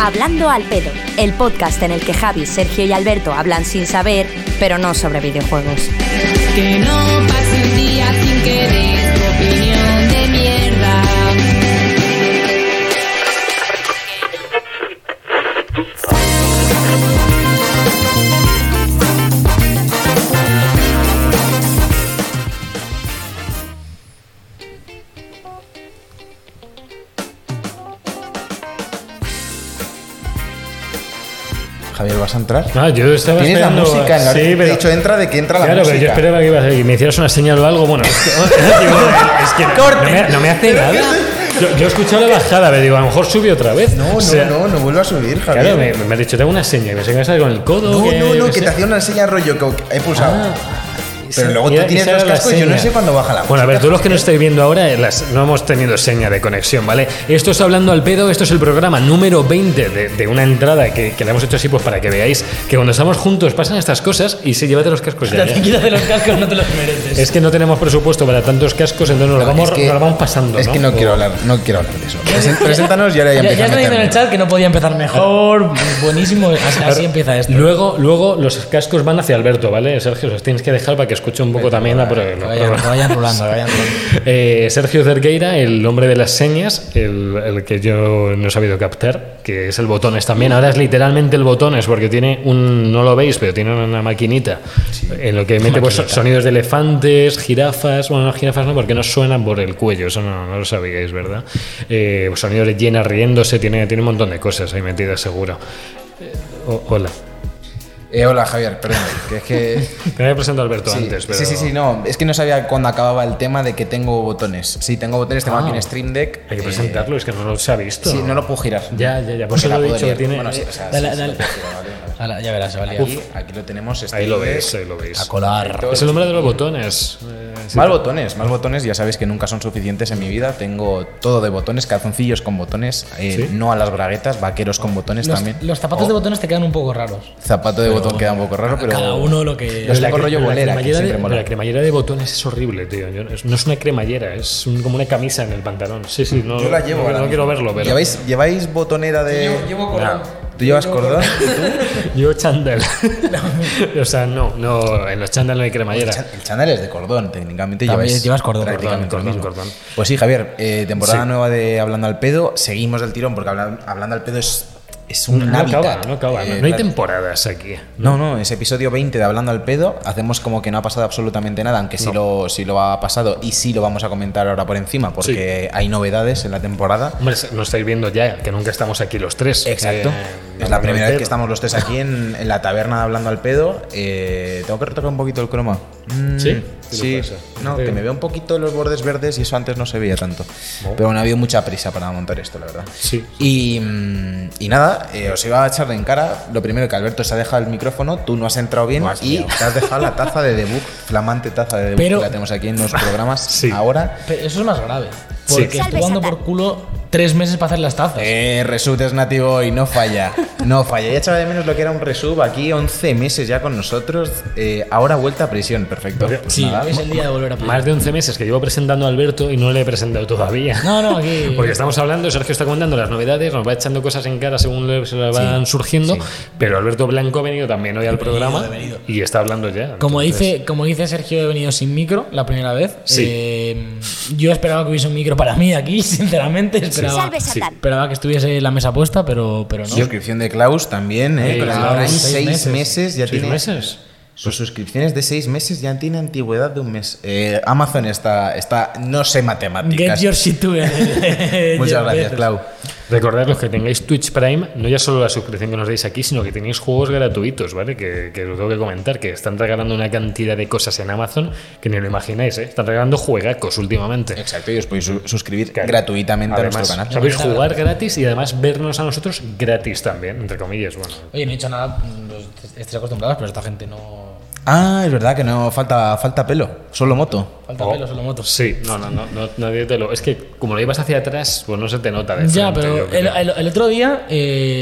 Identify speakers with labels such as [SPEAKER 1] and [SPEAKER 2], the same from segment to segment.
[SPEAKER 1] Hablando al pedo, el podcast en el que Javi, Sergio y Alberto hablan sin saber, pero no sobre videojuegos.
[SPEAKER 2] Que no pase un día sin que des tu opinión de mierda.
[SPEAKER 3] Javier, ¿vas a entrar?
[SPEAKER 4] Ah, yo estaba
[SPEAKER 3] Tienes la
[SPEAKER 4] esperando-
[SPEAKER 3] música en la
[SPEAKER 4] sí,
[SPEAKER 3] Te he
[SPEAKER 4] pero-
[SPEAKER 3] dicho entra de que entra la
[SPEAKER 4] Claro,
[SPEAKER 3] música.
[SPEAKER 4] pero yo esperaba que, ibas a- que me hicieras una señal o algo. Bueno, es que, digo, es que no, no me, no me hace nada. Yo, yo he escuchado la bajada, me digo, a lo mejor sube otra vez.
[SPEAKER 3] No, no,
[SPEAKER 4] O sea,
[SPEAKER 3] no, no vuelvo a subir, Javier.
[SPEAKER 4] Claro, me, me ha dicho, tengo una seña, que me sé que me sale con el codo.
[SPEAKER 3] no, no, no,
[SPEAKER 4] yo
[SPEAKER 3] que
[SPEAKER 4] sé.
[SPEAKER 3] te hacía una seña rollo que he pulsado.
[SPEAKER 4] Ah,
[SPEAKER 3] pero luego tú
[SPEAKER 4] Mira,
[SPEAKER 3] tienes
[SPEAKER 4] esa
[SPEAKER 3] los
[SPEAKER 4] era la
[SPEAKER 3] cascos y yo no
[SPEAKER 4] seña.
[SPEAKER 3] sé cuándo baja la
[SPEAKER 4] Bueno, a ver, todos los que nos estáis viendo ahora, eh, las- no hemos tenido seña de conexión, ¿vale? Esto es Hablando al Pedo, esto es el programa número 20 de, de una entrada que, que la hemos hecho así, pues para que veáis que cuando estamos juntos pasan estas cosas y sí, llévate los cascos ya. ya.
[SPEAKER 5] Quítate los cascos, no te los mereces.
[SPEAKER 4] Es que no tenemos presupuesto para tantos cascos, entonces nos, lo, vamos, nos lo vamos pasando.
[SPEAKER 3] Es que no
[SPEAKER 4] O-
[SPEAKER 3] quiero hablar, no quiero hablar de eso. Presen- Preséntanos y ahora ya
[SPEAKER 5] Ya, ya
[SPEAKER 3] empieza a
[SPEAKER 5] has leído en el
[SPEAKER 3] meterme.
[SPEAKER 5] chat que no podía empezar mejor, buenísimo, así, así empieza esto.
[SPEAKER 4] Luego, luego los cascos van hacia Alberto, ¿vale? Sergio, los tienes que dejar para que escuche un poco también la, pro-
[SPEAKER 5] Que
[SPEAKER 4] la
[SPEAKER 5] vayan, que
[SPEAKER 4] programa.
[SPEAKER 5] vayan rulando, que vayan rulando.
[SPEAKER 4] Eh, Sergio Cerqueira, el hombre de las señas, el, el que yo no he sabido captar, que es el botones también. Ahora es literalmente el botones, porque tiene un. No lo veis, pero tiene una maquinita en lo que mete pues, sonidos de elefantes, jirafas. Bueno, no, jirafas no, porque no suenan por el cuello, eso no, no lo sabíais, ¿verdad? Eh, sonidos de llenas riéndose, tiene, tiene un montón de cosas ahí metidas, seguro. Eh, o- hola.
[SPEAKER 3] Eh, hola, Javier, perdón. Que es que.
[SPEAKER 4] Te había presentado a Alberto
[SPEAKER 3] Sí,
[SPEAKER 4] antes, pero.
[SPEAKER 3] sí, sí, sí, no. Es que no sabía cuándo acababa el tema de que tengo botones. Sí, tengo botones, tengo aquí un Stream Deck.
[SPEAKER 4] Ah. Hay que
[SPEAKER 3] eh,
[SPEAKER 4] presentarlo, es que no lo se ha visto.
[SPEAKER 3] Sí, no lo puedo girar.
[SPEAKER 4] Ya, ya, ya, por Pues eso
[SPEAKER 3] Me la
[SPEAKER 4] lo he
[SPEAKER 3] puedo
[SPEAKER 4] dicho que
[SPEAKER 3] liar.
[SPEAKER 4] tiene-
[SPEAKER 3] Bueno, sí, o sea,
[SPEAKER 5] Dale,
[SPEAKER 3] sí, sí,
[SPEAKER 5] dale.
[SPEAKER 3] lo puedo girar, vale, vale.
[SPEAKER 5] Ala, ya verás, se va a liar.
[SPEAKER 3] Aquí, aquí lo tenemos.
[SPEAKER 4] Ahí
[SPEAKER 3] Stream
[SPEAKER 4] lo
[SPEAKER 3] Deck,
[SPEAKER 4] veis, ahí lo veis.
[SPEAKER 5] A colar.
[SPEAKER 3] todo.
[SPEAKER 4] Es el nombre de los botones. Eh, sí.
[SPEAKER 3] Más botones, más botones, ya sabéis que nunca son suficientes en mi vida. Tengo todo de botones, calzoncillos con botones, eh,
[SPEAKER 4] ¿Sí?
[SPEAKER 3] no a las braguetas, vaqueros con botones
[SPEAKER 5] Los,
[SPEAKER 3] también.
[SPEAKER 5] los zapatos
[SPEAKER 3] Oh,
[SPEAKER 5] de botones te quedan un poco raros.
[SPEAKER 3] Zapato de botón queda un poco raro, pero.
[SPEAKER 5] Cada uno lo que.
[SPEAKER 3] Los
[SPEAKER 4] La
[SPEAKER 3] tengo
[SPEAKER 4] cre-
[SPEAKER 3] rollo
[SPEAKER 4] la
[SPEAKER 3] bolera, que
[SPEAKER 4] cremallera de-
[SPEAKER 3] siempre mola.
[SPEAKER 4] La cremallera de botones es horrible, tío. Yo- es- no es una cremallera, es un- como una camisa en el pantalón. Sí, sí, no,
[SPEAKER 3] Yo la llevo
[SPEAKER 4] no,
[SPEAKER 3] ahora
[SPEAKER 4] no
[SPEAKER 3] mismo.
[SPEAKER 4] quiero verlo, pero.
[SPEAKER 3] ¿Lleváis, ¿Lleváis botonera de.?
[SPEAKER 5] cordón.
[SPEAKER 3] ¿Tú llevas cordón? ¿Y tú?
[SPEAKER 4] Yo chandal. o sea, no, no, en los chandal no hay cremallera.
[SPEAKER 3] Cha- El chándal es de cordón, técnicamente.
[SPEAKER 5] También
[SPEAKER 3] lleváis,
[SPEAKER 5] llevas cordón.
[SPEAKER 3] prácticamente
[SPEAKER 4] Cordón,
[SPEAKER 3] lo
[SPEAKER 4] cordón,
[SPEAKER 3] mismo.
[SPEAKER 4] cordón.
[SPEAKER 3] Pues sí, Javier, eh, temporada
[SPEAKER 4] Sí.
[SPEAKER 3] nueva de Hablando al Pedo. Seguimos del tirón, porque hablan- Hablando al Pedo es, es un
[SPEAKER 4] No
[SPEAKER 3] hábitat.
[SPEAKER 4] acaba, no acaba.
[SPEAKER 3] Eh,
[SPEAKER 4] no, no hay
[SPEAKER 3] la-
[SPEAKER 4] temporadas aquí.
[SPEAKER 3] No, no, es episodio 20 de Hablando al Pedo. Hacemos como que no ha pasado absolutamente nada, aunque sí, lo, sí lo ha pasado y sí lo vamos a comentar ahora por encima, porque hay novedades en la temporada.
[SPEAKER 4] Hombre, no estáis viendo ya, que nunca estamos aquí los tres.
[SPEAKER 3] Exacto.
[SPEAKER 4] Eh,
[SPEAKER 3] es la primera vez que
[SPEAKER 4] pero-
[SPEAKER 3] estamos los tres aquí en, en la taberna de hablando al pedo. Eh, tengo que retocar un poquito el croma. Mm,
[SPEAKER 4] ¿Sí? ¿Qué
[SPEAKER 3] Sí.
[SPEAKER 4] le pasa?
[SPEAKER 3] No,
[SPEAKER 4] Sí.
[SPEAKER 3] que me veo un poquito los bordes verdes y eso antes no se veía tanto. Pero bueno, ha habido mucha prisa para montar esto, la verdad.
[SPEAKER 4] Oh. Sí.
[SPEAKER 3] Y, mm, y nada, eh, os iba a echar de en cara. Lo primero que Alberto se ha dejado el micrófono, tú no has entrado bien y te has dejado la taza de debut, flamante taza de debut
[SPEAKER 5] Pero-
[SPEAKER 3] que la tenemos aquí en los programas
[SPEAKER 4] Sí.
[SPEAKER 3] ahora.
[SPEAKER 5] Pero eso es más grave.
[SPEAKER 4] Sí.
[SPEAKER 5] Porque
[SPEAKER 1] Salve,
[SPEAKER 5] estuvo dando por
[SPEAKER 1] Satán.
[SPEAKER 5] culo tres meses para hacer las tazas.
[SPEAKER 3] Eh, resub es nativo y no falla. No falla. Ya echaba de menos lo que era un resub aquí 11 meses ya con nosotros. Eh, ahora vuelta a prisión, perfecto. Pues
[SPEAKER 5] sí,
[SPEAKER 3] nada.
[SPEAKER 5] es el día de volver a
[SPEAKER 4] Más de 11 meses que llevo presentando a Alberto y no le he presentado todavía.
[SPEAKER 5] No, no, aquí.
[SPEAKER 4] Porque estamos hablando, Sergio está contando las novedades, nos va echando cosas en cara según le- se le van surgiendo, pero Alberto Blanco ha venido también hoy al programa y está hablando ya.
[SPEAKER 5] Como
[SPEAKER 4] entonces-
[SPEAKER 5] dice, como dice Sergio, he venido sin micro la primera vez.
[SPEAKER 4] Sí.
[SPEAKER 5] Eh, yo esperaba que hubiese un micro para mí aquí, sinceramente. Esperaba,
[SPEAKER 1] Salve, Satán.
[SPEAKER 5] esperaba que estuviese la mesa puesta, pero, pero no.
[SPEAKER 3] Suscripción de Klaus también, ¿eh?
[SPEAKER 4] Sí,
[SPEAKER 3] Con la
[SPEAKER 4] Klaus,
[SPEAKER 3] Prime,
[SPEAKER 5] seis
[SPEAKER 3] seis meses,
[SPEAKER 5] meses.
[SPEAKER 3] ya
[SPEAKER 4] ¿Seis
[SPEAKER 3] tiene.
[SPEAKER 4] meses?
[SPEAKER 3] Sus suscripciones de seis meses ya tiene antigüedad de un mes. Eh, Amazon está, está. No sé
[SPEAKER 5] Get
[SPEAKER 3] matemáticas.
[SPEAKER 5] your shit together.
[SPEAKER 3] Muchas
[SPEAKER 5] Jeff
[SPEAKER 3] gracias,
[SPEAKER 5] Bezos.
[SPEAKER 3] Clau.
[SPEAKER 4] Recordad los que tengáis Twitch Prime, no ya solo la suscripción que nos dais aquí, sino que tenéis juegos gratuitos, ¿vale? Que, que os tengo que comentar, que están regalando una cantidad de cosas en Amazon que ni lo imagináis, ¿eh? Están regalando juegacos últimamente.
[SPEAKER 3] Exacto, y os podéis su- suscribir
[SPEAKER 4] Claro.
[SPEAKER 3] gratuitamente
[SPEAKER 4] Además,
[SPEAKER 3] a nuestro canal.
[SPEAKER 4] Sabéis jugar gratis y además vernos a nosotros gratis también, entre comillas. Bueno,
[SPEAKER 5] Oye, no he hecho nada, los est- estéis acostumbrados, pero esta gente no.
[SPEAKER 3] Ah, es verdad que no falta, falta pelo, solo moto.
[SPEAKER 5] Falta
[SPEAKER 4] Oh.
[SPEAKER 5] pelo, solo motos.
[SPEAKER 4] sí, no, no, no, no, nadie te lo. Es que como lo llevas hacia atrás, pues no se te nota. de
[SPEAKER 5] Ya,
[SPEAKER 4] frente,
[SPEAKER 5] pero
[SPEAKER 4] yo creo.
[SPEAKER 5] el, el- el otro día,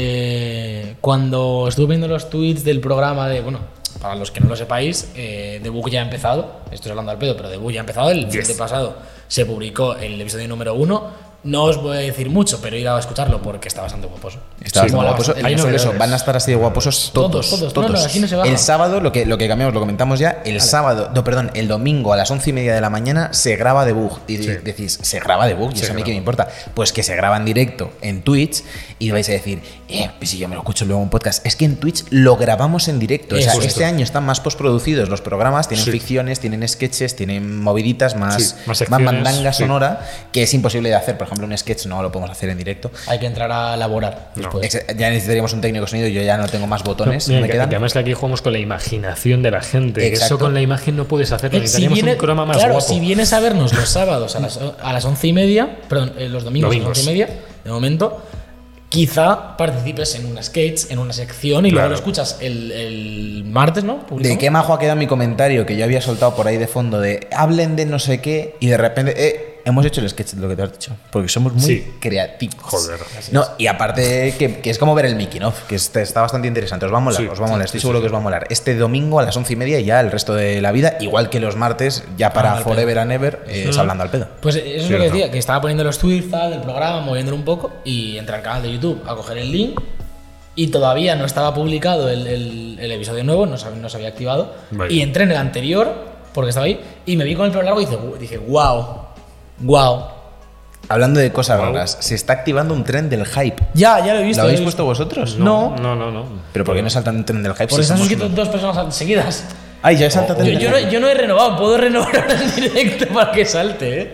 [SPEAKER 5] eh, cuando estuve viendo los tweets del programa de, bueno, para los que no lo sepáis, eh, The Book ya ha empezado, estoy hablando al pedo, pero The Book ya ha empezado, el fin de pasado se publicó el episodio número uno, No os voy a decir mucho, pero ir a escucharlo porque está bastante guaposo.
[SPEAKER 3] Está
[SPEAKER 4] Sí, pues,
[SPEAKER 3] bastante
[SPEAKER 5] mola
[SPEAKER 3] guaposo.
[SPEAKER 5] bastante.
[SPEAKER 3] Y
[SPEAKER 4] Hay
[SPEAKER 3] no solo eso,
[SPEAKER 4] novedades.
[SPEAKER 3] van a estar así de guaposos todos.
[SPEAKER 5] Todos, todos. No, no, aquí no se baja.
[SPEAKER 3] El sábado, lo que, lo que cambiamos, lo comentamos ya, el sábado, no, perdón, el domingo a las once y media de la mañana se graba debug. Y
[SPEAKER 4] Sí.
[SPEAKER 3] decís, se graba debug, y
[SPEAKER 4] Se
[SPEAKER 3] eso a mí
[SPEAKER 4] graba.
[SPEAKER 3] que me importa. Pues que se graba en directo en Twitch y vais a decir, eh, pues si yo me lo escucho luego en podcast. Es que en Twitch lo grabamos en directo.
[SPEAKER 5] Es
[SPEAKER 3] o sea,
[SPEAKER 5] justo.
[SPEAKER 3] este año están más postproducidos los programas, tienen
[SPEAKER 4] Sí.
[SPEAKER 3] ficciones, tienen sketches, tienen moviditas más,
[SPEAKER 4] Sí, más
[SPEAKER 3] más,
[SPEAKER 4] secciones,
[SPEAKER 3] mandanga
[SPEAKER 4] sí.
[SPEAKER 3] sonora, que es imposible de hacer. Por ejemplo, un sketch no lo podemos hacer en directo.
[SPEAKER 5] Hay que entrar a elaborar después.
[SPEAKER 3] Ex- Ya necesitaríamos un técnico de sonido, yo ya no tengo más botones,
[SPEAKER 4] Pues Mira,
[SPEAKER 3] no me
[SPEAKER 4] que-
[SPEAKER 3] quedan.
[SPEAKER 4] que además que aquí jugamos con la imaginación de la gente. que
[SPEAKER 3] Exacto.
[SPEAKER 4] Eso con la imagen no puedes hacerlo.
[SPEAKER 5] Eh,
[SPEAKER 4] Necesitaríamos
[SPEAKER 5] viene-
[SPEAKER 4] un croma más
[SPEAKER 5] claro,
[SPEAKER 4] guapo.
[SPEAKER 5] si vienes a vernos los sábados a las, a las once y media, perdón, eh, los domingos,
[SPEAKER 4] Domingos.
[SPEAKER 5] a las once y media, de momento, quizá participes en una sketch, en una sección y luego
[SPEAKER 4] Claro.
[SPEAKER 5] lo escuchas el, el martes, ¿no?
[SPEAKER 3] ¿De
[SPEAKER 5] Publicamos.
[SPEAKER 3] qué majo ha quedado mi comentario que yo había soltado por ahí de fondo de hablen de no sé qué y de repente eh, hemos hecho el sketch de lo que te has dicho? Porque somos muy
[SPEAKER 4] Sí.
[SPEAKER 3] creativos.
[SPEAKER 4] Joder.
[SPEAKER 3] No, y aparte que, que es como ver el Mickey off, que este está, está bastante interesante. Os va a molar,
[SPEAKER 4] Sí,
[SPEAKER 3] os va a
[SPEAKER 4] sí,
[SPEAKER 3] molar,
[SPEAKER 4] sí,
[SPEAKER 3] estoy
[SPEAKER 4] sí,
[SPEAKER 3] seguro que os va a molar. Este domingo a las once y media y ya el resto de la vida, igual que los martes, ya
[SPEAKER 4] Ah,
[SPEAKER 3] para
[SPEAKER 5] al pedo.
[SPEAKER 3] Forever and Ever, eh, es hablando al pedo.
[SPEAKER 5] Pues eso es lo que decía, que estaba poniendo los tweets tal, del programa, moviéndolo un poco y entra al canal de YouTube a coger el link y todavía no estaba publicado el, el- el episodio nuevo, no se, no se había activado
[SPEAKER 4] Vaya.
[SPEAKER 5] y entré en el anterior porque estaba ahí y me vi con el pelo largo y dije, dije wow, wow.
[SPEAKER 3] Hablando de cosas
[SPEAKER 4] Wow.
[SPEAKER 3] raras, se está activando un tren del hype.
[SPEAKER 5] Ya, ya lo he visto.
[SPEAKER 3] ¿Lo
[SPEAKER 5] ya
[SPEAKER 3] habéis
[SPEAKER 5] he
[SPEAKER 3] puesto
[SPEAKER 5] visto.
[SPEAKER 3] vosotros?
[SPEAKER 5] No.
[SPEAKER 4] Pues No, no, no.
[SPEAKER 3] ¿Pero por qué no saltan un tren del hype?
[SPEAKER 5] Porque
[SPEAKER 3] si
[SPEAKER 5] se han
[SPEAKER 3] somos
[SPEAKER 5] suscrito
[SPEAKER 3] una-
[SPEAKER 5] dos personas seguidas.
[SPEAKER 3] Ay, ya salta
[SPEAKER 5] Yo,
[SPEAKER 3] tren del
[SPEAKER 5] yo
[SPEAKER 3] hype.
[SPEAKER 5] no, yo no he renovado, puedo renovar ahora en directo para que salte, ¿eh?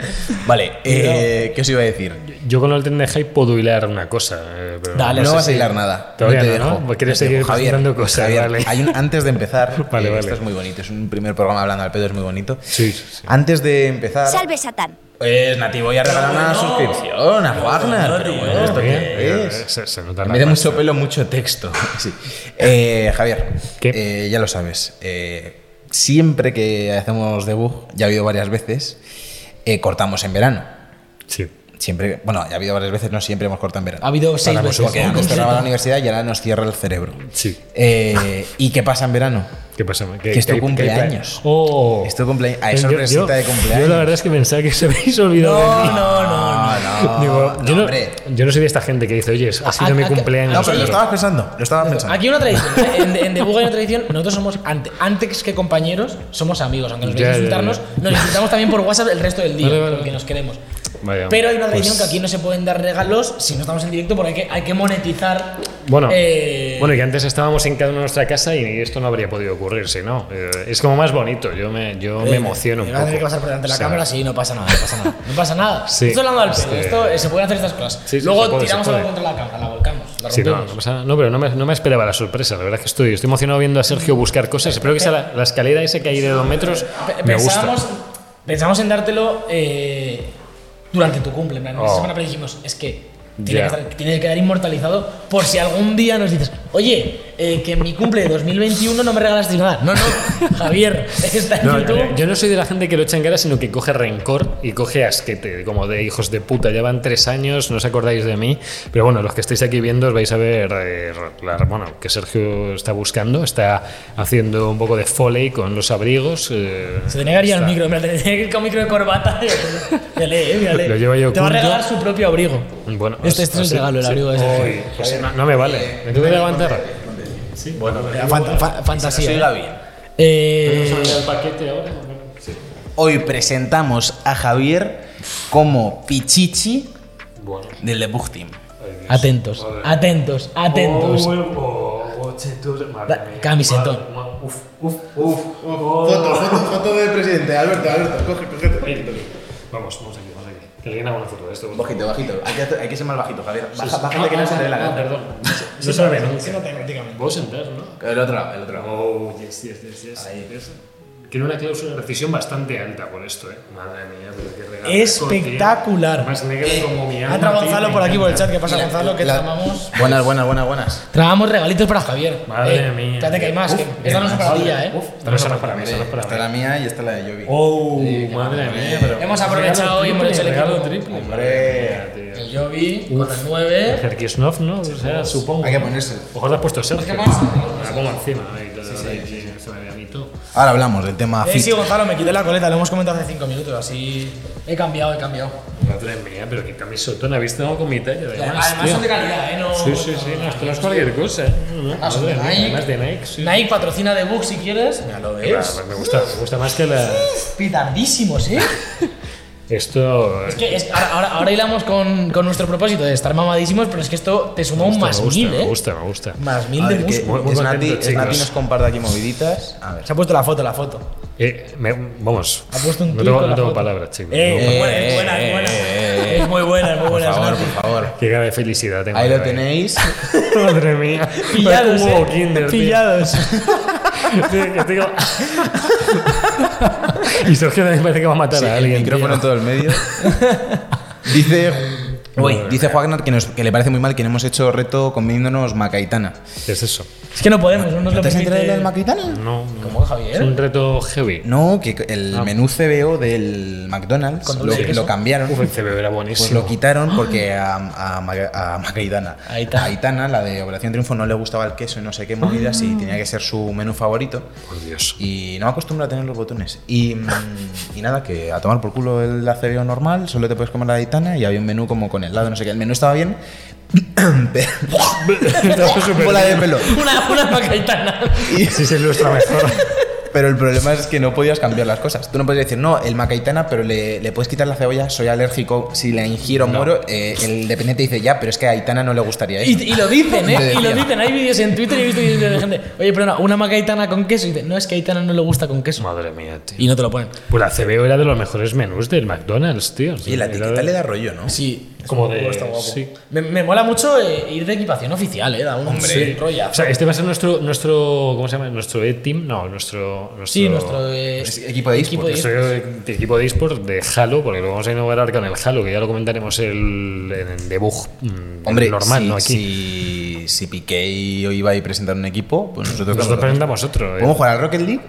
[SPEAKER 3] Vale, eh, ¿qué os iba a decir?
[SPEAKER 4] Yo con el tren de hype puedo hilar una cosa. eh, pero
[SPEAKER 5] Dale,
[SPEAKER 3] No,
[SPEAKER 5] sé
[SPEAKER 3] vas a
[SPEAKER 5] si-
[SPEAKER 3] hilar nada.
[SPEAKER 4] Todavía
[SPEAKER 3] te
[SPEAKER 4] no,
[SPEAKER 3] dejo.
[SPEAKER 4] ¿no? Quieres
[SPEAKER 3] te dejo.
[SPEAKER 4] seguir presentando cosas, vale.
[SPEAKER 3] hay un- antes de empezar,
[SPEAKER 4] Vale,
[SPEAKER 3] eh,
[SPEAKER 4] vale.
[SPEAKER 3] esto es muy bonito, es un primer programa hablando al pedo, es muy bonito.
[SPEAKER 4] Sí, sí, sí.
[SPEAKER 3] Antes de empezar,
[SPEAKER 1] Salve Satán.
[SPEAKER 3] pues Nativo ya regalado una suscripción a Wagner. pero bueno,
[SPEAKER 4] Eh,
[SPEAKER 3] ¿esto qué
[SPEAKER 4] eh,
[SPEAKER 3] es?
[SPEAKER 4] Se, se nota
[SPEAKER 3] En
[SPEAKER 4] la
[SPEAKER 3] vez de
[SPEAKER 4] pasta.
[SPEAKER 3] mucho pelo, mucho texto. Sí. Eh, Javier,
[SPEAKER 4] ¿Qué?
[SPEAKER 3] eh, ya lo sabes. eh, siempre que hacemos debug, ya ha habido varias veces, eh, cortamos en verano.
[SPEAKER 4] Sí.
[SPEAKER 3] Siempre, bueno, ya ha habido varias veces, no siempre hemos cortado en verano.
[SPEAKER 5] Ha habido seis
[SPEAKER 4] Paramos
[SPEAKER 5] veces.
[SPEAKER 4] un
[SPEAKER 3] Porque antes cerraba la universidad y ahora nos cierra el cerebro.
[SPEAKER 4] Sí.
[SPEAKER 3] Eh, ¿Y qué pasa en verano?
[SPEAKER 4] ¿Qué pasa? ¿Qué-
[SPEAKER 3] Que es tu
[SPEAKER 4] qué- qué-
[SPEAKER 3] cumpleaños.
[SPEAKER 4] ¡Oh!
[SPEAKER 3] Es tu cumpleaños. Ah,
[SPEAKER 4] Yo-
[SPEAKER 3] es
[SPEAKER 4] yo-
[SPEAKER 3] sorpresita de
[SPEAKER 4] Yo la
[SPEAKER 3] cumpleaños.
[SPEAKER 4] verdad es que pensaba que se habéis olvidado de mí.
[SPEAKER 5] No, no, no. no.
[SPEAKER 3] Ah, no,
[SPEAKER 4] Digo,
[SPEAKER 3] no,
[SPEAKER 4] yo, no,
[SPEAKER 3] hombre.
[SPEAKER 4] yo no soy de esta gente que dice, oye, ha sido
[SPEAKER 5] a-
[SPEAKER 4] mi
[SPEAKER 5] a-
[SPEAKER 4] cumpleaños.
[SPEAKER 3] No, pero lo
[SPEAKER 4] Sí.
[SPEAKER 3] estabas pensando. Lo estabas pensando.
[SPEAKER 5] Aquí hay una tradición. ¿eh? En, en Debug hay una tradición. Nosotros somos, ante- antes que compañeros, somos amigos. Aunque nos
[SPEAKER 4] Ya,
[SPEAKER 5] veáis
[SPEAKER 4] ya, ya.
[SPEAKER 5] insultarnos, nos insultamos también por WhatsApp el resto del día,
[SPEAKER 4] Vale, vale.
[SPEAKER 5] porque nos queremos.
[SPEAKER 4] Vaya,
[SPEAKER 5] Pero hay una tradición
[SPEAKER 4] pues-
[SPEAKER 5] que aquí no se pueden dar regalos si no estamos en directo, porque hay que, hay que monetizar.
[SPEAKER 4] Bueno,
[SPEAKER 5] eh,
[SPEAKER 4] bueno, y que antes estábamos en cada uno en nuestra casa y esto no habría podido ocurrir, si no. Eh, es como más bonito, yo me, yo me
[SPEAKER 5] Eh,
[SPEAKER 4] emociono un
[SPEAKER 5] me vas a tener
[SPEAKER 4] poco.
[SPEAKER 5] que pasar por delante de la
[SPEAKER 4] O sea,
[SPEAKER 5] cámara, sí, no pasa nada, no pasa nada. No pasa nada.
[SPEAKER 4] Sí.
[SPEAKER 5] Estoy hablando al pedo,
[SPEAKER 4] Sí.
[SPEAKER 5] esto, eh, se pueden hacer estas cosas.
[SPEAKER 4] Sí, sí,
[SPEAKER 5] Luego
[SPEAKER 4] se puede,
[SPEAKER 5] tiramos
[SPEAKER 4] se
[SPEAKER 5] algo
[SPEAKER 4] puede.
[SPEAKER 5] contra la cámara, la volcamos, la
[SPEAKER 4] Sí, no,
[SPEAKER 5] rompemos.
[SPEAKER 4] no pasa nada. No, pero no me, no me esperaba la sorpresa, la verdad es que estoy, estoy emocionado viendo a Sergio buscar cosas. Espero que sea la, la escalera esa que hay de dos metros.
[SPEAKER 5] Pe-
[SPEAKER 4] Me gusta.
[SPEAKER 5] pensábamos, pensábamos en dártelo eh, durante tu cumple. en plan, Esta
[SPEAKER 4] Oh.
[SPEAKER 5] semana pero dijimos, es que tiene,
[SPEAKER 4] Ya.
[SPEAKER 5] que estar- tiene que quedar inmortalizado por si algún día nos dices, oye, eh, que en mi cumple de 2021 no me regalaste nada. No, no, Javier, está en
[SPEAKER 4] No,
[SPEAKER 5] YouTube.
[SPEAKER 4] yo, yo no soy de la gente que lo echa en cara, sino que coge rencor y coge asquete, como de hijos de puta. Llevan tres años, no os acordáis de mí. Pero bueno, los que estáis aquí viendo os vais a ver eh, la- bueno, que Sergio está buscando, está haciendo un poco de foley con los abrigos. eh,
[SPEAKER 5] Se tenía que ir al
[SPEAKER 4] está-
[SPEAKER 5] micro, en plan, tenía que ir con micro de corbata. Mírale, eh, mírale.
[SPEAKER 4] Lo lleva yo
[SPEAKER 5] Te va a
[SPEAKER 4] oculto.
[SPEAKER 5] regalar su propio abrigo.
[SPEAKER 4] Bueno,
[SPEAKER 5] Este- este es el regalo, el abrigo de Sergio.
[SPEAKER 4] Uy, pues no, no me vale. Me tengo que levantar. Sí, bueno,
[SPEAKER 5] Eh, Fanta- fa- fantasía.
[SPEAKER 3] Soy
[SPEAKER 5] eh.
[SPEAKER 3] Gaby.
[SPEAKER 5] Eh,
[SPEAKER 4] el paquete ahora.
[SPEAKER 3] Hoy presentamos a Javier como Pichichi
[SPEAKER 4] Bueno.
[SPEAKER 3] del Debug Team.
[SPEAKER 5] atentos, atentos, atentos.
[SPEAKER 4] Oh,
[SPEAKER 5] Da- camisetón.
[SPEAKER 4] Uf,
[SPEAKER 3] Foto, foto, foto del presidente. Alberto, Alberto, coge, coge.
[SPEAKER 4] Vamos, vamos aquí, vamos aquí. Que alguien haga una foto de esto. por favor.
[SPEAKER 3] Bajito, bajito. Hay que, hacer- hay que ser más bajito, Javier. Baja, bájate
[SPEAKER 4] Ah,
[SPEAKER 3] que no se
[SPEAKER 4] ah,
[SPEAKER 3] te dé la
[SPEAKER 4] ah,
[SPEAKER 3] gana.
[SPEAKER 4] Perdón. No se ve nunca.
[SPEAKER 5] prácticamente.
[SPEAKER 4] Puedo sentar, ¿no?
[SPEAKER 3] El otro lado, el otro lado.
[SPEAKER 4] Oh, yes, yes, yes, yes. yes. Tiene una cláusula de rescisión bastante alta por esto, ¿eh? Madre mía, pero qué regalo.
[SPEAKER 5] Espectacular.
[SPEAKER 4] Más negra
[SPEAKER 3] Eh,
[SPEAKER 4] como mi alma.
[SPEAKER 5] Entra
[SPEAKER 4] tío,
[SPEAKER 5] Gonzalo
[SPEAKER 4] me
[SPEAKER 5] por aquí por el
[SPEAKER 4] encanta.
[SPEAKER 5] chat. ¿Qué pasa,
[SPEAKER 3] Mira,
[SPEAKER 5] Gonzalo? Que te
[SPEAKER 3] la-
[SPEAKER 5] amamos.
[SPEAKER 3] Buenas, buenas, buenas, buenas.
[SPEAKER 5] Tragamos regalitos para Javier.
[SPEAKER 4] Madre
[SPEAKER 5] Eh,
[SPEAKER 4] mía.
[SPEAKER 5] Espérate que hay más.
[SPEAKER 4] Uf,
[SPEAKER 5] que esta no es para ti ya, ¿eh?
[SPEAKER 4] Uf, esta no es para mí, esta no es para
[SPEAKER 3] Esta es
[SPEAKER 4] mí.
[SPEAKER 3] la mía y esta es la de Jovi.
[SPEAKER 4] Oh, madre mía, pero.
[SPEAKER 5] Hemos aprovechado y hemos hecho el
[SPEAKER 4] Regalo
[SPEAKER 5] equipo.
[SPEAKER 4] triple.
[SPEAKER 3] Hombre.
[SPEAKER 4] Madre mía, tío.
[SPEAKER 5] El Jovi con Eh, el 9.
[SPEAKER 4] Herkisnov, ¿no? O sea, supongo.
[SPEAKER 3] Hay que ponérselo.
[SPEAKER 4] Ojo, lo has puesto Sergio.
[SPEAKER 5] ¿Qué más?
[SPEAKER 4] Me la pongo encima. ahí, todo, ahí, que se me vea a mí todo.
[SPEAKER 3] Ahora hablamos del tema
[SPEAKER 5] Eh,
[SPEAKER 3] fit.
[SPEAKER 5] sí, Gonzalo, me quité la coleta, lo hemos comentado hace 5 minutos, así. He cambiado, he cambiado.
[SPEAKER 4] Madre mía, pero qué camisotón habéis tenido con mi talla. Además,
[SPEAKER 5] Además
[SPEAKER 4] tío.
[SPEAKER 5] son de calidad, ¿eh? No,
[SPEAKER 4] Sí, sí, sí, no, esto no es cualquier cosa. ¿eh?
[SPEAKER 5] Ah, son de
[SPEAKER 4] Madre mía,
[SPEAKER 5] Nike.
[SPEAKER 4] Además de Nike, sí.
[SPEAKER 5] Nike patrocina de Book si quieres. Mira, lo
[SPEAKER 4] Ah,
[SPEAKER 5] ves.
[SPEAKER 4] me, gusta, me gusta más que la.
[SPEAKER 5] Pitardísimos, ¿eh?
[SPEAKER 4] Esto. eh,
[SPEAKER 5] Es que es- ahora, ahora, ahora hilamos con, con nuestro propósito de estar mamadísimos, pero es que esto te suma un
[SPEAKER 4] me
[SPEAKER 5] más
[SPEAKER 4] gusta,
[SPEAKER 5] mil,
[SPEAKER 4] me
[SPEAKER 5] ¿eh?
[SPEAKER 4] gusta, me gusta.
[SPEAKER 5] Más mil
[SPEAKER 3] A
[SPEAKER 5] de
[SPEAKER 3] ver, que
[SPEAKER 5] músculo.
[SPEAKER 4] muy- muy
[SPEAKER 3] Snati
[SPEAKER 4] contento,
[SPEAKER 3] Snati
[SPEAKER 4] chicos.
[SPEAKER 3] nos comparte aquí moviditas. A ver.
[SPEAKER 5] Se ha puesto la foto, la foto.
[SPEAKER 4] Eh, me- vamos.
[SPEAKER 5] Ha puesto un
[SPEAKER 4] no
[SPEAKER 5] tuit
[SPEAKER 4] tengo,
[SPEAKER 5] con
[SPEAKER 4] no
[SPEAKER 5] la
[SPEAKER 4] tengo
[SPEAKER 5] foto.
[SPEAKER 4] palabras, chicos.
[SPEAKER 5] Eh,
[SPEAKER 4] No,
[SPEAKER 5] es buena, es buena, es buena.
[SPEAKER 3] eh, eh.
[SPEAKER 5] Es muy buena, es muy
[SPEAKER 3] Por
[SPEAKER 5] buena.
[SPEAKER 3] favor,
[SPEAKER 5] Snati.
[SPEAKER 3] por favor.
[SPEAKER 4] Qué cara de felicidad tengo.
[SPEAKER 3] Ahí
[SPEAKER 4] yo, eh.
[SPEAKER 3] lo tenéis.
[SPEAKER 4] Madre mía.
[SPEAKER 5] Pillados,
[SPEAKER 4] Parece un
[SPEAKER 5] eh.
[SPEAKER 4] huevo Kinder, tío.
[SPEAKER 5] Pillados.
[SPEAKER 4] Sí, que tengo- y Sergio también parece que va a matar
[SPEAKER 3] Sí,
[SPEAKER 4] a
[SPEAKER 3] el
[SPEAKER 4] alguien.
[SPEAKER 3] micrófono en
[SPEAKER 4] tío.
[SPEAKER 3] todo el medio. dice.
[SPEAKER 4] Uy.
[SPEAKER 3] dice Wagner que, nos- que le parece muy mal que no hemos hecho reto comiéndonos macaitana.
[SPEAKER 4] ¿Qué es eso?
[SPEAKER 5] Es que no podemos, no nos
[SPEAKER 3] ¿No
[SPEAKER 5] lo
[SPEAKER 3] te has enterado de lo del
[SPEAKER 5] permite.
[SPEAKER 3] macaitana?
[SPEAKER 4] No, no.
[SPEAKER 5] ¿Cómo,
[SPEAKER 4] Es
[SPEAKER 5] Javier?
[SPEAKER 4] un reto heavy.
[SPEAKER 3] No, que el menú CBO del McDonald's
[SPEAKER 5] Con
[SPEAKER 3] Ah. lo,
[SPEAKER 5] dulce de queso.
[SPEAKER 3] lo cambiaron.
[SPEAKER 4] Uf, el CBO era buenísimo.
[SPEAKER 3] Pues lo quitaron porque a, a, Maga- a Macaidana,
[SPEAKER 5] Aitana.
[SPEAKER 3] a Aitana, la de Operación Triunfo, no le gustaba el queso y no sé qué movidas y tenía que ser su menú favorito.
[SPEAKER 4] Por Dios.
[SPEAKER 3] Y no acostumbra a tener los botones. Y, mm, y nada, que a tomar por culo el acebeo normal, solo te puedes comer la Aitana y había un menú como con helado, no sé qué. El menú estaba bien.
[SPEAKER 4] Estaba súper
[SPEAKER 3] Bola de
[SPEAKER 4] bien.
[SPEAKER 3] pelo.
[SPEAKER 5] Una, una macaitana.
[SPEAKER 3] Y-
[SPEAKER 4] Sí, sí, es nuestra mejor.
[SPEAKER 3] Pero el problema es que no podías cambiar las cosas. Tú no podías decir, no, el macaitana, pero le, le puedes quitar la cebolla, soy alérgico, si la ingiero muero. Eh, el dependiente dice, ya, pero es que a Aitana no le gustaría eso.
[SPEAKER 5] Y, y lo dicen, ¿eh?
[SPEAKER 3] Te
[SPEAKER 5] Y lo
[SPEAKER 3] decía.
[SPEAKER 5] dicen. Hay vídeos en Twitter y he visto vídeos de gente. Oye, pero no, una macaitana con queso. Y dice, no, es que a Aitana no le gusta con queso.
[SPEAKER 4] Madre mía, tío.
[SPEAKER 5] Y no te lo ponen.
[SPEAKER 4] Pues la CBO era de los mejores menús del McDonald's, tío.
[SPEAKER 3] Y la
[SPEAKER 4] Era
[SPEAKER 3] etiqueta
[SPEAKER 4] de-
[SPEAKER 3] le da rollo, ¿no?
[SPEAKER 5] Sí.
[SPEAKER 4] Como
[SPEAKER 5] está
[SPEAKER 4] de-
[SPEAKER 5] guapo, está guapo.
[SPEAKER 4] sí.
[SPEAKER 5] Me, me mola mucho eh, ir de equipación oficial, ¿eh? Da un
[SPEAKER 4] Sí.
[SPEAKER 5] rollazo.
[SPEAKER 4] O sea, este va a ser nuestro, nuestro ¿cómo se llama? Nuestro E-Team, no, nuestro, nuestro...
[SPEAKER 5] sí, nuestro. eh,
[SPEAKER 3] Es equipo de eSport,
[SPEAKER 5] eSport.
[SPEAKER 4] nuestro equipo de eSports de Halo, porque lo vamos a inaugurar con el Halo, que ya lo comentaremos el, en el debug mm,
[SPEAKER 3] Hombre,
[SPEAKER 4] normal,
[SPEAKER 3] si,
[SPEAKER 4] ¿no? Aquí.
[SPEAKER 3] si, si Piqué iba a presentar un equipo, pues nosotros,
[SPEAKER 4] Nosotros
[SPEAKER 3] claro,
[SPEAKER 4] presentamos otro. eh.
[SPEAKER 3] podemos jugar al Rocket League.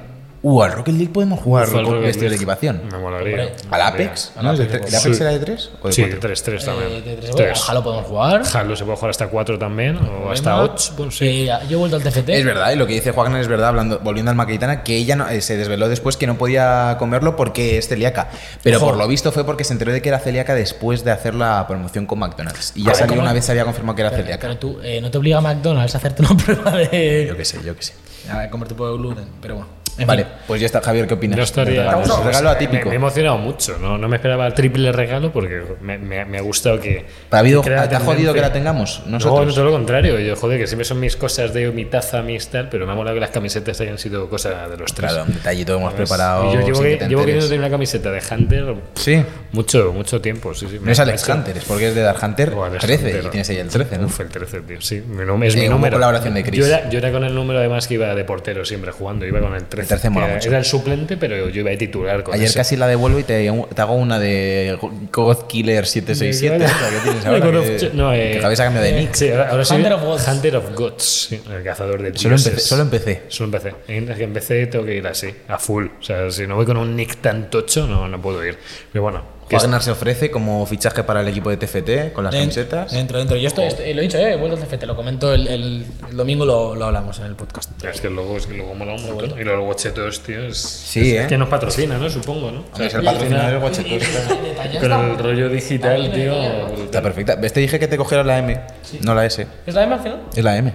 [SPEAKER 3] Uh, al Rocket League podemos jugar
[SPEAKER 4] Fue al
[SPEAKER 3] con
[SPEAKER 4] Rocket
[SPEAKER 3] vestidos de
[SPEAKER 4] League.
[SPEAKER 3] equipación.
[SPEAKER 4] Me molaría.
[SPEAKER 5] Hombre.
[SPEAKER 4] me
[SPEAKER 3] Al
[SPEAKER 4] molaría.
[SPEAKER 3] Apex, ¿no? ¿El de- el Apex
[SPEAKER 4] Sí.
[SPEAKER 3] era de 3 o de
[SPEAKER 4] Sí,
[SPEAKER 3] 4?
[SPEAKER 4] 3-3
[SPEAKER 5] Eh,
[SPEAKER 4] también.
[SPEAKER 5] de tres,
[SPEAKER 4] Tres.
[SPEAKER 5] Ojalá podemos jugar.
[SPEAKER 4] Halo se puede jugar hasta 4 también, o hasta
[SPEAKER 5] Rema.
[SPEAKER 4] 8. Bueno, sí.
[SPEAKER 5] Eh, yo he vuelto al TFT.
[SPEAKER 3] Es verdad, y lo que dice Wagner es verdad, hablando, volviendo al Maquitana, que ella no- eh, se desveló después que no podía comerlo porque es celíaca. Pero
[SPEAKER 5] Ojo.
[SPEAKER 3] por lo visto fue porque se enteró de que era celíaca después de hacer la promoción con McDonald's. Y ya
[SPEAKER 5] Ah,
[SPEAKER 3] salió
[SPEAKER 5] ¿cómo?
[SPEAKER 3] una vez se había confirmado que era
[SPEAKER 5] Pero,
[SPEAKER 3] celíaca.
[SPEAKER 5] pero tú, eh, no te obliga a McDonald's a hacerte una prueba de.
[SPEAKER 3] Yo qué sé, yo qué sé.
[SPEAKER 5] A comer tu poco de gluten, pero bueno.
[SPEAKER 3] Vale, pues ya está, Javier, ¿qué opinas?
[SPEAKER 4] Yo estaría.
[SPEAKER 3] Regalo,
[SPEAKER 4] no sé,
[SPEAKER 3] regalo
[SPEAKER 4] me-
[SPEAKER 3] atípico.
[SPEAKER 4] Me, he emocionado mucho. No, no me esperaba el triple regalo porque me, me- me ha gustado que.
[SPEAKER 3] ¿Te ha, habido-
[SPEAKER 4] que crea
[SPEAKER 3] te ha jodido
[SPEAKER 4] tendencia.
[SPEAKER 3] que la tengamos?
[SPEAKER 4] No,
[SPEAKER 3] Nosotros.
[SPEAKER 4] no, todo lo contrario. Yo, joder, que siempre son mis cosas de mi taza, mis tal, pero me ha molado que las camisetas hayan sido cosa de los tres.
[SPEAKER 3] Claro, un detallito hemos
[SPEAKER 4] Pues,
[SPEAKER 3] preparado.
[SPEAKER 4] y yo llevo,
[SPEAKER 3] sin
[SPEAKER 4] que,
[SPEAKER 3] te
[SPEAKER 4] llevo queriendo
[SPEAKER 3] enteres.
[SPEAKER 4] tener una camiseta de Hunter
[SPEAKER 3] Sí,
[SPEAKER 4] mucho, mucho tiempo. Sí, sí,
[SPEAKER 3] no es Alex Hunter, es porque es de Dark Hunter
[SPEAKER 4] O Alex
[SPEAKER 3] 13
[SPEAKER 4] Pues, Hunter.
[SPEAKER 3] y tienes ahí el 13, ¿no?
[SPEAKER 4] Uf, el 13, tío. Sí, mi nom- es
[SPEAKER 3] Eh,
[SPEAKER 4] mi
[SPEAKER 3] hubo
[SPEAKER 4] número.
[SPEAKER 3] colaboración de Chris.
[SPEAKER 4] Yo era, yo era con el número, además, que iba de portero siempre jugando. Iba con el 13.
[SPEAKER 3] El 13
[SPEAKER 4] que
[SPEAKER 3] mola
[SPEAKER 4] era,
[SPEAKER 3] mucho.
[SPEAKER 4] era el suplente, pero yo iba de titular con
[SPEAKER 3] Ayer
[SPEAKER 4] ese.
[SPEAKER 3] casi la devuelvo y te, te hago una de God Killer 767. esta que tienes ahora,
[SPEAKER 4] Me
[SPEAKER 3] que-
[SPEAKER 4] conozco- no, eh,
[SPEAKER 3] que habéis cambiado de nick.
[SPEAKER 4] Sí, ahora, ahora sí.
[SPEAKER 5] Hunter of Gods.
[SPEAKER 4] Hunter of Gods, sí, el cazador de
[SPEAKER 3] Solo
[SPEAKER 4] dioses.
[SPEAKER 3] empecé, solo empecé.
[SPEAKER 4] Solo empecé. En es que empecé tengo que ir así, a full. O sea, si no voy con un nick tan tocho, no, no puedo ir. Pero bueno, que es-
[SPEAKER 3] Wagner se ofrece como fichaje para el equipo de TFT con las
[SPEAKER 5] Den-
[SPEAKER 3] camisetas.
[SPEAKER 5] Dentro, dentro. Yo estoy, estoy- lo he dicho, eh, vuelvo al TFT, lo comento el, el- el domingo, lo, lo hablamos en el podcast.
[SPEAKER 4] es que luego, es que luego mola un montón. Y los guachetos, tío, es,
[SPEAKER 3] Sí,
[SPEAKER 4] es
[SPEAKER 3] ¿eh?
[SPEAKER 4] que nos patrocina, ¿no? Supongo, ¿no? O sea,
[SPEAKER 3] Hombre, es el
[SPEAKER 4] al final,
[SPEAKER 3] patrocinador del guachetos.
[SPEAKER 4] Con el rollo digital, tío. brutal.
[SPEAKER 3] Está perfecta. ¿Ves? Te dije que te cogieras la M, no la S.
[SPEAKER 5] ¿Es la misma al final?
[SPEAKER 3] Es la M.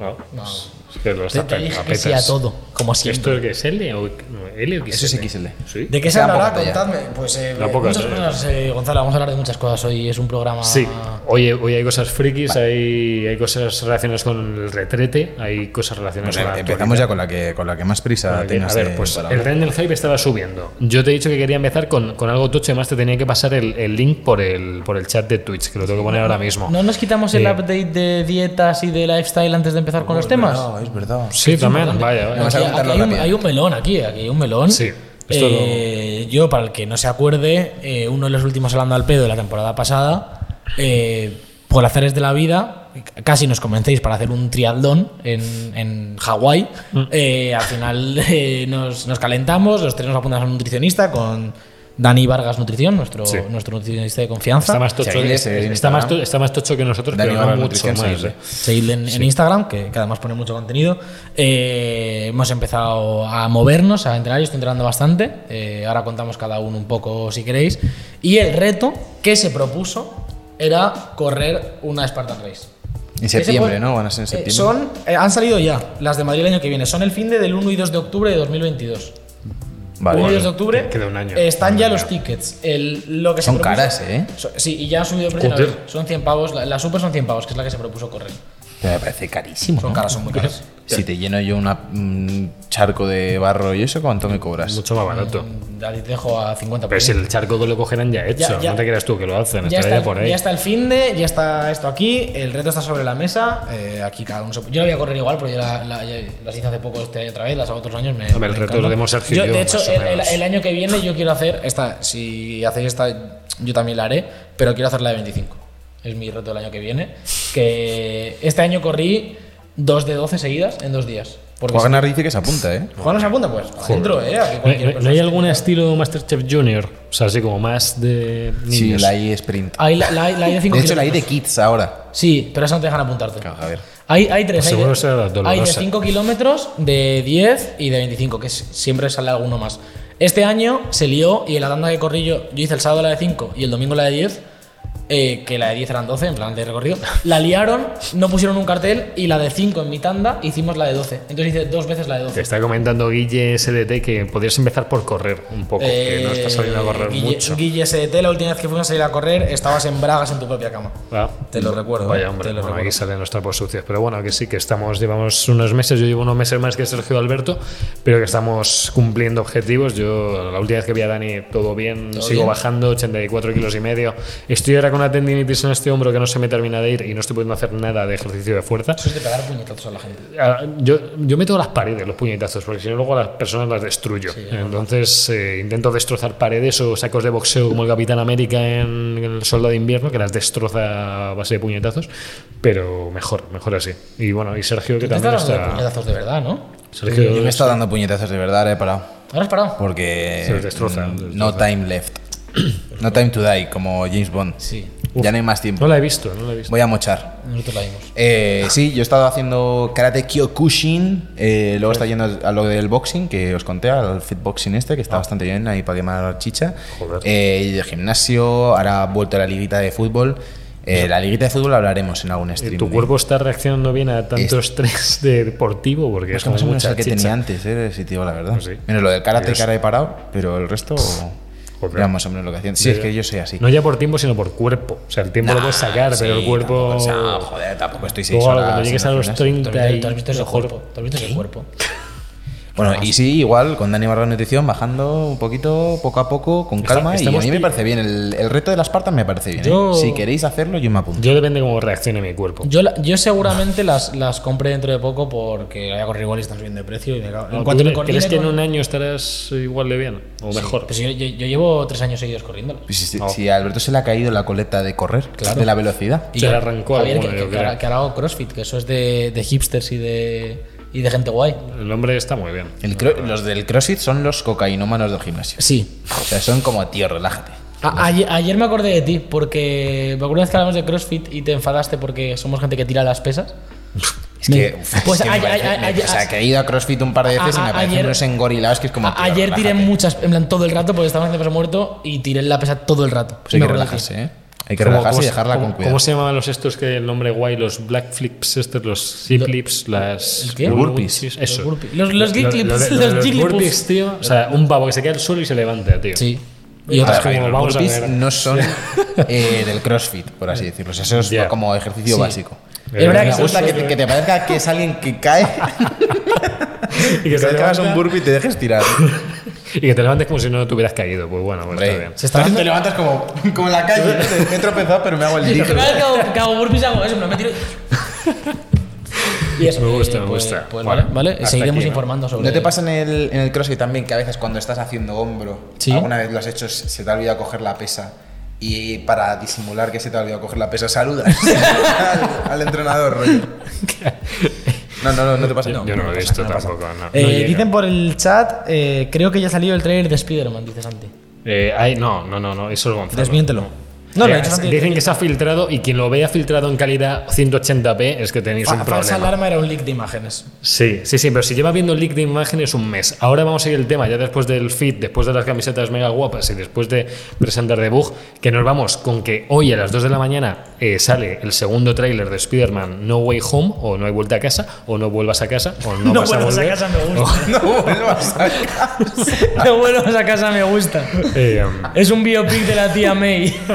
[SPEAKER 4] No, pues, es que lo
[SPEAKER 5] Te,
[SPEAKER 4] está
[SPEAKER 5] te dije que sí a todo, como siempre.
[SPEAKER 4] ¿Esto es que es L o no, L o que
[SPEAKER 3] Eso es Pues XL.
[SPEAKER 4] Sí.
[SPEAKER 5] ¿De qué se
[SPEAKER 3] Sean
[SPEAKER 5] hablará?
[SPEAKER 3] poca talla.
[SPEAKER 5] Contadme. Pues eh,
[SPEAKER 4] La poca
[SPEAKER 5] muchas
[SPEAKER 4] talla.
[SPEAKER 5] cosas, eh, Gonzalo. Vamos a hablar de muchas cosas hoy. Es un programa.
[SPEAKER 4] Sí,
[SPEAKER 5] Ah.
[SPEAKER 4] hoy, hoy hay cosas frikis, hay, hay cosas relacionadas con el retrete, hay cosas relacionadas
[SPEAKER 3] Pues, eh,
[SPEAKER 4] con la
[SPEAKER 3] empezamos ya con la que con la que más prisa
[SPEAKER 4] actualidad.
[SPEAKER 3] tengas.
[SPEAKER 4] A ver,
[SPEAKER 3] de-
[SPEAKER 4] pues
[SPEAKER 3] para
[SPEAKER 4] el
[SPEAKER 3] hablar.
[SPEAKER 4] tren del hype estaba subiendo. Yo te he dicho que quería empezar con, con algo tocho, además te tenía que pasar el, el link por el, por el chat de Twitch, que lo tengo que poner ahora mismo.
[SPEAKER 5] ¿No nos quitamos el
[SPEAKER 4] Eh,
[SPEAKER 5] update de dietas y de lifestyle antes de empezar con los temas?
[SPEAKER 3] No, es verdad.
[SPEAKER 4] Sí, también, vaya, vaya.
[SPEAKER 3] Vamos a
[SPEAKER 5] Aquí-
[SPEAKER 3] contarlo
[SPEAKER 5] aquí hay, un,
[SPEAKER 3] rápido.
[SPEAKER 5] hay un melón aquí, aquí hay un melón.
[SPEAKER 4] Sí, esto
[SPEAKER 5] Eh, Yo, para el que no se acuerde, eh, uno de los últimos hablando al pedo de la temporada pasada, eh, por haceres de la vida, casi nos convencéis para hacer un triatlón en, en Hawái.
[SPEAKER 4] Mm.
[SPEAKER 5] Eh, al final eh, nos, nos calentamos, los tres nos apuntamos a un nutricionista con Dani Vargas Nutrición, nuestro,
[SPEAKER 4] Sí.
[SPEAKER 5] nuestro nutricionista de confianza.
[SPEAKER 4] Está más tocho,
[SPEAKER 3] Seguidle, seguidle
[SPEAKER 4] está más to-
[SPEAKER 3] Instagram.
[SPEAKER 4] está más tocho que nosotros,
[SPEAKER 3] Dani
[SPEAKER 4] pero no
[SPEAKER 3] Vargas
[SPEAKER 4] mucho
[SPEAKER 3] Nutrición,
[SPEAKER 4] más.
[SPEAKER 3] seguidle.
[SPEAKER 4] eh.
[SPEAKER 5] Seguidle en, en Instagram, que, que además pone mucho contenido. Eh, hemos empezado a movernos, a entrenar, yo estoy entrenando bastante. Eh, ahora contamos cada uno un poco si queréis. Y el reto que se propuso era correr una Spartan Race.
[SPEAKER 3] En
[SPEAKER 5] Que se
[SPEAKER 3] septiembre,
[SPEAKER 5] puede-
[SPEAKER 3] ¿no? Van a ser en
[SPEAKER 5] eh,
[SPEAKER 3] septiembre.
[SPEAKER 5] son, eh, han salido ya las de Madrid el año que viene. Son el fin de del 1 y 2 de octubre de 2022. 1 y 2 de
[SPEAKER 4] Bueno,
[SPEAKER 5] octubre.
[SPEAKER 4] queda un año.
[SPEAKER 5] eh, Están ya
[SPEAKER 4] Madre
[SPEAKER 5] los tickets. El- lo que se
[SPEAKER 3] Son
[SPEAKER 5] propuso-
[SPEAKER 3] caras, ¿eh?
[SPEAKER 5] So- sí, y ya han subido de precio.
[SPEAKER 4] Joder.
[SPEAKER 5] la vez. Son 100 pavos. La, la super son 100 pavos, que es la que se propuso correr.
[SPEAKER 3] Pero me parece carísimo.
[SPEAKER 5] Son
[SPEAKER 3] ¿no?
[SPEAKER 5] caras, son muy caras.
[SPEAKER 3] Si te lleno yo una- un charco de barro y eso, ¿cuánto me cobras?
[SPEAKER 4] Mucho más barato.
[SPEAKER 5] Ya te dejo a 50
[SPEAKER 4] Pero
[SPEAKER 5] por
[SPEAKER 4] si
[SPEAKER 5] ahí.
[SPEAKER 4] el charco que lo cogerán ya hecho,
[SPEAKER 5] Ya- ya.
[SPEAKER 4] no te creas tú que lo hacen,
[SPEAKER 5] ya,
[SPEAKER 4] estará
[SPEAKER 5] está,
[SPEAKER 4] ya por ahí.
[SPEAKER 5] ya está el fin de, ya está esto aquí, el reto está sobre la mesa, eh, aquí cada uno se... Yo la voy a correr igual, pero yo la- la- ya las hice hace poco este año otra vez, las hago otros años. Me,
[SPEAKER 4] Hombre, el
[SPEAKER 5] me
[SPEAKER 4] reto
[SPEAKER 5] encanta.
[SPEAKER 4] lo hemos Sergio y
[SPEAKER 5] Yo,
[SPEAKER 4] yo,
[SPEAKER 5] de hecho,
[SPEAKER 4] más o
[SPEAKER 5] el, el-
[SPEAKER 4] menos.
[SPEAKER 5] el año que viene yo quiero hacer esta, si hacéis esta, yo también la haré, pero quiero hacer la de 25. Es mi reto del año que viene. Que este año corrí dos de 12 seguidas en dos días. Porque
[SPEAKER 3] Wagner dice que se apunta, ¿eh?
[SPEAKER 5] si- Juan nos apunta, pues, adentro, ¿eh? A que
[SPEAKER 4] ¿No,
[SPEAKER 5] cualquier
[SPEAKER 4] no- no
[SPEAKER 5] persona
[SPEAKER 4] hay
[SPEAKER 5] se-
[SPEAKER 4] algún estilo Masterchef Junior? O sea, así como más de
[SPEAKER 3] Sí,
[SPEAKER 4] niños.
[SPEAKER 3] la I Sprint.
[SPEAKER 5] Hay la, la- la hay de 5
[SPEAKER 3] De hecho, la I de Kids ahora.
[SPEAKER 5] Sí, pero esa no te dejan apuntarte.
[SPEAKER 3] Claro, Javier.
[SPEAKER 5] Hay, hay tres.
[SPEAKER 4] Pues
[SPEAKER 5] hay
[SPEAKER 4] seguro
[SPEAKER 5] de-
[SPEAKER 4] será
[SPEAKER 5] hay, de,
[SPEAKER 4] dolorosa.
[SPEAKER 5] 5 kilómetros, de 10 y de 25, que es- siempre sale alguno más. Este año se lió y en la tanda que corrí yo, yo hice el sábado la de 5 y el domingo la de 10, eh, que la de 10 eran 12 en plan de recorrido. La liaron, no pusieron un cartel y la de 5 en mi tanda hicimos la de 12. Entonces hice dos veces la de 12.
[SPEAKER 4] Te está comentando Guille SDT que podrías empezar por correr un poco, que no estás saliendo a correr
[SPEAKER 5] Eh, Guille,
[SPEAKER 4] mucho.
[SPEAKER 5] Guille SDT, la última vez que fuimos a salir a correr, estabas en bragas en tu propia cama.
[SPEAKER 4] Ah.
[SPEAKER 5] Te lo recuerdo.
[SPEAKER 4] Vaya,
[SPEAKER 5] eh,
[SPEAKER 4] hombre,
[SPEAKER 5] te lo
[SPEAKER 4] bueno,
[SPEAKER 5] recuerdo.
[SPEAKER 4] aquí salen los trapos sucios. Pero bueno, que sí, que estamos, llevamos unos meses, yo llevo unos meses más que Sergio Alberto, pero que estamos cumpliendo objetivos. Yo, la última vez que vi a Dani, todo bien, sigo
[SPEAKER 5] bien?
[SPEAKER 4] bajando, 84 kilos y medio. Estoy ahora con una tendinitis en este hombro que no se me termina de ir y no estoy pudiendo hacer nada de ejercicio de fuerza.
[SPEAKER 5] Eso es de pegar puñetazos a la gente.
[SPEAKER 4] Ah, Yo, yo meto las paredes, los puñetazos, porque si no, luego a las personas las destruyo. Entonces eh, intento destrozar paredes o sacos de boxeo como el Capitán América en, en El Soldado de Invierno, que las destroza a base de puñetazos, pero mejor, mejor así. Y bueno, y Sergio, que
[SPEAKER 5] Te
[SPEAKER 4] también
[SPEAKER 5] estás dando de
[SPEAKER 4] está.
[SPEAKER 5] puñetazos de verdad, ¿no?
[SPEAKER 4] Sergio
[SPEAKER 3] Eh, Yo me he estado dando puñetazos de verdad, he parado.
[SPEAKER 5] Ahora has parado.
[SPEAKER 3] Porque.
[SPEAKER 4] Se los destroza,
[SPEAKER 3] mm,
[SPEAKER 4] los
[SPEAKER 3] No
[SPEAKER 4] destroza.
[SPEAKER 3] time left. No time to die, como James Bond.
[SPEAKER 5] Sí,
[SPEAKER 3] Ya no hay más tiempo.
[SPEAKER 4] No la he visto, no la he visto.
[SPEAKER 3] Voy a mochar.
[SPEAKER 5] nosotros la vimos.
[SPEAKER 3] Eh, sí, yo he estado haciendo karate Kyokushin. eh, luego está yendo a lo del boxing que os conté, al fitboxing este, que está bastante bien ahí para quemar chicha.
[SPEAKER 4] Ah. Joder.
[SPEAKER 3] Eh, y de gimnasio, ahora he vuelto a la liguita de fútbol. Eh, la liguita de fútbol hablaremos en algún stream.
[SPEAKER 4] Eh,
[SPEAKER 3] ¿eh?
[SPEAKER 4] Tu
[SPEAKER 3] de-
[SPEAKER 4] cuerpo está reaccionando bien a tanto estrés de deportivo, porque es
[SPEAKER 3] ¿Cómo
[SPEAKER 4] como
[SPEAKER 3] se llama
[SPEAKER 4] mucha
[SPEAKER 3] esa Pues que
[SPEAKER 4] chicha.
[SPEAKER 3] tenía antes, eh, de sitio, la verdad.
[SPEAKER 4] Pues sí.
[SPEAKER 3] Menos lo del karate
[SPEAKER 4] Dios.
[SPEAKER 3] que ahora he parado, pero el resto.
[SPEAKER 4] Joder.
[SPEAKER 3] Ya más o menos lo que hacían. Sí, es que yo soy así.
[SPEAKER 4] No ya por tiempo, sino por cuerpo. O sea, el tiempo lo puedes sacar,
[SPEAKER 3] Sí,
[SPEAKER 4] pero el
[SPEAKER 3] tampoco-
[SPEAKER 4] cuerpo.
[SPEAKER 3] o sea, joder, tampoco estoy seis
[SPEAKER 4] Luego,
[SPEAKER 3] horas
[SPEAKER 4] cuando llegues
[SPEAKER 3] en
[SPEAKER 4] a
[SPEAKER 3] el
[SPEAKER 4] los
[SPEAKER 3] gimnasio.
[SPEAKER 4] 30
[SPEAKER 5] ¿Tú has
[SPEAKER 4] y
[SPEAKER 5] visto- tú has visto ese
[SPEAKER 4] mejor-
[SPEAKER 5] cuerpo? ¿Tú has visto ese cuerpo?
[SPEAKER 3] Bueno, y sí, igual, con Dani Barra Nutrición, bajando un poquito, poco a poco, con
[SPEAKER 4] Está-
[SPEAKER 3] calma. y a
[SPEAKER 4] estamos
[SPEAKER 3] mí me
[SPEAKER 4] pi-
[SPEAKER 3] parece bien, el, el reto de las partas me parece bien. ¿eh?
[SPEAKER 4] Yo-
[SPEAKER 3] Si queréis hacerlo, yo me apunto.
[SPEAKER 4] Yo depende cómo reaccione mi cuerpo.
[SPEAKER 5] Yo, la- yo
[SPEAKER 4] Ah.
[SPEAKER 5] seguramente las, las compré dentro de poco porque voy a correr igual y están subiendo de precio. Y me cago.
[SPEAKER 4] ¿Tú
[SPEAKER 5] En cuanto me
[SPEAKER 4] cre-
[SPEAKER 5] coordine
[SPEAKER 4] ¿Crees que en
[SPEAKER 5] con-
[SPEAKER 4] un año estarás igual de bien? O
[SPEAKER 5] Sí,
[SPEAKER 4] mejor.
[SPEAKER 5] pues yo, yo- yo llevo tres años seguidos corriéndolas.
[SPEAKER 3] Si, si- si a Alberto se le ha caído la coleta de correr, de la velocidad.
[SPEAKER 5] Y
[SPEAKER 4] Se
[SPEAKER 5] yo-
[SPEAKER 4] le arrancó
[SPEAKER 5] Javier,
[SPEAKER 4] alguno,
[SPEAKER 5] que,
[SPEAKER 4] yo creo.
[SPEAKER 5] que- que ahora, que ahora hago crossfit, que eso es de, de hipsters y de, y de gente guay.
[SPEAKER 4] El hombre está muy bien.
[SPEAKER 3] El cro- los del CrossFit son los cocainómanos del gimnasio.
[SPEAKER 5] Sí.
[SPEAKER 3] O sea, son como, tío, relájate.
[SPEAKER 5] A- ayer, ayer me acordé de ti porque me acuerdo una vez que hablamos de crossfit y te enfadaste porque somos gente que tira las pesas.
[SPEAKER 3] Es que, uf, es
[SPEAKER 5] Pues
[SPEAKER 3] que me
[SPEAKER 5] ayer-
[SPEAKER 3] parece-
[SPEAKER 5] ayer-
[SPEAKER 3] me-
[SPEAKER 5] ayer-
[SPEAKER 3] o sea, que he ido a CrossFit un par de veces
[SPEAKER 5] a-
[SPEAKER 3] y me
[SPEAKER 5] a-
[SPEAKER 3] parecen
[SPEAKER 5] ayer-
[SPEAKER 3] unos engorilados que es como.
[SPEAKER 5] A-
[SPEAKER 3] tío,
[SPEAKER 5] ayer tiré
[SPEAKER 3] relájate.
[SPEAKER 5] muchas, en plan todo el rato, porque estaba en el peso muerto y tiré la pesa todo el rato.
[SPEAKER 3] Pues hay
[SPEAKER 5] Me
[SPEAKER 3] que
[SPEAKER 5] acuerdo de ti.
[SPEAKER 3] relajarse, ¿eh? Hay que
[SPEAKER 4] ¿Cómo-
[SPEAKER 3] relajarse
[SPEAKER 4] cómo
[SPEAKER 3] y
[SPEAKER 4] se-
[SPEAKER 3] dejarla con
[SPEAKER 4] cómo-
[SPEAKER 3] cuidado.
[SPEAKER 4] ¿Cómo se llamaban los estos que el nombre guay? Los black flips, estos, los clips, las.
[SPEAKER 5] ¿El qué?
[SPEAKER 4] Bull-
[SPEAKER 3] Burpees.
[SPEAKER 4] Bull- Eso.
[SPEAKER 5] Los burpees. Los- los
[SPEAKER 4] Lo- lo-
[SPEAKER 5] giglips,
[SPEAKER 4] lo de-
[SPEAKER 5] los
[SPEAKER 4] lo de
[SPEAKER 5] giglips.
[SPEAKER 4] burpees, tío. O sea, un pavo que se queda al suelo y se levanta, tío.
[SPEAKER 5] Sí. Y
[SPEAKER 4] Ah,
[SPEAKER 5] otras
[SPEAKER 3] A ver,
[SPEAKER 4] como
[SPEAKER 3] los
[SPEAKER 4] vamos a
[SPEAKER 3] burpees
[SPEAKER 4] ver.
[SPEAKER 3] no son eh, del CrossFit, por así decirlo. O sea, eso es
[SPEAKER 4] Ya.
[SPEAKER 3] como ejercicio
[SPEAKER 5] Sí.
[SPEAKER 3] básico.
[SPEAKER 5] Es verdad
[SPEAKER 3] Me
[SPEAKER 5] que
[SPEAKER 3] gusta que, te- que te parezca que es alguien que cae,
[SPEAKER 4] Y que,
[SPEAKER 3] que te
[SPEAKER 4] te
[SPEAKER 3] hagas
[SPEAKER 4] levanta-
[SPEAKER 3] un burpee y te dejes tirar.
[SPEAKER 4] y que te levantes como si no te hubieras caído. Pues bueno, pues está
[SPEAKER 3] Hombre,
[SPEAKER 4] bien.
[SPEAKER 5] Se está
[SPEAKER 3] a veces
[SPEAKER 5] dando-
[SPEAKER 3] te levantas como, como en la calle. Me he tropezado, pero me hago el
[SPEAKER 5] Cada
[SPEAKER 3] lindo.
[SPEAKER 5] vez que hago- que hago burpees hago eso, me lo tiro y- y eso,
[SPEAKER 4] Me gusta,
[SPEAKER 5] eh,
[SPEAKER 4] me
[SPEAKER 5] pues-
[SPEAKER 4] gusta.
[SPEAKER 5] pues
[SPEAKER 4] Vale,
[SPEAKER 5] vale, vale,
[SPEAKER 4] hasta
[SPEAKER 5] seguiremos
[SPEAKER 4] aquí, ¿no?
[SPEAKER 5] informando sobre
[SPEAKER 3] ¿No te pasa en el, en el CrossFit también que a veces cuando estás haciendo hombro,
[SPEAKER 5] Sí.
[SPEAKER 3] alguna vez lo has hecho, se te ha olvidado coger la pesa? Y para disimular que se te ha olvidado coger la pesa, saludas al, al entrenador. rollo. No, no, no, no te pasa.
[SPEAKER 4] Yo no lo he
[SPEAKER 3] pasa,
[SPEAKER 4] visto
[SPEAKER 3] no pasa.
[SPEAKER 4] tampoco. no- no
[SPEAKER 5] Eh,
[SPEAKER 4] llega.
[SPEAKER 5] dicen por el chat, eh, creo que ya ha salido el trailer de Spider-Man, dice Santi.
[SPEAKER 4] Eh, ay, no, no, no, no, eso es Gonzalo.
[SPEAKER 5] Desmiéntelo.
[SPEAKER 4] No,
[SPEAKER 5] No,
[SPEAKER 4] Eh,
[SPEAKER 5] lo he dicho antes.
[SPEAKER 4] dicen que se ha filtrado y quien lo vea filtrado en calidad 180p es que tenéis
[SPEAKER 5] Fa-
[SPEAKER 4] un
[SPEAKER 5] falsa
[SPEAKER 4] problema.
[SPEAKER 5] alarma era un leak de imágenes.
[SPEAKER 4] Sí, sí, sí, pero si lleva viendo el leak de imágenes un mes. Ahora vamos a ir al tema, ya después del feed, después de las camisetas mega guapas y después de presentar debug, que nos vamos con que hoy a las 2 de la mañana eh, sale el segundo tráiler de Spider-Man No Way Home, o No hay vuelta a casa, o No vuelvas a casa, o No,
[SPEAKER 5] No
[SPEAKER 4] vas a
[SPEAKER 5] vuelvas a
[SPEAKER 4] volver.
[SPEAKER 5] casa, me gusta.
[SPEAKER 3] No vuelvas a casa.
[SPEAKER 5] No vuelvas a casa, me gusta.
[SPEAKER 4] O, eh, um,
[SPEAKER 5] Es un biopic de la tía May.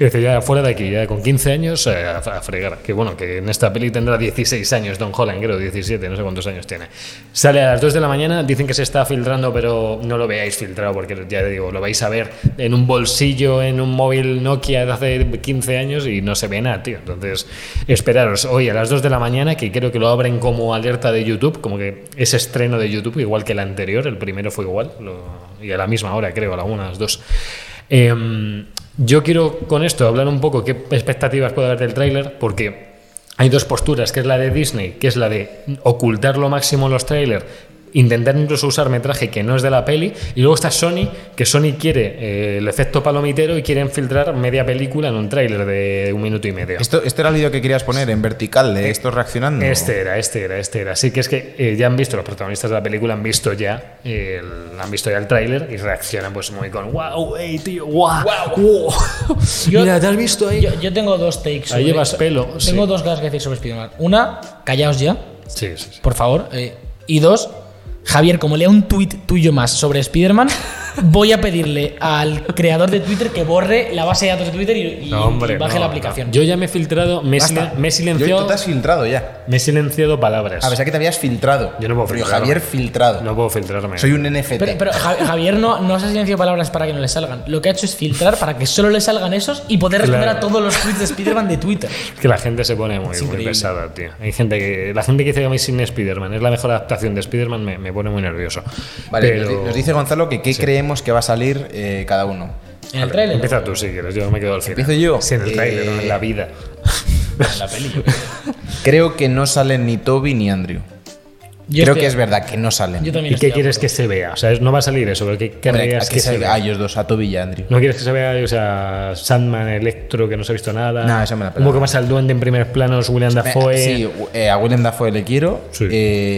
[SPEAKER 4] Y dice, ya fuera de aquí, ya con 15 años eh, a a fregar. Que bueno, que en esta peli tendrá 16 años Don Holland, creo, 17, no sé cuántos años tiene. Sale a las 2 de la mañana, dicen que se está filtrando, pero no lo veáis filtrado, porque ya digo, lo vais a ver en un bolsillo, en un móvil Nokia de hace 15 años y no se ve nada, tío. Entonces, esperaros hoy a las 2 de la mañana, que creo que lo abren como alerta de YouTube, como que es estreno de YouTube, igual que el anterior, el primero fue igual, lo- y a la misma hora, creo, a la 1, a las 2. Em, yo quiero con esto hablar un poco qué expectativas puede haber del tráiler, porque hay dos posturas, que es la de Disney, que es la de ocultar lo máximo en los trailers, intentar incluso usar metraje que no es de la peli, y luego está Sony, que Sony quiere eh, el efecto palomitero y quieren filtrar media película en un tráiler de un minuto y medio.
[SPEAKER 3] Esto, esto era el vídeo que querías poner en vertical de esto reaccionando.
[SPEAKER 4] Eh, Este era, este era, este era. Así que es que eh, ya han visto, los protagonistas de la película han visto ya eh, el, han visto ya el tráiler y reaccionan pues muy con wow, ey, tío, wow, wow. Mira, ¿te has visto ahí?
[SPEAKER 5] Yo, yo tengo dos takes.
[SPEAKER 4] Ahí
[SPEAKER 5] sobre-
[SPEAKER 4] llevas pelo,
[SPEAKER 5] Tengo
[SPEAKER 4] sí.
[SPEAKER 5] dos cosas que decir sobre Spider-Man. Una, callaos ya,
[SPEAKER 4] Sí, sí, sí.
[SPEAKER 5] por favor. eh, y dos, Javier, como lea un tuit tuyo más sobre Spider-Man, voy a pedirle al creador de Twitter que borre la base de datos de Twitter y, y-
[SPEAKER 4] No, hombre,
[SPEAKER 5] y baje
[SPEAKER 4] no,
[SPEAKER 5] la
[SPEAKER 4] no.
[SPEAKER 5] aplicación.
[SPEAKER 4] Yo ya me he filtrado, me, he
[SPEAKER 3] Basta.
[SPEAKER 4] silen- me he
[SPEAKER 3] Yo, tú
[SPEAKER 4] silenciado,
[SPEAKER 3] te has filtrado ya.
[SPEAKER 4] me he silenciado palabras.
[SPEAKER 3] A pesar que te habías filtrado.
[SPEAKER 4] Yo no puedo
[SPEAKER 3] Pero
[SPEAKER 4] filtrarme.
[SPEAKER 3] Javier filtrado.
[SPEAKER 4] No puedo filtrarme.
[SPEAKER 3] Soy un NFT.
[SPEAKER 5] Pero, pero Ja- Javier no, no se ha silenciado palabras para que no le salgan. Lo que ha hecho es filtrar para que solo le salgan esos y poder responder
[SPEAKER 4] Claro.
[SPEAKER 5] a todos los tweets de Spider-Man de Twitter.
[SPEAKER 4] que la gente se pone muy,
[SPEAKER 5] Es
[SPEAKER 4] muy
[SPEAKER 5] increíble.
[SPEAKER 4] pesada, tío. Hay gente que la gente que dice que a mí sin Spider-Man es la mejor adaptación de Spider-Man me, me pone muy nervioso.
[SPEAKER 3] Vale,
[SPEAKER 4] Pero-
[SPEAKER 3] nos di- nos dice Gonzalo que qué creemos que va a salir eh, cada uno.
[SPEAKER 5] En el
[SPEAKER 4] Vale,
[SPEAKER 5] tráiler.
[SPEAKER 4] Empieza tú si quieres, yo me quedo al final.
[SPEAKER 3] ¿Empiezo yo?
[SPEAKER 4] Sí, en el
[SPEAKER 3] Eh,
[SPEAKER 4] trailer, en la vida.
[SPEAKER 5] En la peli.
[SPEAKER 3] Creo que no salen ni Toby ni Andrew. Creo
[SPEAKER 5] Yo estoy-
[SPEAKER 3] que es verdad que no salen.
[SPEAKER 5] Yo
[SPEAKER 4] ¿Y
[SPEAKER 5] también estoy
[SPEAKER 4] qué
[SPEAKER 5] de
[SPEAKER 4] quieres que se vea? O sea, es- no va a salir eso, pero ¿qué
[SPEAKER 3] Hombre,
[SPEAKER 4] querrías
[SPEAKER 3] a
[SPEAKER 4] que se
[SPEAKER 3] salga a
[SPEAKER 4] vea?
[SPEAKER 3] ellos dos, a Toby y a Andrew.
[SPEAKER 4] ¿No quieres que se vea, o sea, Sandman, Electro, que no se ha visto nada?
[SPEAKER 3] No, eso me la pela.
[SPEAKER 4] Un poco más al duende en primeros planos, William
[SPEAKER 3] Me-
[SPEAKER 4] Dafoe.
[SPEAKER 3] Sí, eh, a Willem Dafoe le quiero.
[SPEAKER 4] Sí.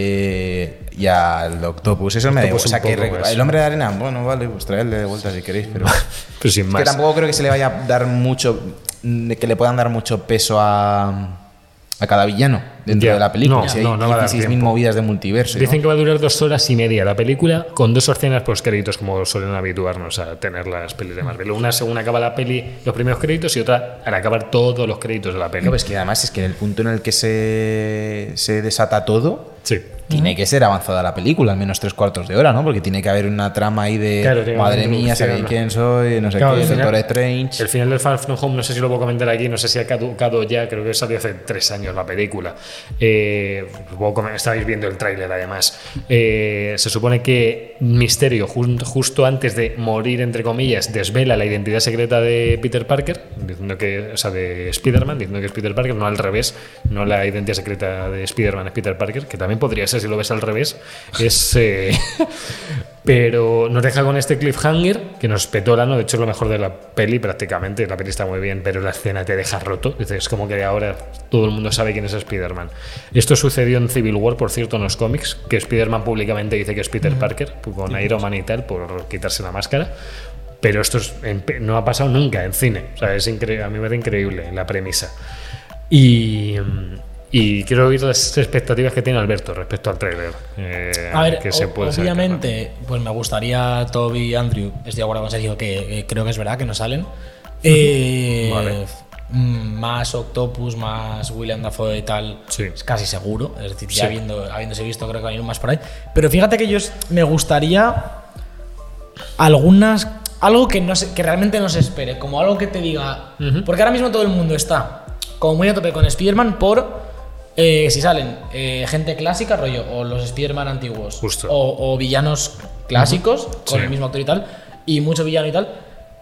[SPEAKER 3] eh, y al Octopus, eso me da igual.
[SPEAKER 4] Octopus
[SPEAKER 3] O sea,
[SPEAKER 4] un
[SPEAKER 3] que
[SPEAKER 4] poco
[SPEAKER 3] re-
[SPEAKER 4] más.
[SPEAKER 3] el hombre de arena, bueno, vale, pues traedle de vuelta si queréis, pero. es
[SPEAKER 4] Pues sin más.
[SPEAKER 3] que tampoco creo que se le vaya a dar mucho. mm, Que le puedan dar mucho peso a. A cada villano dentro
[SPEAKER 4] Ya.
[SPEAKER 3] de la película.
[SPEAKER 4] No,
[SPEAKER 3] si hay
[SPEAKER 4] no, no va a dar
[SPEAKER 3] 16.000
[SPEAKER 4] tiempo.
[SPEAKER 3] movidas de multiverso. y
[SPEAKER 4] Dicen
[SPEAKER 3] no.
[SPEAKER 4] que va a durar dos horas y media la película, con dos escenas post créditos, como suelen habituarnos a tener las pelis de Marvel. Una según acaba la peli, los primeros créditos, y otra al acabar todos los créditos de la peli.
[SPEAKER 3] No, pues que además es que en el punto en el que se, se desata todo,
[SPEAKER 4] Sí.
[SPEAKER 3] tiene que ser avanzada la película, al menos tres cuartos de hora, ¿no? Porque tiene que haber una trama ahí de
[SPEAKER 4] Claro, tiene que
[SPEAKER 3] madre
[SPEAKER 4] haber una
[SPEAKER 3] mía, sabe
[SPEAKER 4] introducción, ¿no?
[SPEAKER 3] quién soy, no sé
[SPEAKER 4] Claro,
[SPEAKER 3] qué,
[SPEAKER 4] al final-
[SPEAKER 3] Doctor Strange.
[SPEAKER 4] El final del Far From Home, no sé si lo puedo comentar aquí, no sé si ha caducado ya, creo que salió hace tres años la película. Eh, supongo que estáis viendo el tráiler además. Eh, se supone que Misterio, jun- justo antes de morir, entre comillas, desvela la identidad secreta de Peter Parker, diciendo que, o sea, de Spider-Man, diciendo que es Peter Parker, no al revés, no la identidad secreta de Spider-Man es Peter Parker, que también podría ser si lo ves al revés, es... eh, Pero nos deja con este cliffhanger que nos petó el ano. De hecho, es lo mejor de la peli prácticamente. La peli está muy bien, pero la escena te deja roto. Dices, Es como que ahora todo el mundo sabe quién es Spider-Man. Esto sucedió en Civil War, por cierto, en los cómics, que Spider-Man públicamente dice que es Peter Parker, pues, con Iron Man y tal, por quitarse la máscara. Pero esto es- en pe- no ha pasado nunca en cine. O sea, es incre- a mí me parece increíble la premisa. Y, y quiero oír las expectativas que tiene Alberto respecto al tráiler. eh,
[SPEAKER 5] A ver,
[SPEAKER 4] que se
[SPEAKER 5] o-
[SPEAKER 4] puede sacar.
[SPEAKER 5] obviamente, pues me gustaría Toby y Andrew. Estoy de acuerdo con Sergio que, que eh, creo que es verdad que no salen. Eh,
[SPEAKER 4] Vale.
[SPEAKER 5] mm, Más Octopus, más William Dafoe y tal,
[SPEAKER 4] Sí.
[SPEAKER 5] es casi seguro. Es decir, ya
[SPEAKER 4] Sí.
[SPEAKER 5] habiendo- habiéndose visto, creo que van a ir más por ahí. Pero fíjate que yo es- me gustaría algunas. Algo que, no se- que realmente no se espere, como algo que te diga. Porque ahora mismo todo el mundo está como muy a tope con Spider-Man por. eh, si salen eh, gente clásica, rollo, o los Spider-Man antiguos,
[SPEAKER 4] Justo.
[SPEAKER 5] o, o villanos clásicos, con
[SPEAKER 4] Sí.
[SPEAKER 5] el mismo actor y tal, y mucho villano y tal.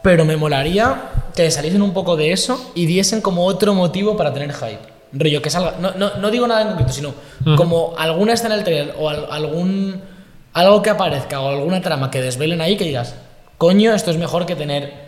[SPEAKER 5] Pero me molaría que saliesen un poco de eso y diesen como otro motivo para tener hype. Rollo, que salga. No, no, no digo nada en concreto, sino como alguna escena del trailer o al- algún. Algo que aparezca o alguna trama que desvelen ahí que digas. coño, esto es mejor que tener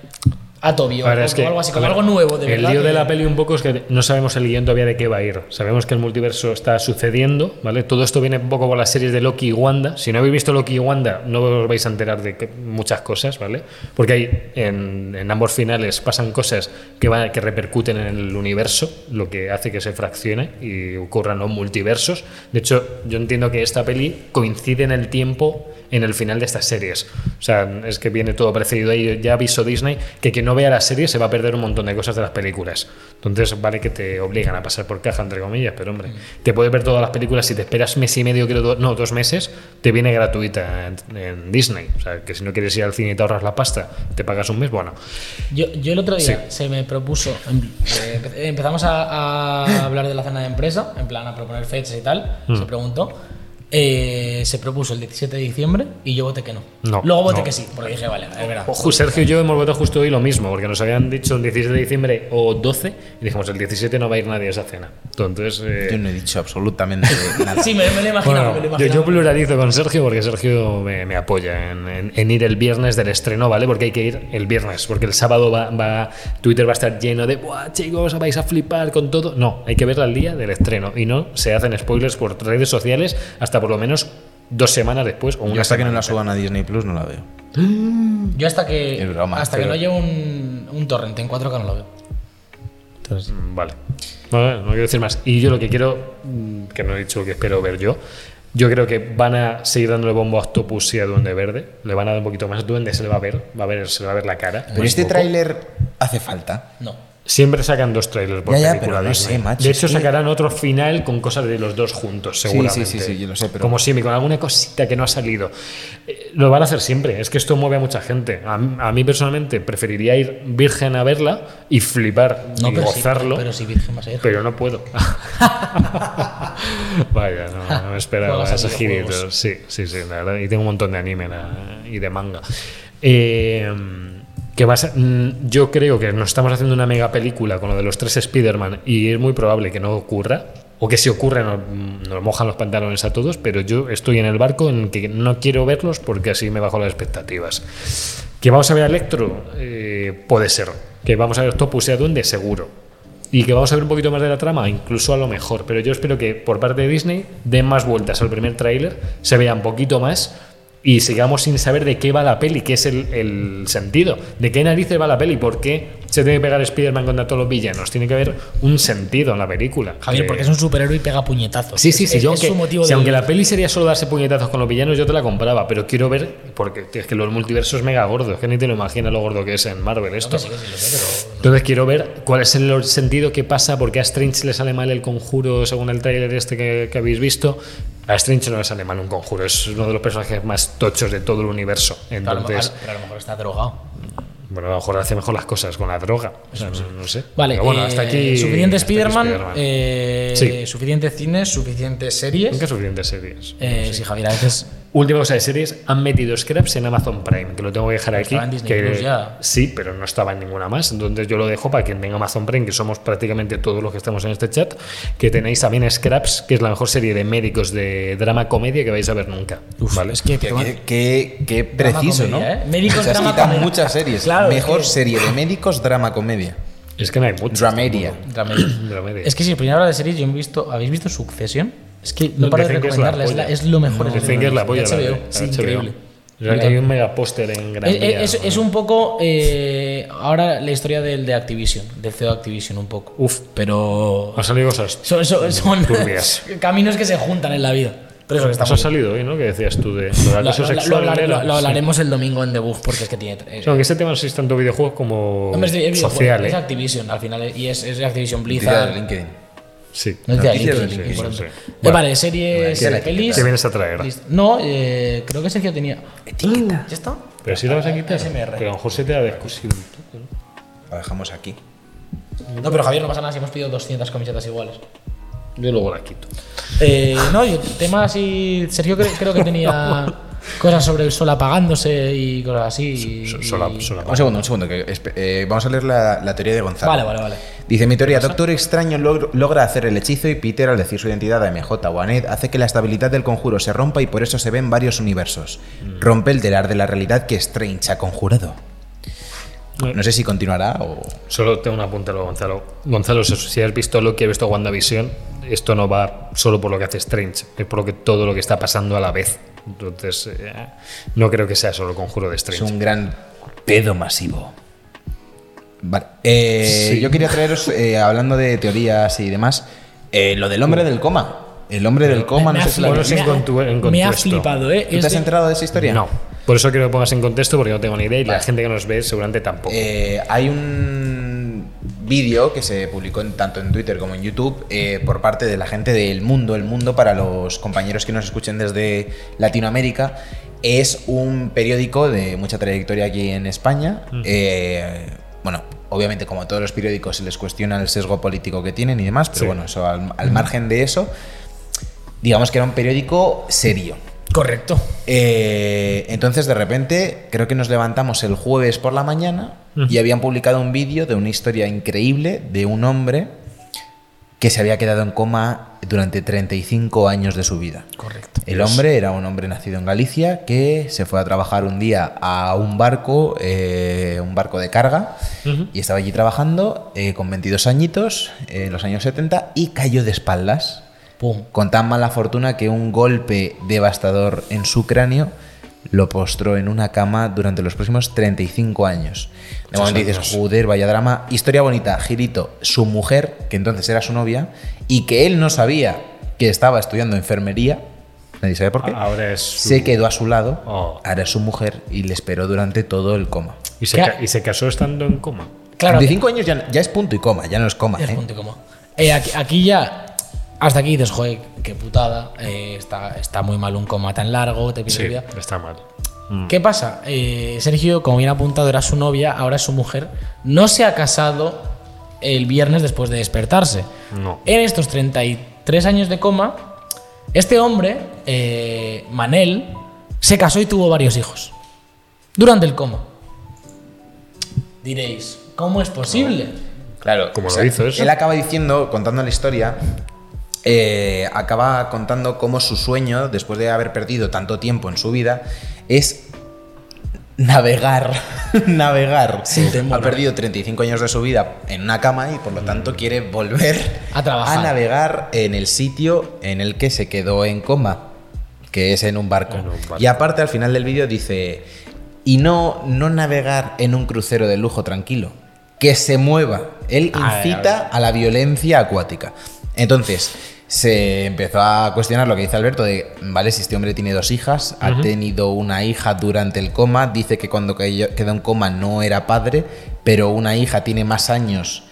[SPEAKER 5] Atobio
[SPEAKER 4] Ahora
[SPEAKER 5] o
[SPEAKER 4] es que,
[SPEAKER 5] algo así,
[SPEAKER 4] a
[SPEAKER 5] como
[SPEAKER 4] ver,
[SPEAKER 5] algo nuevo. De
[SPEAKER 4] el
[SPEAKER 5] verdad,
[SPEAKER 4] lío de
[SPEAKER 5] que-
[SPEAKER 4] la peli un poco es que no sabemos el guión todavía de qué va a ir. Sabemos que el multiverso está sucediendo, ¿vale? Todo esto viene un poco por las series de Loki y Wanda. Si no habéis visto Loki y Wanda, no os vais a enterar de que- muchas cosas, ¿vale? Porque hay, en, en ambos finales pasan cosas que, van- que repercuten en el universo, lo que hace que se fraccione y ocurran los multiversos. De hecho, yo entiendo que esta peli coincide en el tiempo en el final de estas series. O sea, es que viene todo precedido ahí. Ya avisó Disney que quien no vea la serie se va a perder un montón de cosas de las películas. Entonces, vale que te obligan a pasar por caja, entre comillas, pero hombre,
[SPEAKER 3] Mm.
[SPEAKER 4] te puedes ver todas las películas si te esperas mes y medio, creo, do- no, dos meses, te viene gratuita en, en Disney. O sea, que si no quieres ir al cine y te ahorras la pasta, te pagas un mes, bueno.
[SPEAKER 5] Yo, yo el otro día
[SPEAKER 4] Sí.
[SPEAKER 5] se me propuso, em- eh, empe- empezamos a, a hablar de la cena de empresa, en plan a proponer fechas y tal,
[SPEAKER 4] Mm.
[SPEAKER 5] se preguntó, eh, se propuso el 17 de diciembre y yo voté que no.
[SPEAKER 4] No,
[SPEAKER 5] Luego voté
[SPEAKER 4] no.
[SPEAKER 5] que sí, porque dije, vale, es verdad.
[SPEAKER 4] Ju- Sergio y yo hemos votado justo hoy lo mismo, porque nos habían dicho el 17 de diciembre o 12, y dijimos el 17 no va a ir nadie a esa cena. Entonces. eh,
[SPEAKER 3] Yo no he dicho absolutamente nada.
[SPEAKER 5] Sí, me, me lo he imaginado,
[SPEAKER 4] Bueno,
[SPEAKER 5] me lo he
[SPEAKER 4] yo,
[SPEAKER 5] imaginado.
[SPEAKER 4] yo pluralizo con Sergio porque Sergio me, me apoya en, en- en ir el viernes del estreno, ¿vale? Porque hay que ir el viernes, porque el sábado va, va- Twitter va a estar lleno de, ¡buah, chicos, vais a flipar con todo! No, hay que verla el día del estreno y no se hacen spoilers por redes sociales hasta por lo menos dos semanas después o una
[SPEAKER 3] Yo hasta que no la
[SPEAKER 4] semanita.
[SPEAKER 3] suban a Disney Plus no la veo.
[SPEAKER 5] Pues Yo hasta que,
[SPEAKER 3] Es broma,
[SPEAKER 5] hasta
[SPEAKER 3] pero-
[SPEAKER 5] que no llevo un, un torrente en 4K no lo veo.
[SPEAKER 4] Entonces, mm, vale. Vale, no quiero decir más. Y yo lo que quiero, mm, que no he dicho que espero ver yo, yo creo que van a seguir dándole bombo a Octopus y a Duende Verde. Le van a dar un poquito más. Duende se le va a ver, va a ver, se le va a ver la cara.
[SPEAKER 3] Pero
[SPEAKER 4] Un
[SPEAKER 3] este
[SPEAKER 4] poco.
[SPEAKER 3] tráiler hace falta.
[SPEAKER 5] No.
[SPEAKER 4] Siempre sacan dos trailers por
[SPEAKER 3] Ya, ya,
[SPEAKER 4] película
[SPEAKER 3] pero no
[SPEAKER 4] Disney.
[SPEAKER 3] sé, macho,
[SPEAKER 4] De hecho,
[SPEAKER 3] es que-
[SPEAKER 4] sacarán otro final con cosas de los dos juntos, seguramente.
[SPEAKER 3] sí, sí, sí, yo lo sé, pero-
[SPEAKER 4] Como siempre, con alguna cosita que no ha salido. Eh, lo van a hacer siempre. Es que esto mueve a mucha gente. A, m- a mí, personalmente, preferiría ir virgen a verla y flipar
[SPEAKER 5] No,
[SPEAKER 4] y
[SPEAKER 5] pero sí,
[SPEAKER 4] gozarlo.
[SPEAKER 5] pero sí, Virgen más allá.
[SPEAKER 4] Pero no puedo. Vaya, no, no me esperaba
[SPEAKER 5] Juegas a
[SPEAKER 4] esos
[SPEAKER 5] videojuegos.
[SPEAKER 4] giritos. Sí, sí, sí, la verdad. Y tengo un montón de anime la- y de manga. Eh, que va a ser- mm, yo creo que nos estamos haciendo una mega película con lo de los tres Spider-Man y es muy probable que no ocurra. O que si ocurre nos, mm, nos mojan los pantalones a todos, pero yo estoy en el barco en que no quiero verlos porque así me bajo las expectativas. Que vamos a ver a Electro, eh, puede ser. Que vamos a ver Topus y a Duende, seguro. Y que vamos a ver un poquito más de la trama, incluso a lo mejor. Pero yo espero que por parte de Disney den más vueltas al primer tráiler, se vea un poquito más y sigamos sin saber de qué va la peli, qué es el, el sentido, de qué narices va la peli, por qué se tiene que pegar Spider-Man contra todos los villanos. Tiene que haber un sentido en la película. Eh,
[SPEAKER 5] Javier,
[SPEAKER 4] Que-
[SPEAKER 5] porque es un superhéroe y pega puñetazos.
[SPEAKER 4] Sí, sí,
[SPEAKER 5] Es-
[SPEAKER 4] sí.
[SPEAKER 5] es-
[SPEAKER 4] yo
[SPEAKER 5] es
[SPEAKER 4] aunque,
[SPEAKER 5] su motivo
[SPEAKER 4] si
[SPEAKER 5] de-
[SPEAKER 4] aunque la peli sería solo darse puñetazos con los villanos, yo te la compraba. Pero quiero ver, porque es que los multiversos mega gordos, que ni te lo imaginas lo gordo que es en Marvel esto.
[SPEAKER 5] Sí, sí, lo sé, pero-
[SPEAKER 4] Entonces quiero ver cuál es el sentido que pasa, porque a Strange le sale mal el conjuro, según el trailer este que, que habéis visto. A Strange no le sale mal un conjuro, es uno de los personajes más tochos de todo el universo.
[SPEAKER 5] pero a lo-
[SPEAKER 4] Entonces,
[SPEAKER 5] a- pero a lo mejor está drogado.
[SPEAKER 4] bueno, a lo mejor hace mejor las cosas con la droga. O sea, no, no sé.
[SPEAKER 5] Vale,
[SPEAKER 4] Pero bueno,
[SPEAKER 5] eh,
[SPEAKER 4] hasta aquí.
[SPEAKER 5] Suficiente
[SPEAKER 4] hasta aquí
[SPEAKER 5] Spider-Man,
[SPEAKER 4] Spider-Man.
[SPEAKER 5] eh,
[SPEAKER 4] Sí.
[SPEAKER 5] suficientes cines, suficientes series.
[SPEAKER 4] Nunca suficientes series.
[SPEAKER 5] Eh, sí. Javier, a veces.
[SPEAKER 4] Última cosa de series, han metido Scraps en Amazon Prime, que lo tengo que dejar aquí.
[SPEAKER 5] estaba en Disney
[SPEAKER 4] que-
[SPEAKER 5] Plus ya.
[SPEAKER 4] Sí, pero no estaba en ninguna más. Entonces yo lo dejo para quien tenga Amazon Prime, que somos prácticamente todos los que estamos en este chat, que tenéis también Scraps, que es la mejor serie de médicos de drama comedia que vais a ver nunca. ¿vale?
[SPEAKER 5] Es que.
[SPEAKER 3] Qué,
[SPEAKER 5] toma-
[SPEAKER 3] qué- qué- qué preciso,
[SPEAKER 5] comedia,
[SPEAKER 3] ¿no?
[SPEAKER 5] ¿eh? Médicos,
[SPEAKER 3] O sea, has
[SPEAKER 5] drama,
[SPEAKER 3] quitado
[SPEAKER 5] comedia.
[SPEAKER 3] muchas series.
[SPEAKER 5] Claro,
[SPEAKER 3] Mejor
[SPEAKER 5] es que-
[SPEAKER 3] serie de médicos, drama, comedia.
[SPEAKER 4] Es que no hay mucho.
[SPEAKER 3] Dramedia.
[SPEAKER 5] Dramedia.
[SPEAKER 4] Dramedia.
[SPEAKER 5] Es que si primero hablar de series, yo he visto. ¿Habéis visto Succession? Es que no
[SPEAKER 4] The
[SPEAKER 5] paro de
[SPEAKER 4] Thing es la
[SPEAKER 5] recomendarla, es, la-
[SPEAKER 4] polla.
[SPEAKER 5] es lo mejor.
[SPEAKER 4] No,
[SPEAKER 5] que
[SPEAKER 4] The Thing
[SPEAKER 5] tengo.
[SPEAKER 4] es la polla, la
[SPEAKER 5] HBO,
[SPEAKER 4] de-
[SPEAKER 5] es
[SPEAKER 4] la de HBO.
[SPEAKER 5] increíble.
[SPEAKER 4] O sea, que Hay un mega póster en Gran
[SPEAKER 5] Es,
[SPEAKER 4] Vía,
[SPEAKER 5] es- es-
[SPEAKER 4] ¿no?
[SPEAKER 5] es un poco eh, ahora la historia del de Activision, del CEO de Activision un poco.
[SPEAKER 4] Uf.
[SPEAKER 5] pero
[SPEAKER 4] Ha salido cosas.
[SPEAKER 5] son, son- son
[SPEAKER 4] Turbias.
[SPEAKER 5] caminos que se juntan en la vida. Pero eso que está
[SPEAKER 4] Eso
[SPEAKER 5] muy
[SPEAKER 4] ha
[SPEAKER 5] bien.
[SPEAKER 4] salido hoy, ¿no? Que decías tú de lo del
[SPEAKER 5] Lo,
[SPEAKER 4] acoso
[SPEAKER 5] lo- lo- lo
[SPEAKER 4] sexual,
[SPEAKER 5] hablar-
[SPEAKER 4] ¿no?
[SPEAKER 5] lo- lo
[SPEAKER 4] Sí.
[SPEAKER 5] hablaremos el domingo en The Bug porque es que tiene. eh,
[SPEAKER 4] O sea, aunque este tema no es tanto videojuegos como
[SPEAKER 5] hombre, es de- es videojuego,
[SPEAKER 4] social,
[SPEAKER 5] es
[SPEAKER 4] ¿eh?
[SPEAKER 5] Activision al final y es, es Activision
[SPEAKER 3] Tira de
[SPEAKER 5] Blizzard.
[SPEAKER 3] LinkedIn.
[SPEAKER 4] Sí.
[SPEAKER 5] No es de
[SPEAKER 3] Noticias de
[SPEAKER 5] LinkedIn,
[SPEAKER 3] LinkedIn,
[SPEAKER 5] importante.
[SPEAKER 4] sí, sí.
[SPEAKER 5] Eh,
[SPEAKER 4] Vale.
[SPEAKER 5] Vale, series,
[SPEAKER 3] Vale,
[SPEAKER 5] pelis.
[SPEAKER 4] ¿Qué vienes a traer?
[SPEAKER 5] listo. No, eh, creo que Sergio tenía. Etiqueta. ¿Ya está?
[SPEAKER 4] Pero si la vas a quitar,
[SPEAKER 5] ASMR.
[SPEAKER 4] que a lo mejor se te da de exclusivo.
[SPEAKER 5] Uh.
[SPEAKER 3] Lo dejamos aquí.
[SPEAKER 5] No, pero Javier, no pasa nada si hemos pedido 200 camisetas iguales.
[SPEAKER 4] Yo luego la quito.
[SPEAKER 5] Eh, no, yo, temas y. Sergio cre- creo que tenía cosas sobre el sol apagándose y cosas así. y-
[SPEAKER 4] Sola, sola.
[SPEAKER 3] Un segundo, un segundo. que espe- eh, vamos a leer la, la teoría de Gonzalo.
[SPEAKER 5] Vale, vale, vale.
[SPEAKER 3] Dice, mi teoría, Doctor Extraño log- logra hacer el hechizo y Peter, al decir su identidad a MJ o a Ned, hace que la estabilidad del conjuro se rompa y por eso se ven varios universos. Rompe el telar de la realidad que Strange ha conjurado. No sé si continuará o...
[SPEAKER 4] Solo tengo un apunte a lo de Gonzalo. Gonzalo, si- si has visto lo que ha visto WandaVision, esto no va solo por lo que hace Strange, es por lo que, todo lo que está pasando a la vez. Entonces, eh, no creo que sea solo el conjuro de
[SPEAKER 3] Es
[SPEAKER 4] Strange.
[SPEAKER 3] un gran pedo masivo. Vale. Eh,
[SPEAKER 4] Sí.
[SPEAKER 3] Yo quería traeros, eh, hablando de teorías y demás, eh, lo del hombre del coma. El hombre del coma, no
[SPEAKER 5] Me ha
[SPEAKER 3] sé si lo
[SPEAKER 4] flipado.
[SPEAKER 3] habéis
[SPEAKER 4] sé en
[SPEAKER 5] flipado,
[SPEAKER 4] contu- en
[SPEAKER 5] me ha
[SPEAKER 4] contexto.
[SPEAKER 5] flipado, ¿eh?
[SPEAKER 3] visto. ¿Tú
[SPEAKER 5] Es
[SPEAKER 3] te has
[SPEAKER 5] de-
[SPEAKER 3] enterado de esa historia?
[SPEAKER 4] No. Por eso quiero que pongas en contexto porque no tengo ni idea y la
[SPEAKER 3] Vale.
[SPEAKER 4] gente que nos ve seguramente tampoco.
[SPEAKER 3] Eh, hay un vídeo que se publicó en- tanto en Twitter como en YouTube eh, por parte de la gente del mundo. El mundo, para los compañeros que nos escuchen desde Latinoamérica, es un periódico de mucha trayectoria aquí en España.
[SPEAKER 4] Mm.
[SPEAKER 3] Eh, bueno, obviamente como a todos los periódicos se les cuestiona el sesgo político que tienen y demás, pero
[SPEAKER 4] Sí. Mm.
[SPEAKER 3] bueno, eso al- al margen de eso, digamos que era un periódico serio.
[SPEAKER 5] Correcto.
[SPEAKER 3] Eh, entonces, de repente, creo que nos levantamos el jueves por la mañana y habían publicado un vídeo de una historia increíble de un hombre que se había quedado en coma durante 35 años de su vida.
[SPEAKER 5] Correcto.
[SPEAKER 3] El hombre era un hombre nacido en Galicia que se fue a trabajar un día a un barco, eh, un barco de carga, y estaba allí trabajando eh, con 22 añitos, eh, en los años 70, y cayó de espaldas
[SPEAKER 5] Pum.
[SPEAKER 3] con tan mala fortuna que un golpe devastador en su cráneo lo postró en una cama durante los próximos 35 años. De momento dices, joder, vaya drama. Historia bonita, girito. Su mujer, que entonces era su novia, y que él no sabía que estaba estudiando enfermería, nadie sabe por qué,
[SPEAKER 4] Ahora es su-
[SPEAKER 3] se quedó a su lado,
[SPEAKER 4] Oh.
[SPEAKER 3] ahora es su mujer, y le esperó durante todo el coma.
[SPEAKER 4] ¿Y, se
[SPEAKER 5] ¿Qué?
[SPEAKER 4] ca- y se casó estando en coma.
[SPEAKER 5] Claro,
[SPEAKER 3] 35 años ya, ya es punto y coma, ya no es coma.
[SPEAKER 5] Ya es
[SPEAKER 3] ¿eh?
[SPEAKER 5] punto y coma. Eh, aquí, aquí ya, hasta aquí dices, joder, qué putada, eh, está, está muy mal un coma tan largo, te pides
[SPEAKER 4] Sí, Mm.
[SPEAKER 5] vida.
[SPEAKER 4] está mal.
[SPEAKER 5] ¿Qué pasa? Eh, Sergio, como bien apuntado, era su novia, ahora es su mujer. No se ha casado el viernes después de despertarse.
[SPEAKER 4] No.
[SPEAKER 5] En estos 33 años de coma, este hombre, eh, Manel, se casó y tuvo varios hijos. Durante el coma. Diréis, ¿cómo es posible?
[SPEAKER 3] Claro.
[SPEAKER 4] Como lo hizo eso.
[SPEAKER 3] Él acaba diciendo, contando la historia, eh, acaba contando cómo su sueño, después de haber perdido tanto tiempo en su vida, es navegar, navegar. ha
[SPEAKER 5] ¿eh?
[SPEAKER 3] perdido 35 años de su vida en una cama y por lo tanto quiere volver
[SPEAKER 5] A trabajar.
[SPEAKER 3] a navegar en el sitio en el que se quedó en coma, que es en un barco.
[SPEAKER 4] En un barco.
[SPEAKER 3] Y aparte al final del vídeo dice, y no, no navegar en un crucero de lujo tranquilo, que se mueva. Él
[SPEAKER 5] Ah,
[SPEAKER 3] incita a la violencia acuática. Entonces, se empezó a cuestionar lo que dice Alberto de, vale, si este hombre tiene dos hijas, ha tenido una hija durante el coma, dice que cuando cayó- quedó en coma no era padre, pero una hija tiene más años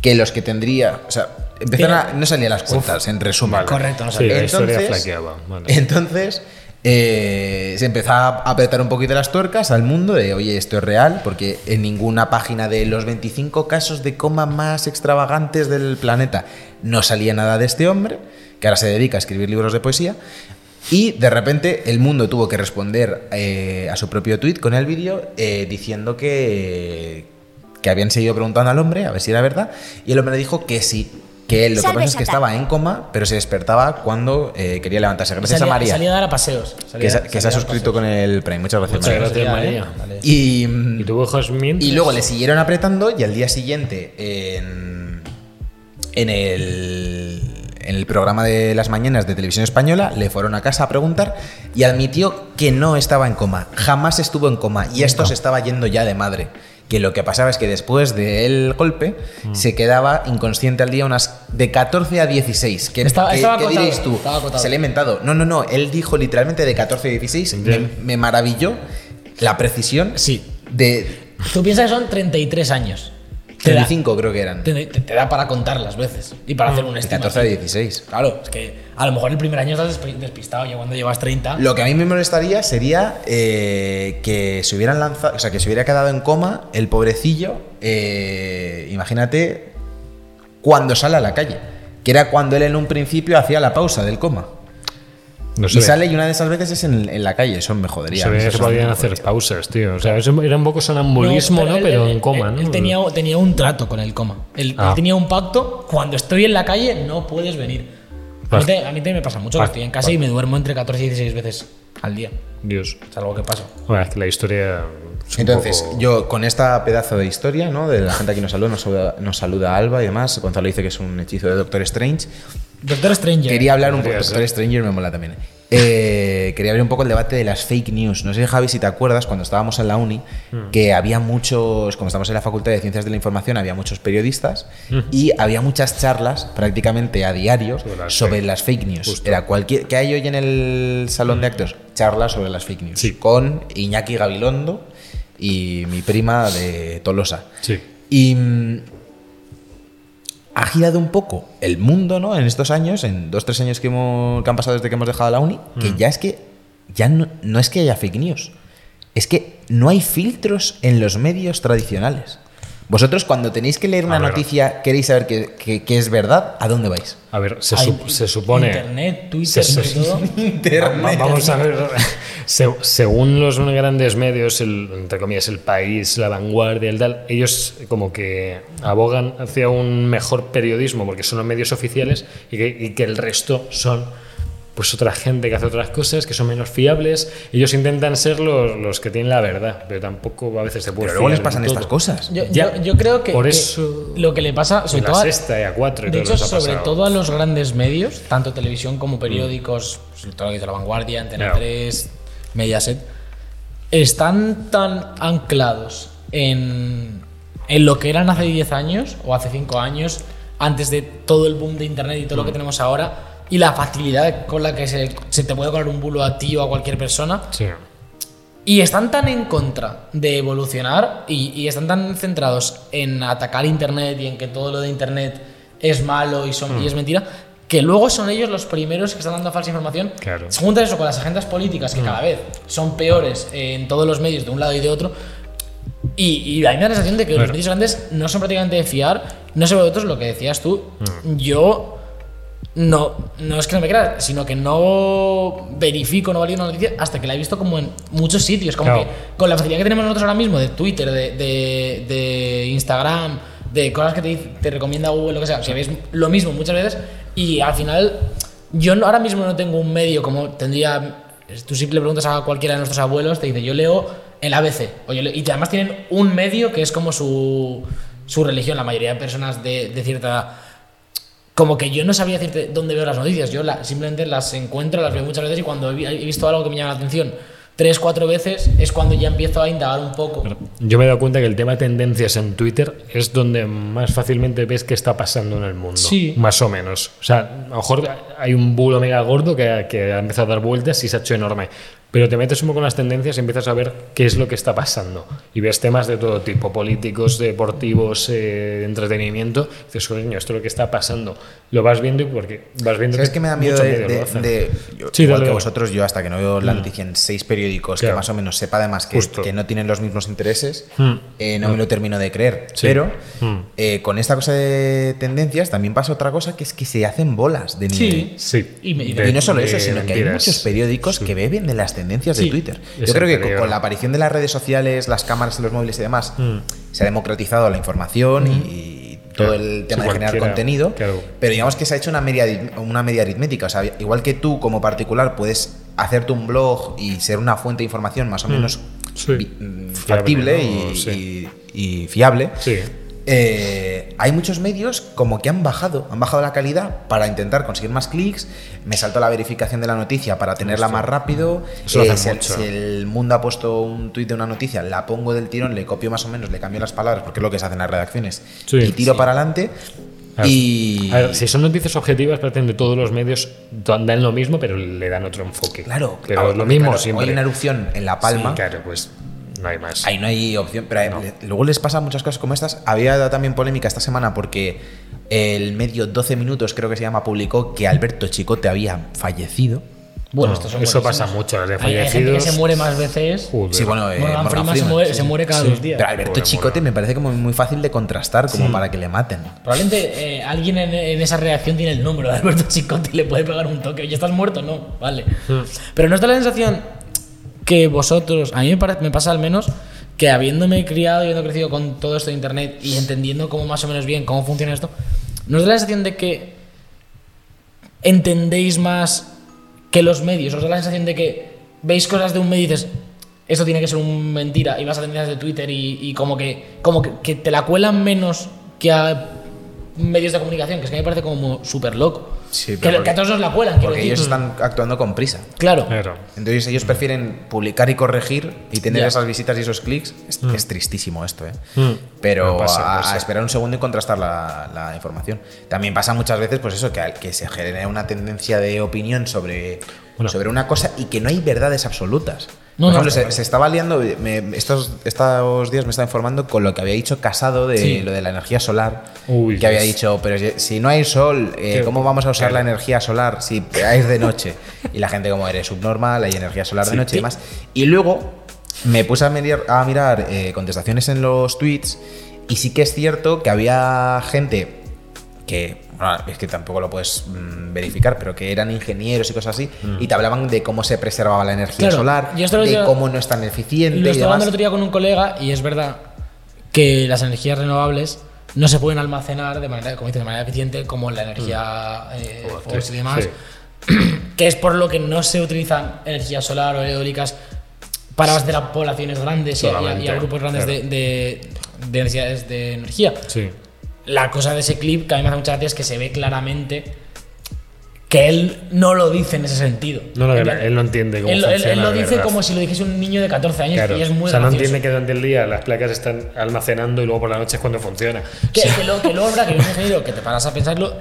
[SPEAKER 3] que los que tendría, o sea, empezaron a, no salían las cuentas, en resumen.
[SPEAKER 4] Vale.
[SPEAKER 5] Correcto, no
[SPEAKER 4] Sí,
[SPEAKER 5] sabía.
[SPEAKER 4] la historia
[SPEAKER 3] Entonces-
[SPEAKER 4] flaqueaba. vale.
[SPEAKER 3] Entonces eh, se empezaba a apretar un poquito las tuercas al mundo de, oye, esto es real, porque en ninguna página de los 25 casos de coma más extravagantes del planeta no salía nada de este hombre, que ahora se dedica a escribir libros de poesía. Y de repente el mundo tuvo que responder eh, a su propio tweet con el vídeo eh, diciendo que, que habían seguido preguntando al hombre a ver si era verdad. Y el hombre dijo que sí, que él lo que
[SPEAKER 1] Salve,
[SPEAKER 3] pasa es que
[SPEAKER 1] Satán.
[SPEAKER 3] estaba en coma, pero se despertaba cuando eh, quería levantarse. Gracias
[SPEAKER 5] Pues Salía-
[SPEAKER 3] a María,
[SPEAKER 5] salía a dar a paseos.
[SPEAKER 3] que,
[SPEAKER 5] salía-
[SPEAKER 3] se- que se
[SPEAKER 5] salía
[SPEAKER 3] ha
[SPEAKER 5] a dar
[SPEAKER 3] suscrito
[SPEAKER 5] paseos.
[SPEAKER 3] con el Prime. Muchas gracias,
[SPEAKER 4] Muchas
[SPEAKER 3] María.
[SPEAKER 4] gracias,
[SPEAKER 5] Sería,
[SPEAKER 4] María.
[SPEAKER 5] ¿eh? Vale.
[SPEAKER 3] Y,
[SPEAKER 4] ¿Y tu hijo es
[SPEAKER 3] y luego le siguieron apretando y al día siguiente en, en el, en el programa de las mañanas de televisión española le fueron a casa a preguntar y admitió que no estaba en coma, jamás estuvo en coma y esto se estaba yendo ya de madre. Que lo que pasaba es que después del golpe
[SPEAKER 5] Mm.
[SPEAKER 3] se quedaba inconsciente al día unas de 14 a 16. Que,
[SPEAKER 5] Estaba-
[SPEAKER 3] que-
[SPEAKER 5] estaba
[SPEAKER 3] que
[SPEAKER 5] acotado,
[SPEAKER 3] diréis tú?
[SPEAKER 5] estaba acotado.
[SPEAKER 3] Se le he inventado. No, no, no. Él dijo literalmente de 14 a 16. Me, me maravilló la precisión
[SPEAKER 5] Sí.
[SPEAKER 3] de,
[SPEAKER 5] Tú piensas que son 33 años. Te da-
[SPEAKER 3] 35 creo que eran.
[SPEAKER 5] Te, te- te da para contar las veces y para hacer un
[SPEAKER 3] Mm, De
[SPEAKER 5] estimado.
[SPEAKER 3] 14 a 16.
[SPEAKER 5] Claro, es que a lo mejor el primer año estás despi- despistado, ya cuando llevas 30.
[SPEAKER 3] Lo que a mí me molestaría sería eh, que se hubieran lanzado, o sea, que se hubiera quedado en coma el pobrecillo, eh, imagínate, cuando sale a la calle, que era cuando él en un principio hacía la pausa del coma.
[SPEAKER 4] No se
[SPEAKER 3] y
[SPEAKER 4] ve.
[SPEAKER 3] sale y una de esas veces es en, en la calle, eso me jodería.
[SPEAKER 4] Se ve que
[SPEAKER 3] Eso
[SPEAKER 4] podían
[SPEAKER 3] me
[SPEAKER 4] hacer
[SPEAKER 3] jodería.
[SPEAKER 4] pausas, tío. O sea, eso era un poco sonambulismo, ¿no? Pero,
[SPEAKER 5] él- él-
[SPEAKER 4] en
[SPEAKER 5] él-
[SPEAKER 4] coma,
[SPEAKER 5] él-
[SPEAKER 4] ¿no?
[SPEAKER 5] Él tenía, tenía un trato con el coma. Él, él
[SPEAKER 4] Ah.
[SPEAKER 5] tenía un pacto, cuando estoy en la calle no puedes venir. A mí,
[SPEAKER 4] Pac-
[SPEAKER 5] te- a mí también me pasa mucho que
[SPEAKER 4] pac-
[SPEAKER 5] estoy en casa y me duermo entre 14 y 16 veces al día.
[SPEAKER 4] Dios.
[SPEAKER 5] Es algo que pasa.
[SPEAKER 4] Bueno, es que la historia. es un
[SPEAKER 3] Entonces,
[SPEAKER 4] poco-
[SPEAKER 3] yo con esta pedazo de historia, ¿no? De la gente que nos saluda, nos saluda, nos saluda Alba y demás. Gonzalo dice que es un hechizo de Doctor Strange.
[SPEAKER 5] Doctor Stranger.
[SPEAKER 3] Quería hablar un poco.
[SPEAKER 4] Podría ser.
[SPEAKER 3] Doctor Stranger me mola también. Eh, quería abrir un poco el debate de las fake news. No sé, Javi, si te acuerdas cuando estábamos en la uni, que había muchos, como estamos en la Facultad de Ciencias de la Información, había muchos periodistas y había muchas charlas prácticamente a diario
[SPEAKER 4] Sobre
[SPEAKER 3] sobre
[SPEAKER 4] las
[SPEAKER 3] las,
[SPEAKER 4] fake-
[SPEAKER 3] fake news.
[SPEAKER 4] justo.
[SPEAKER 3] Era cualquier. ¿Qué hay hoy en el salón de actos? Charlas sobre las fake news.
[SPEAKER 4] Sí.
[SPEAKER 3] Con Iñaki Gabilondo y mi prima de Tolosa.
[SPEAKER 4] Sí.
[SPEAKER 3] Y mm, ha girado un poco el mundo, ¿no? En estos años, en dos, tres años que, hemos, que han pasado desde que hemos dejado la uni, que ya es que, ya no, no es que haya fake news, es que no hay filtros en los medios tradicionales. Vosotros cuando tenéis que leer
[SPEAKER 4] A
[SPEAKER 3] una
[SPEAKER 4] ver.
[SPEAKER 3] noticia, queréis saber que, que- que es verdad, ¿a dónde vais?
[SPEAKER 4] A ver, se,
[SPEAKER 5] Hay
[SPEAKER 4] sup- se supone.
[SPEAKER 5] Internet, Twitter,
[SPEAKER 4] se- se-
[SPEAKER 5] todo.
[SPEAKER 4] Va- Vamos a ver. Se- según los grandes medios, el, entre comillas, el país, la vanguardia, el tal, ellos como que abogan hacia un mejor periodismo porque son los medios oficiales y que, y que el resto son pues otra gente que hace otras cosas, que son menos fiables. Ellos intentan ser los, los que tienen la verdad, pero tampoco a veces se puede
[SPEAKER 3] Pero luego
[SPEAKER 4] fiar
[SPEAKER 3] les
[SPEAKER 4] del
[SPEAKER 3] pasan
[SPEAKER 4] todo.
[SPEAKER 3] estas cosas.
[SPEAKER 5] Yo,
[SPEAKER 4] Ya,
[SPEAKER 5] yo- yo creo que,
[SPEAKER 4] por
[SPEAKER 5] que
[SPEAKER 4] eso-
[SPEAKER 5] lo que le pasa, sobre
[SPEAKER 4] En la
[SPEAKER 5] todo, a-
[SPEAKER 4] sexta y a cuatro. y todo
[SPEAKER 5] de hecho,
[SPEAKER 4] les ha
[SPEAKER 5] sobre
[SPEAKER 4] pasado. Mm.
[SPEAKER 5] todo a los grandes medios, tanto televisión como periódicos, sobre todo lo que dice La Vanguardia, Antena
[SPEAKER 4] Claro.
[SPEAKER 5] 3, Mediaset, están tan anclados en, en lo que eran hace 10 años o hace 5 años, antes de todo el boom de Internet y
[SPEAKER 4] Mm.
[SPEAKER 5] todo lo que tenemos ahora, y la facilidad con la que se, se te puede colar un bulo a ti o a cualquier persona,
[SPEAKER 4] Sí.
[SPEAKER 5] y están tan en contra de evolucionar y, y están tan centrados en atacar Internet y en que todo lo de Internet es malo y,
[SPEAKER 4] Hmm.
[SPEAKER 5] son, y es mentira, que luego son ellos los primeros que están dando falsa información.
[SPEAKER 4] Claro. Hmm.
[SPEAKER 5] Se junta eso con las agendas políticas que cada vez son peores en todos los medios de un lado y de otro. Y, y a mí me da la sensación de que los
[SPEAKER 4] Claro.
[SPEAKER 5] medios grandes no son prácticamente de fiar. No sé vosotros lo que decías tú.
[SPEAKER 4] Hmm.
[SPEAKER 5] Yo no, no es que no me creas, sino que no verifico, no valido una noticia hasta que la he visto como en muchos sitios. Como
[SPEAKER 4] Claro.
[SPEAKER 5] que con la facilidad que tenemos nosotros ahora mismo de Twitter, de, de- de Instagram, de cosas que te, dice- te recomienda Google, lo que sea, si veis lo mismo muchas veces y al final yo no- ahora mismo no tengo un medio como tendría, tú simple preguntas a cualquiera de nuestros abuelos, te dice yo leo el ABC, o yo leo- y además tienen un medio que es como su, su religión, la mayoría de personas de, de cierta edad como que yo no sabía decirte dónde veo las noticias. Yo la- simplemente las encuentro, las veo muchas veces y cuando he vi- he visto algo que me llama la atención tres, cuatro veces es cuando ya empiezo a indagar un poco.
[SPEAKER 4] Yo me he dado cuenta que el tema tendencias en Twitter es donde más fácilmente ves qué está pasando en el mundo.
[SPEAKER 5] Sí.
[SPEAKER 4] Más o menos. O sea, a lo mejor hay un bulo mega gordo que, que ha empezado a dar vueltas y se ha hecho enorme. Pero te metes un poco en las tendencias y empiezas a ver qué es lo que está pasando. Y ves temas de todo tipo, políticos, deportivos, eh, de entretenimiento. Y dices, coño, esto es lo que está pasando. Lo vas viendo y porque vas viendo...
[SPEAKER 3] ¿Sabes que me da miedo
[SPEAKER 4] mucho
[SPEAKER 3] de,
[SPEAKER 4] medio lo
[SPEAKER 3] de-
[SPEAKER 4] hacen.
[SPEAKER 3] de- yo-
[SPEAKER 4] Sí,
[SPEAKER 3] igual
[SPEAKER 4] dale,
[SPEAKER 3] que
[SPEAKER 4] dale.
[SPEAKER 3] vosotros, yo hasta que no veo la noticia en seis periódicos
[SPEAKER 4] Claro.
[SPEAKER 3] que más o menos sepa además que,
[SPEAKER 4] Justo.
[SPEAKER 3] que no tienen los mismos intereses,
[SPEAKER 4] Hmm.
[SPEAKER 3] eh, no me lo termino de creer.
[SPEAKER 4] Sí.
[SPEAKER 3] Pero
[SPEAKER 4] Hmm.
[SPEAKER 3] eh, con esta cosa de tendencias también pasa otra cosa que es que se hacen bolas de nivel.
[SPEAKER 5] Sí.
[SPEAKER 4] Sí.
[SPEAKER 5] Y me- y
[SPEAKER 4] De-
[SPEAKER 3] Y no solo
[SPEAKER 4] de
[SPEAKER 3] eso, sino que hay
[SPEAKER 4] mentiras.
[SPEAKER 3] muchos periódicos que beben de las tendencias
[SPEAKER 5] Sí.
[SPEAKER 3] de Twitter.
[SPEAKER 4] Es
[SPEAKER 3] Yo creo que
[SPEAKER 4] el
[SPEAKER 3] con,
[SPEAKER 4] peligro.
[SPEAKER 3] con la aparición de las redes sociales, las cámaras en los móviles y demás,
[SPEAKER 5] Mm.
[SPEAKER 3] se ha democratizado la información y, y todo
[SPEAKER 4] Claro.
[SPEAKER 3] el
[SPEAKER 4] Sí,
[SPEAKER 3] tema de generar
[SPEAKER 4] cualquiera,
[SPEAKER 3] contenido.
[SPEAKER 4] claro.
[SPEAKER 3] Pero digamos que se ha hecho una media, aritm- una media aritmética. O sea, igual que tú como particular puedes hacerte un blog y ser una fuente de información más o
[SPEAKER 5] Mm.
[SPEAKER 3] menos
[SPEAKER 4] Sí.
[SPEAKER 3] vi- mm,
[SPEAKER 4] Fiable,
[SPEAKER 3] factible
[SPEAKER 4] ¿no?
[SPEAKER 3] y,
[SPEAKER 4] Sí.
[SPEAKER 3] y- y fiable.
[SPEAKER 4] Sí.
[SPEAKER 3] Eh, hay muchos medios como que han bajado, han bajado la calidad para intentar conseguir más clics. Me saltó la verificación de la noticia para tenerla más rápido. Eh,
[SPEAKER 4] Eso lo hacen
[SPEAKER 3] si, el-
[SPEAKER 4] mucho.
[SPEAKER 3] si el mundo ha puesto un tuit de una noticia, la pongo del tirón, le copio más o menos, le cambio las palabras, porque es lo que se hacen las redacciones.
[SPEAKER 4] Sí.
[SPEAKER 3] y tiro
[SPEAKER 4] Sí.
[SPEAKER 3] para adelante.
[SPEAKER 4] A ver,
[SPEAKER 3] y
[SPEAKER 4] a ver, si son noticias objetivas, prácticamente todos los medios dan lo mismo, pero le dan otro enfoque.
[SPEAKER 3] claro,
[SPEAKER 4] pero
[SPEAKER 3] ahora,
[SPEAKER 4] es lo mismo
[SPEAKER 3] claro,
[SPEAKER 4] siempre.
[SPEAKER 3] Hay una erupción en La Palma.
[SPEAKER 4] Sí, claro, pues no hay más.
[SPEAKER 3] Ahí no hay opción, pero eh, le- luego les pasa muchas cosas como estas. Había dado también polémica esta semana porque el medio 12 minutos, creo que se llama, publicó que Alberto Chicote había fallecido.
[SPEAKER 5] Bueno,
[SPEAKER 4] No,
[SPEAKER 5] estos son
[SPEAKER 4] eso
[SPEAKER 5] buenísimos.
[SPEAKER 4] pasa mucho, las de
[SPEAKER 5] Hay- hay gente que
[SPEAKER 4] fallecidos.
[SPEAKER 5] se muere más veces.
[SPEAKER 4] Joder.
[SPEAKER 3] Sí, bueno, eh,
[SPEAKER 5] Morgan
[SPEAKER 3] Morgan
[SPEAKER 5] Freeman se
[SPEAKER 3] Freeman,
[SPEAKER 5] muere,
[SPEAKER 3] sí,
[SPEAKER 5] se
[SPEAKER 3] sí.
[SPEAKER 5] muere cada
[SPEAKER 4] Pues Sí.
[SPEAKER 5] dos días.
[SPEAKER 3] Pero Alberto
[SPEAKER 4] Pobre
[SPEAKER 3] Chicote me parece como muy fácil de contrastar, como para que le maten.
[SPEAKER 5] Probablemente eh, alguien en, en esa reacción tiene el número de Alberto Chicote y le puede pegar un toque. Oye, ¿estás muerto? No, vale. Pero ¿no está la sensación que vosotros, a mí me, pare- me pasa al menos, que habiéndome criado y habiendo crecido con todo esto de internet y entendiendo cómo más o menos bien cómo funciona esto, ¿no os da la sensación de que entendéis más que los medios? ¿Os da la sensación de que veis cosas de un medio y dices, esto tiene que ser un mentira y vas a tendencias de Twitter y, y como, que, como que, que te la cuelan menos que a medios de comunicación? Que es que a mí me parece como súper loco.
[SPEAKER 3] Sí, pero
[SPEAKER 5] que,
[SPEAKER 3] porque-
[SPEAKER 5] que a todos nos la cuelan, quiero
[SPEAKER 3] Porque
[SPEAKER 5] decir.
[SPEAKER 3] ellos están actuando con prisa.
[SPEAKER 5] Claro.
[SPEAKER 4] Claro.
[SPEAKER 3] Entonces ellos prefieren publicar y corregir y tener
[SPEAKER 5] Ya.
[SPEAKER 3] esas visitas y esos clics. Es, es tristísimo esto, ¿eh?
[SPEAKER 4] Mm.
[SPEAKER 3] Pero
[SPEAKER 4] No pasa,
[SPEAKER 3] a,
[SPEAKER 4] pasa.
[SPEAKER 3] a esperar un segundo y contrastar la, la información. También pasa muchas veces, pues eso, que, al- que se genera una tendencia de opinión sobre,
[SPEAKER 4] Bueno.
[SPEAKER 3] sobre una cosa y que no hay verdades absolutas.
[SPEAKER 5] No,
[SPEAKER 3] Por
[SPEAKER 5] no,
[SPEAKER 3] ejemplo, se,
[SPEAKER 5] claro.
[SPEAKER 3] se estaba liando, me- estos, estos días me estaba informando con lo que había dicho Casado de
[SPEAKER 5] Sí.
[SPEAKER 3] lo de la energía solar,
[SPEAKER 4] Uy,
[SPEAKER 3] que había
[SPEAKER 4] Dios.
[SPEAKER 3] dicho, pero si- si no hay sol, eh,
[SPEAKER 4] Qué-
[SPEAKER 3] ¿cómo vamos a usar
[SPEAKER 4] claro.
[SPEAKER 3] la energía solar si es de noche? Y la gente como eres subnormal, hay energía solar de noche y demás. Y luego me puse a mirar, a mirar, eh, contestaciones en los tweets y sí que es cierto que había gente que bueno, es que tampoco lo puedes mm, verificar, pero que eran ingenieros y cosas así, y te hablaban de cómo se preservaba la energía
[SPEAKER 5] Mm. Claro,
[SPEAKER 3] solar,
[SPEAKER 5] yo esto lo
[SPEAKER 3] de
[SPEAKER 5] llevo-
[SPEAKER 3] cómo no es tan eficiente
[SPEAKER 5] Lo
[SPEAKER 3] y
[SPEAKER 5] estaba hablando
[SPEAKER 3] demás.
[SPEAKER 5] el otro día con un colega y es verdad que las energías renovables no se pueden almacenar de manera, como dices, de manera eficiente como la energía eh,
[SPEAKER 4] Joder,
[SPEAKER 5] fósil y demás,
[SPEAKER 4] Mm. sí.
[SPEAKER 5] que es por lo que no se utilizan energías solar o eólicas para abastecer a poblaciones grandes y a, y a- y a
[SPEAKER 4] Solamente,
[SPEAKER 5] grupos grandes de,
[SPEAKER 4] claro.
[SPEAKER 5] de- de necesidades de energía.
[SPEAKER 4] Sí.
[SPEAKER 5] La cosa de ese clip que a mí me hace mucha gracia es que se ve claramente que él no lo dice en ese sentido.
[SPEAKER 4] No, no,
[SPEAKER 5] En
[SPEAKER 4] que
[SPEAKER 5] plan,
[SPEAKER 4] la- él no entiende cómo
[SPEAKER 5] él, lo- él- él
[SPEAKER 4] funciona.
[SPEAKER 5] lo
[SPEAKER 4] de
[SPEAKER 5] dice
[SPEAKER 4] verdad.
[SPEAKER 5] como si lo dijese un niño de 14 años
[SPEAKER 4] Claro.
[SPEAKER 5] y es muy
[SPEAKER 4] o sea, no
[SPEAKER 5] gracioso.
[SPEAKER 4] entiende que durante el día las placas están almacenando y luego por la noche es cuando funciona.
[SPEAKER 5] que, que lo, que lo habrá, que es un ingeniero que te paras a pensarlo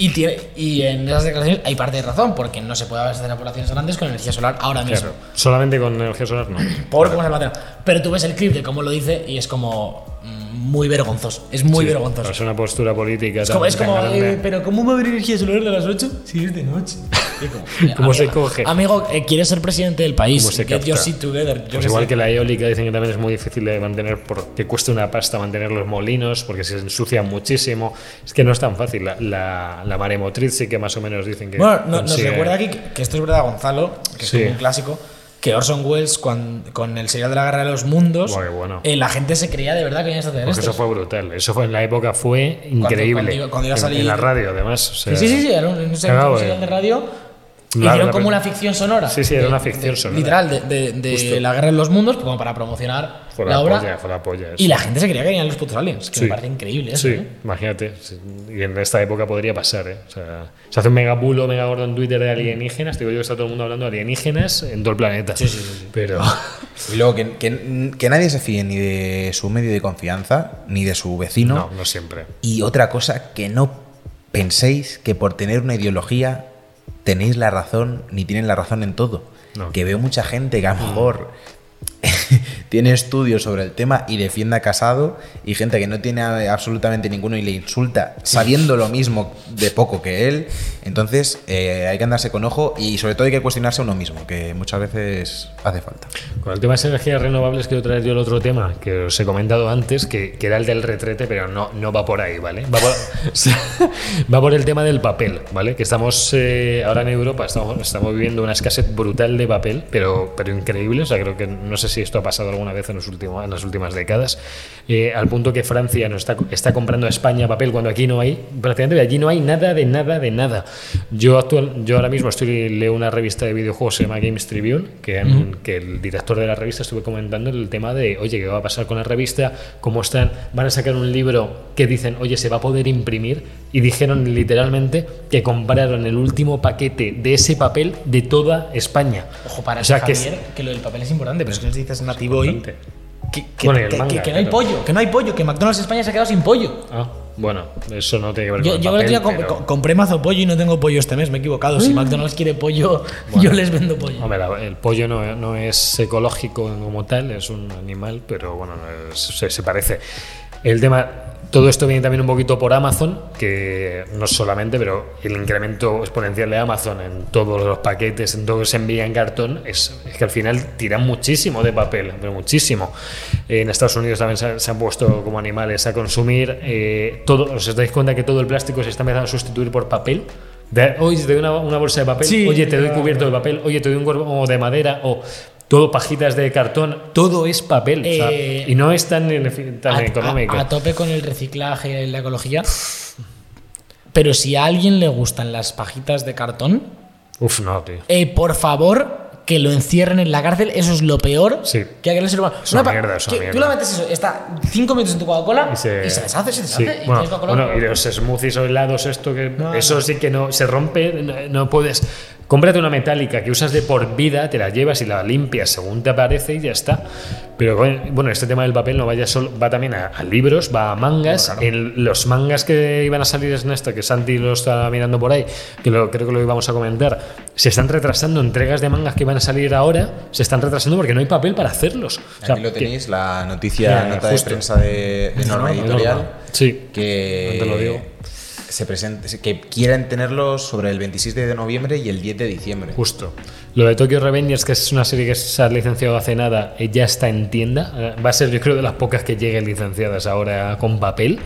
[SPEAKER 5] y, tiene, y en esas declaraciones hay parte de razón, porque no se puede abastecer a poblaciones grandes con energía solar ahora mismo.
[SPEAKER 4] Claro. Solamente con energía solar no.
[SPEAKER 5] Por cómo se almacena. Pero tú ves el clip de cómo lo dice y es como mm, muy vergonzoso. Es muy
[SPEAKER 4] Sí, Pues,
[SPEAKER 5] vergonzoso.
[SPEAKER 4] Es una postura política.
[SPEAKER 5] Es como,
[SPEAKER 4] tan-
[SPEAKER 5] es como,
[SPEAKER 4] tan grande.
[SPEAKER 5] eh, pero ¿cómo va a haber energía solar de las 8 si es de noche? Y es como, eh,
[SPEAKER 4] ¿Cómo se
[SPEAKER 5] amigo-
[SPEAKER 4] coge?
[SPEAKER 5] Amigo, eh, quieres ser presidente del país.
[SPEAKER 4] ¿Cómo se
[SPEAKER 5] Get your
[SPEAKER 4] capta?
[SPEAKER 5] shit together. Yo
[SPEAKER 4] Pues
[SPEAKER 5] qué
[SPEAKER 4] igual
[SPEAKER 5] sé.
[SPEAKER 4] que la eólica dicen que también es muy difícil de mantener porque cuesta una pasta mantener los molinos, porque se ensucian muchísimo. Es que no es tan fácil. La, la, la maremotriz sí que más o menos dicen que.
[SPEAKER 5] Bueno, no- nos
[SPEAKER 4] consigue-
[SPEAKER 5] recuerda aquí que, que esto es verdad, Gonzalo, que
[SPEAKER 4] Sí.
[SPEAKER 5] es como un clásico, que Orson Welles cuan- con, el serial de la Guerra de los Mundos,
[SPEAKER 4] Buah, qué bueno.
[SPEAKER 5] eh, la gente se creía de verdad que iban a
[SPEAKER 4] Porque
[SPEAKER 5] extraterrestres.
[SPEAKER 4] eso fue brutal. Eso fue en la época fue increíble.
[SPEAKER 5] cuando iba- cuando iba a
[SPEAKER 4] En-
[SPEAKER 5] salir-
[SPEAKER 4] en, la radio, además. o sea,
[SPEAKER 5] sí, sí, sí, era un, un
[SPEAKER 4] Cagao, eh.
[SPEAKER 5] serial de radio.
[SPEAKER 4] La-
[SPEAKER 5] hicieron
[SPEAKER 4] la-
[SPEAKER 5] como una ficción sonora.
[SPEAKER 4] Sí, sí, era
[SPEAKER 5] de-
[SPEAKER 4] una ficción
[SPEAKER 5] de-
[SPEAKER 4] sonora.
[SPEAKER 5] Literal, de, de- de
[SPEAKER 4] Justo.
[SPEAKER 5] la Guerra de los Mundos, pues, como para promocionar
[SPEAKER 4] Fue
[SPEAKER 5] la
[SPEAKER 4] la
[SPEAKER 5] obra.
[SPEAKER 4] polla, fue la polla,
[SPEAKER 5] y
[SPEAKER 4] eso.
[SPEAKER 5] la gente se creía que eran los putos aliens, que
[SPEAKER 4] Sí.
[SPEAKER 5] me parece increíble eso.
[SPEAKER 4] Sí,
[SPEAKER 5] ¿eh?
[SPEAKER 4] imagínate. sí. Y en esta época podría pasar, ¿eh? O sea, se hace un mega bulo, mega gordo en Twitter
[SPEAKER 5] Mm.
[SPEAKER 4] de alienígenas. Te digo yo que está todo el mundo hablando de alienígenas en todo el planeta.
[SPEAKER 5] Sí, sí, sí, sí.
[SPEAKER 4] Pero.
[SPEAKER 3] Y luego que, que- que nadie se fíe ni de su medio de confianza, ni de su vecino.
[SPEAKER 4] No, no siempre.
[SPEAKER 3] Y otra cosa, que no penséis que por tener una ideología tenéis la razón, ni tienen la razón en todo.
[SPEAKER 4] No.
[SPEAKER 3] Que veo mucha gente que a lo mejor tiene estudios sobre el tema y defiende a Casado, y gente que no tiene a- absolutamente ninguno y le insulta, sabiendo lo mismo de poco que él. Entonces eh, hay que andarse con ojo y sobre todo hay que cuestionarse a uno mismo, que muchas veces hace falta.
[SPEAKER 4] Con el tema de las energías renovables quiero traer yo el otro tema que os he comentado antes, que, que era el del retrete, pero no, no va por ahí, ¿vale? Va por, o sea, va por el tema del papel, ¿vale? Que estamos eh, ahora en Europa, estamos, estamos viviendo una escasez brutal de papel, pero, pero increíble, o sea, creo que no sé si esto ha pasado alguna vez en, los últimos, en las últimas décadas, eh, al punto que Francia nos está, está comprando a España papel cuando aquí no hay, prácticamente allí no hay nada de nada de nada. Yo, actual, yo ahora mismo estoy leo una revista de videojuegos, se llama Games Tribune, que, han- que el director de la revista estuvo comentando el tema de, oye, ¿qué va a pasar con la revista? ¿Cómo están? Van a sacar un libro que dicen, oye, se va a poder imprimir. Y dijeron literalmente que compraron el último paquete de ese papel de toda España.
[SPEAKER 5] Ojo, para
[SPEAKER 4] O sea,
[SPEAKER 5] que
[SPEAKER 4] que es-
[SPEAKER 5] Javier, que lo del papel es importante, pero es que nos dices nativo hoy.
[SPEAKER 4] importante.
[SPEAKER 5] Que, que-
[SPEAKER 4] Bueno, y el
[SPEAKER 5] que-
[SPEAKER 4] manga,
[SPEAKER 5] que- que no hay
[SPEAKER 4] claro.
[SPEAKER 5] pollo, que no hay pollo, que McDonald's España se ha quedado sin pollo.
[SPEAKER 4] Ah, bueno, eso no tiene que ver
[SPEAKER 5] Yo,
[SPEAKER 4] con el
[SPEAKER 5] yo el otro
[SPEAKER 4] papel,
[SPEAKER 5] día comp-
[SPEAKER 4] pero-
[SPEAKER 5] co- compré mazo pollo y no tengo pollo este mes, me he equivocado. Si McDonald's quiere pollo, yo les vendo pollo.
[SPEAKER 4] Hombre, la- el pollo no, no es ecológico como tal, es un animal, pero bueno, no es- se, se parece. El tema, Todo esto viene también un poquito por Amazon, que no solamente, pero el incremento exponencial de Amazon en todos los paquetes, en todo se envía en cartón, es, es que al final tiran muchísimo de papel, pero muchísimo. En Estados Unidos también se, han- se han puesto como animales a consumir. eh, todo, ¿Os dais cuenta que todo el plástico se está empezando a sustituir por papel? De- oye, te doy una, una bolsa de papel,
[SPEAKER 5] Sí,
[SPEAKER 4] oye, te doy
[SPEAKER 5] ya.
[SPEAKER 4] cubierto de papel, oye, te doy un gorro de madera o todo pajitas de cartón, todo es papel. o sea,
[SPEAKER 5] Eh,
[SPEAKER 4] y no es tan, inefi- tan
[SPEAKER 5] a-
[SPEAKER 4] económico.
[SPEAKER 5] a- a tope con el reciclaje, la ecología. Pero si a alguien le gustan las pajitas de cartón,
[SPEAKER 4] Uf, no, tío.
[SPEAKER 5] Eh, por favor, que lo encierren en la cárcel. Eso es lo peor
[SPEAKER 4] Sí.
[SPEAKER 5] que aquel ser humano.
[SPEAKER 4] Es una
[SPEAKER 5] pa-
[SPEAKER 4] mierda, es una
[SPEAKER 5] que Tú
[SPEAKER 4] mierda.
[SPEAKER 5] la metes eso, está cinco minutos en tu Coca-Cola y se, deshace, se deshace.
[SPEAKER 4] sí.
[SPEAKER 5] y
[SPEAKER 4] bueno,
[SPEAKER 5] tienes Coca-Cola.
[SPEAKER 4] bueno, y los smoothies o helados, esto que. eso sí que no. Se rompe, no, no puedes. Cómprate una metálica que usas de por vida, te la llevas y la limpias según te aparece y ya está. Pero coño, bueno, este tema del papel no vaya solo, va también a, a libros, va a mangas. El- los mangas que iban a salir es esta, que Santi lo está mirando por ahí, que lo, creo que lo íbamos a comentar. Se están retrasando entregas de mangas que van a salir ahora, se están retrasando porque no hay papel para hacerlos. O sea,
[SPEAKER 3] Aquí lo
[SPEAKER 4] que-
[SPEAKER 3] tenéis, la noticia,
[SPEAKER 4] Mira,
[SPEAKER 3] nota
[SPEAKER 4] justo.
[SPEAKER 3] de prensa de, de Norma
[SPEAKER 4] Norma,
[SPEAKER 3] Editorial.
[SPEAKER 4] Norma. Sí.
[SPEAKER 3] Que
[SPEAKER 4] No te lo digo.
[SPEAKER 3] Se presente, que quieren tenerlo sobre el 26 de noviembre y el 10 de diciembre.
[SPEAKER 4] Justo. Lo de Tokyo Revengers, que es una serie que se ha licenciado hace nada, eh, ya está en tienda. Eh, Va a ser, yo creo, de las pocas que lleguen licenciadas ahora con papel.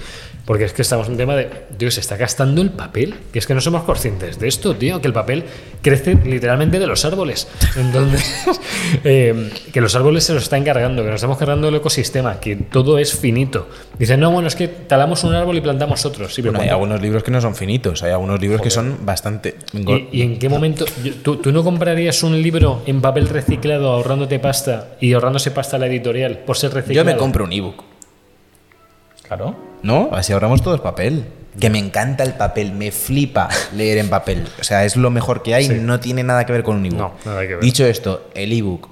[SPEAKER 4] Porque es que estamos en un tema de, tío, se está gastando el papel. Que es que no somos conscientes de esto, tío, que el papel crece literalmente de los árboles. Entonces, eh, que los árboles se los están cargando, que nos estamos cargando el ecosistema, que todo es finito. Dicen, no, bueno, es que talamos un árbol y plantamos otro. Sí, pero
[SPEAKER 3] Bueno, hay
[SPEAKER 4] ¿cuánto-
[SPEAKER 3] algunos libros que no son finitos, hay algunos libros que son bastante.
[SPEAKER 4] ¿Y, y en qué momento? yo- ¿tú, tú no comprarías un libro en papel reciclado ahorrándote pasta y ahorrándose pasta a la editorial por ser
[SPEAKER 3] Yo
[SPEAKER 4] reciclado?
[SPEAKER 3] me compro un ebook.
[SPEAKER 5] Claro.
[SPEAKER 3] ¿No? Así ahorramos todos papel. Que me encanta el papel, me flipa leer en papel. O sea, es lo mejor que hay,
[SPEAKER 4] Sí.
[SPEAKER 3] no tiene nada que ver con un ebook.
[SPEAKER 4] No, nada que ver.
[SPEAKER 3] Dicho esto, el ebook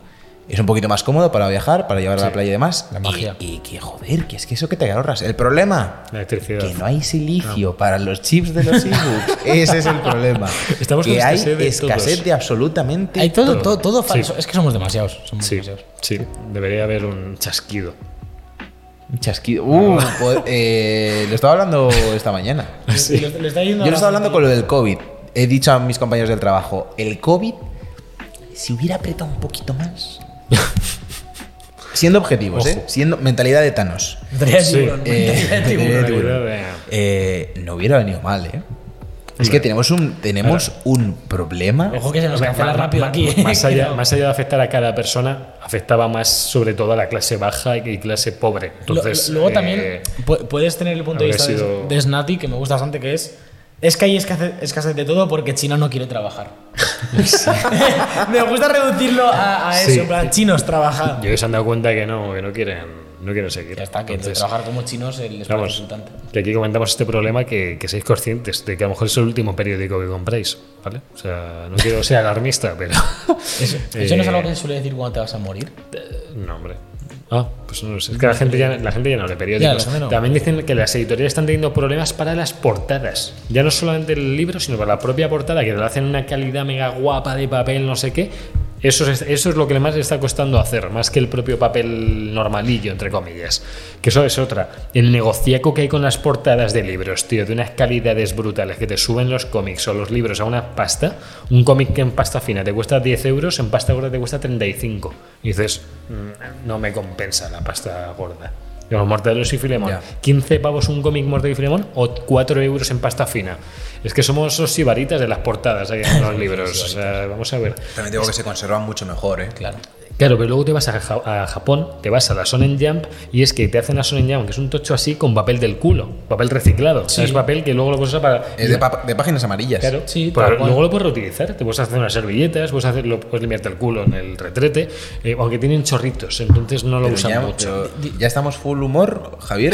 [SPEAKER 3] es un poquito más cómodo para viajar, para llevar a la playa y demás.
[SPEAKER 5] La magia.
[SPEAKER 3] Y, y que joder, que es que eso que te ahorras. El problema,
[SPEAKER 4] La electricidad.
[SPEAKER 3] que no hay silicio para los chips de los ebooks. Ese es el problema.
[SPEAKER 4] Estamos con
[SPEAKER 3] que hay
[SPEAKER 4] escasez de
[SPEAKER 3] escasez
[SPEAKER 4] todos.
[SPEAKER 3] de absolutamente
[SPEAKER 5] Hay todo,
[SPEAKER 4] todo.
[SPEAKER 5] todo, todo falso.
[SPEAKER 4] Sí.
[SPEAKER 5] Es que somos demasiados. Somos
[SPEAKER 4] Sí,
[SPEAKER 5] demasiados.
[SPEAKER 4] sí, debería haber un chasquido.
[SPEAKER 3] Un chasquido. Uh, po- eh, lo estaba hablando esta mañana.
[SPEAKER 5] Lo- lo está
[SPEAKER 3] Yo
[SPEAKER 5] yendo
[SPEAKER 3] lo
[SPEAKER 5] a la-
[SPEAKER 3] estaba hablando con lo del COVID. He dicho a mis compañeros del trabajo, el COVID, si hubiera apretado un poquito más. siendo objetivos,
[SPEAKER 4] Ojo.
[SPEAKER 3] ¿eh? Siendo mentalidad de Thanos.
[SPEAKER 5] Mentalidad de
[SPEAKER 4] Sí.
[SPEAKER 5] tiburón,
[SPEAKER 3] Eh,
[SPEAKER 5] mentalidad de
[SPEAKER 3] mentalidad
[SPEAKER 5] tiburón.
[SPEAKER 3] de tiburón. Eh, no hubiera venido mal, ¿eh? Es que tenemos un, tenemos un problema.
[SPEAKER 5] Ojo que se nos
[SPEAKER 4] Ma-
[SPEAKER 5] cancela
[SPEAKER 4] ma-
[SPEAKER 5] rápido
[SPEAKER 4] ma-
[SPEAKER 5] aquí. ¿eh?
[SPEAKER 4] Más allá, más allá de afectar a cada persona, afectaba más sobre todo a la clase baja y clase pobre.
[SPEAKER 5] Lo-
[SPEAKER 4] Entonces,
[SPEAKER 5] luego
[SPEAKER 4] eh,
[SPEAKER 5] también pu- puedes tener el punto de
[SPEAKER 4] habría
[SPEAKER 5] vista de-
[SPEAKER 4] sido-
[SPEAKER 5] de Snati, que me gusta bastante, que es. Es que hay escasez, escasez de todo porque China no quiere trabajar. me gusta reducirlo a, a eso,
[SPEAKER 4] Sí.
[SPEAKER 5] en plan, chinos trabajar.
[SPEAKER 4] Yo que se han dado cuenta que no, que no quieren, no quieren seguir.
[SPEAKER 5] Ah. Ya está, que
[SPEAKER 4] Entonces,
[SPEAKER 5] trabajar como chinos eh, les parece
[SPEAKER 4] Vamos,
[SPEAKER 5] resultante.
[SPEAKER 4] que aquí comentamos este problema que, que seáis conscientes de que a lo mejor es el último periódico que compréis, ¿vale? O sea, no quiero ser alarmista, pero...
[SPEAKER 5] Eso, eso no es
[SPEAKER 4] Eh,
[SPEAKER 5] algo que se suele decir cuando te vas a morir.
[SPEAKER 4] No, hombre. Ah, pues no lo sé. Es que la gente ya, la gente ya no lee
[SPEAKER 5] Ya, la
[SPEAKER 4] periódicos.
[SPEAKER 5] gente no.
[SPEAKER 4] También dicen que las editoriales están teniendo problemas para las portadas. Ya no solamente el libro, sino para la propia portada, que le hacen una calidad mega guapa de papel, no sé qué. Eso es, eso es lo que más le está costando hacer, más que el propio papel normalillo, entre comillas. Que eso es otra. El negociaco que hay con las portadas de libros, tío, de unas calidades brutales que te suben los cómics o los libros a una pasta. Un cómic que en pasta fina te cuesta 10 euros, en pasta gorda te cuesta 35. Y dices, "Mm, no me compensa la pasta gorda. Y Los Mortadelos y Filemón.
[SPEAKER 3] Ya.
[SPEAKER 4] 15 pavos un cómic Mortadelo y Filemón o 4 euros en pasta fina. Es que somos los sibaritas de las portadas ahí en los libros. O sea, vamos a ver.
[SPEAKER 3] También digo que se conservan mucho mejor, ¿eh? Claro.
[SPEAKER 4] Claro, pero luego te vas a, Ja- a Japón, te vas a la Sonen Jump y es que te hacen la Sonen Jump, que es un tocho así con papel del culo, papel reciclado. O sea, es papel que luego lo puedes usar para.
[SPEAKER 3] Es de, pa- de páginas amarillas.
[SPEAKER 4] Claro,
[SPEAKER 5] Sí,
[SPEAKER 4] pero
[SPEAKER 5] tal cual.
[SPEAKER 4] luego lo puedes reutilizar, te puedes hacer unas servilletas, puedes, hacer, lo, puedes limpiarte el culo en el retrete, eh, aunque tienen chorritos, entonces no lo
[SPEAKER 3] Pero
[SPEAKER 4] usan
[SPEAKER 3] ya,
[SPEAKER 4] mucho.
[SPEAKER 3] pero, ¿Ya estamos full humor, Javier?